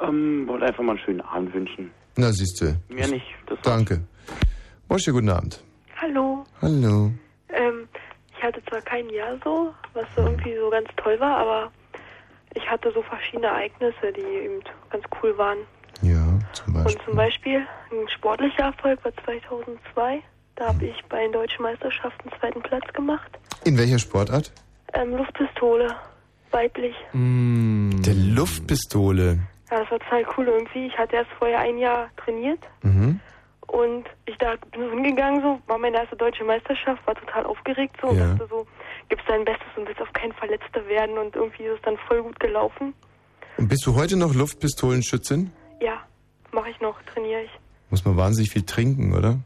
Ähm, wollte einfach mal einen schönen Abend wünschen. Na, siehst du. Mehr nicht. Das Danke. Mosche, guten Abend. Hallo. Hallo. Ähm, ich hatte zwar kein Jahr so, was so irgendwie so ganz toll war, aber ich hatte so verschiedene Ereignisse, die eben ganz cool waren. Ja, zum Beispiel. Und zum Beispiel ein sportlicher Erfolg war 2002. Da habe ich bei den deutschen Meisterschaften zweiten Platz gemacht. In welcher Sportart? Ähm, Luftpistole, weiblich. Mm. Der Luftpistole. Ja, das war total cool irgendwie. Ich hatte erst vorher ein Jahr trainiert Mhm. und ich da bin so hingegangen, so war meine erste deutsche Meisterschaft, war total aufgeregt so und Ja. dachte so, gibst dein Bestes und willst auf keinen Verletzter werden und irgendwie ist es dann voll gut gelaufen. Und bist du heute noch Luftpistolenschützin? Ja, mache ich noch, trainiere ich. Muss man wahnsinnig viel trinken, oder?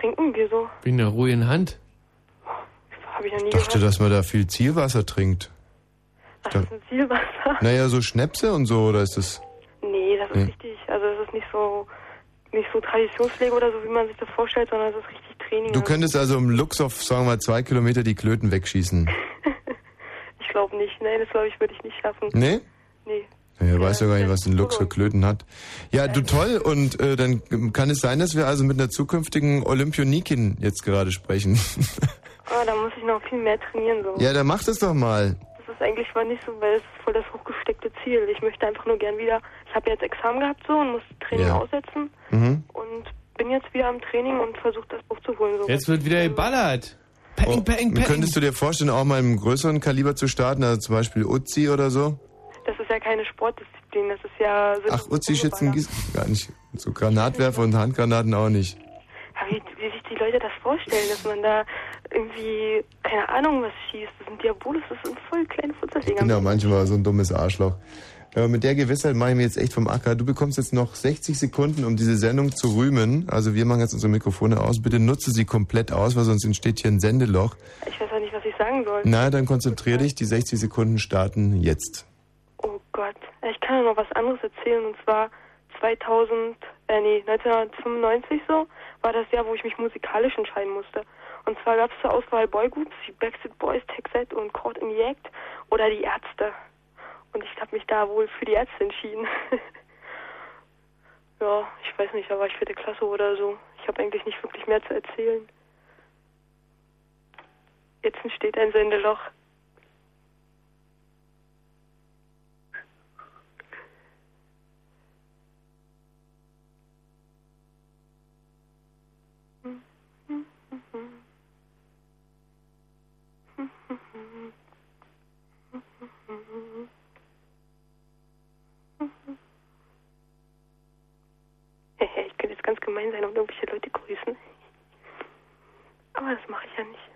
Trinken wir so, Wie in der ruhigen Hand. habe ich noch nie Dachte, gehört. dass man da viel Zielwasser trinkt. Da, Das ist ein Zielwasser. naja, so Schnäpse und so, oder ist das. Nee, das ist Nee. richtig, also das ist nicht so nicht so Traditionspflege oder so, wie man sich das vorstellt, sondern es ist richtig Training. Du Also, könntest also im Lux auf, sagen wir, mal, zwei Kilometer die Klöten wegschießen. Also, ich glaube nicht, nein, das glaube ich würde ich nicht schaffen. Nee? Nee. Naja, weißt du gar nicht, was ein Lux für Klöten hat. Ja, du toll. Und äh, dann kann es sein, dass wir also mit einer zukünftigen Olympionikin jetzt gerade sprechen. Ah, da muss ich noch viel mehr trainieren so. ja, dann mach das doch mal. Das ist eigentlich mal nicht so, weil es ist voll das hochgesteckte Ziel. Ich möchte einfach nur gern wieder. Ich habe jetzt Examen gehabt so und muss Training Ja. aussetzen Mhm. und bin jetzt wieder am Training und versuche das hochzuholen. So. Jetzt wird wieder geballert. Peng, peng, peng. Oh, Könntest du dir vorstellen, auch mal im größeren Kaliber zu starten, also zum Beispiel Uzi oder so? Das ist ja keine Sportdisziplin, das ist ja. sind- Ach, Uzi-Schützen gießt gar nicht. So Granatwerfer und Handgranaten auch nicht. Ja, wie, wie sich die Leute das vorstellen, dass man da irgendwie, keine Ahnung, was schießt. Das sind Diabolus, das sind voll kleine Futterdinger. Genau, manchmal so ein dummes Arschloch. Aber mit der Gewissheit mache ich mir jetzt echt vom Acker. Du bekommst jetzt noch 60 Sekunden, um diese Sendung zu rühmen. Also wir machen jetzt unsere Mikrofone aus. Bitte nutze sie komplett aus, weil sonst entsteht hier ein Sendeloch. Ich weiß auch nicht, was ich sagen soll. Na, dann konzentriere dich. Die 60 Sekunden starten jetzt. Oh Gott, ich kann ja noch was anderes erzählen und zwar 2000, äh nee, 1995 so, war das Jahr, wo ich mich musikalisch entscheiden musste. Und zwar gab es zur Auswahl Boygroups wie Backstreet Boys, Texet und Caught in the Act oder die Ärzte. Und ich habe mich da wohl für die Ärzte entschieden. ja, ich weiß nicht, da war ich vierte Klasse oder so. Ich habe eigentlich nicht wirklich mehr zu erzählen. Jetzt entsteht ein Sendeloch. um ich könnte jetzt ganz gemein sein und irgendwelche Leute grüßen. Aber das mache ich ja nicht.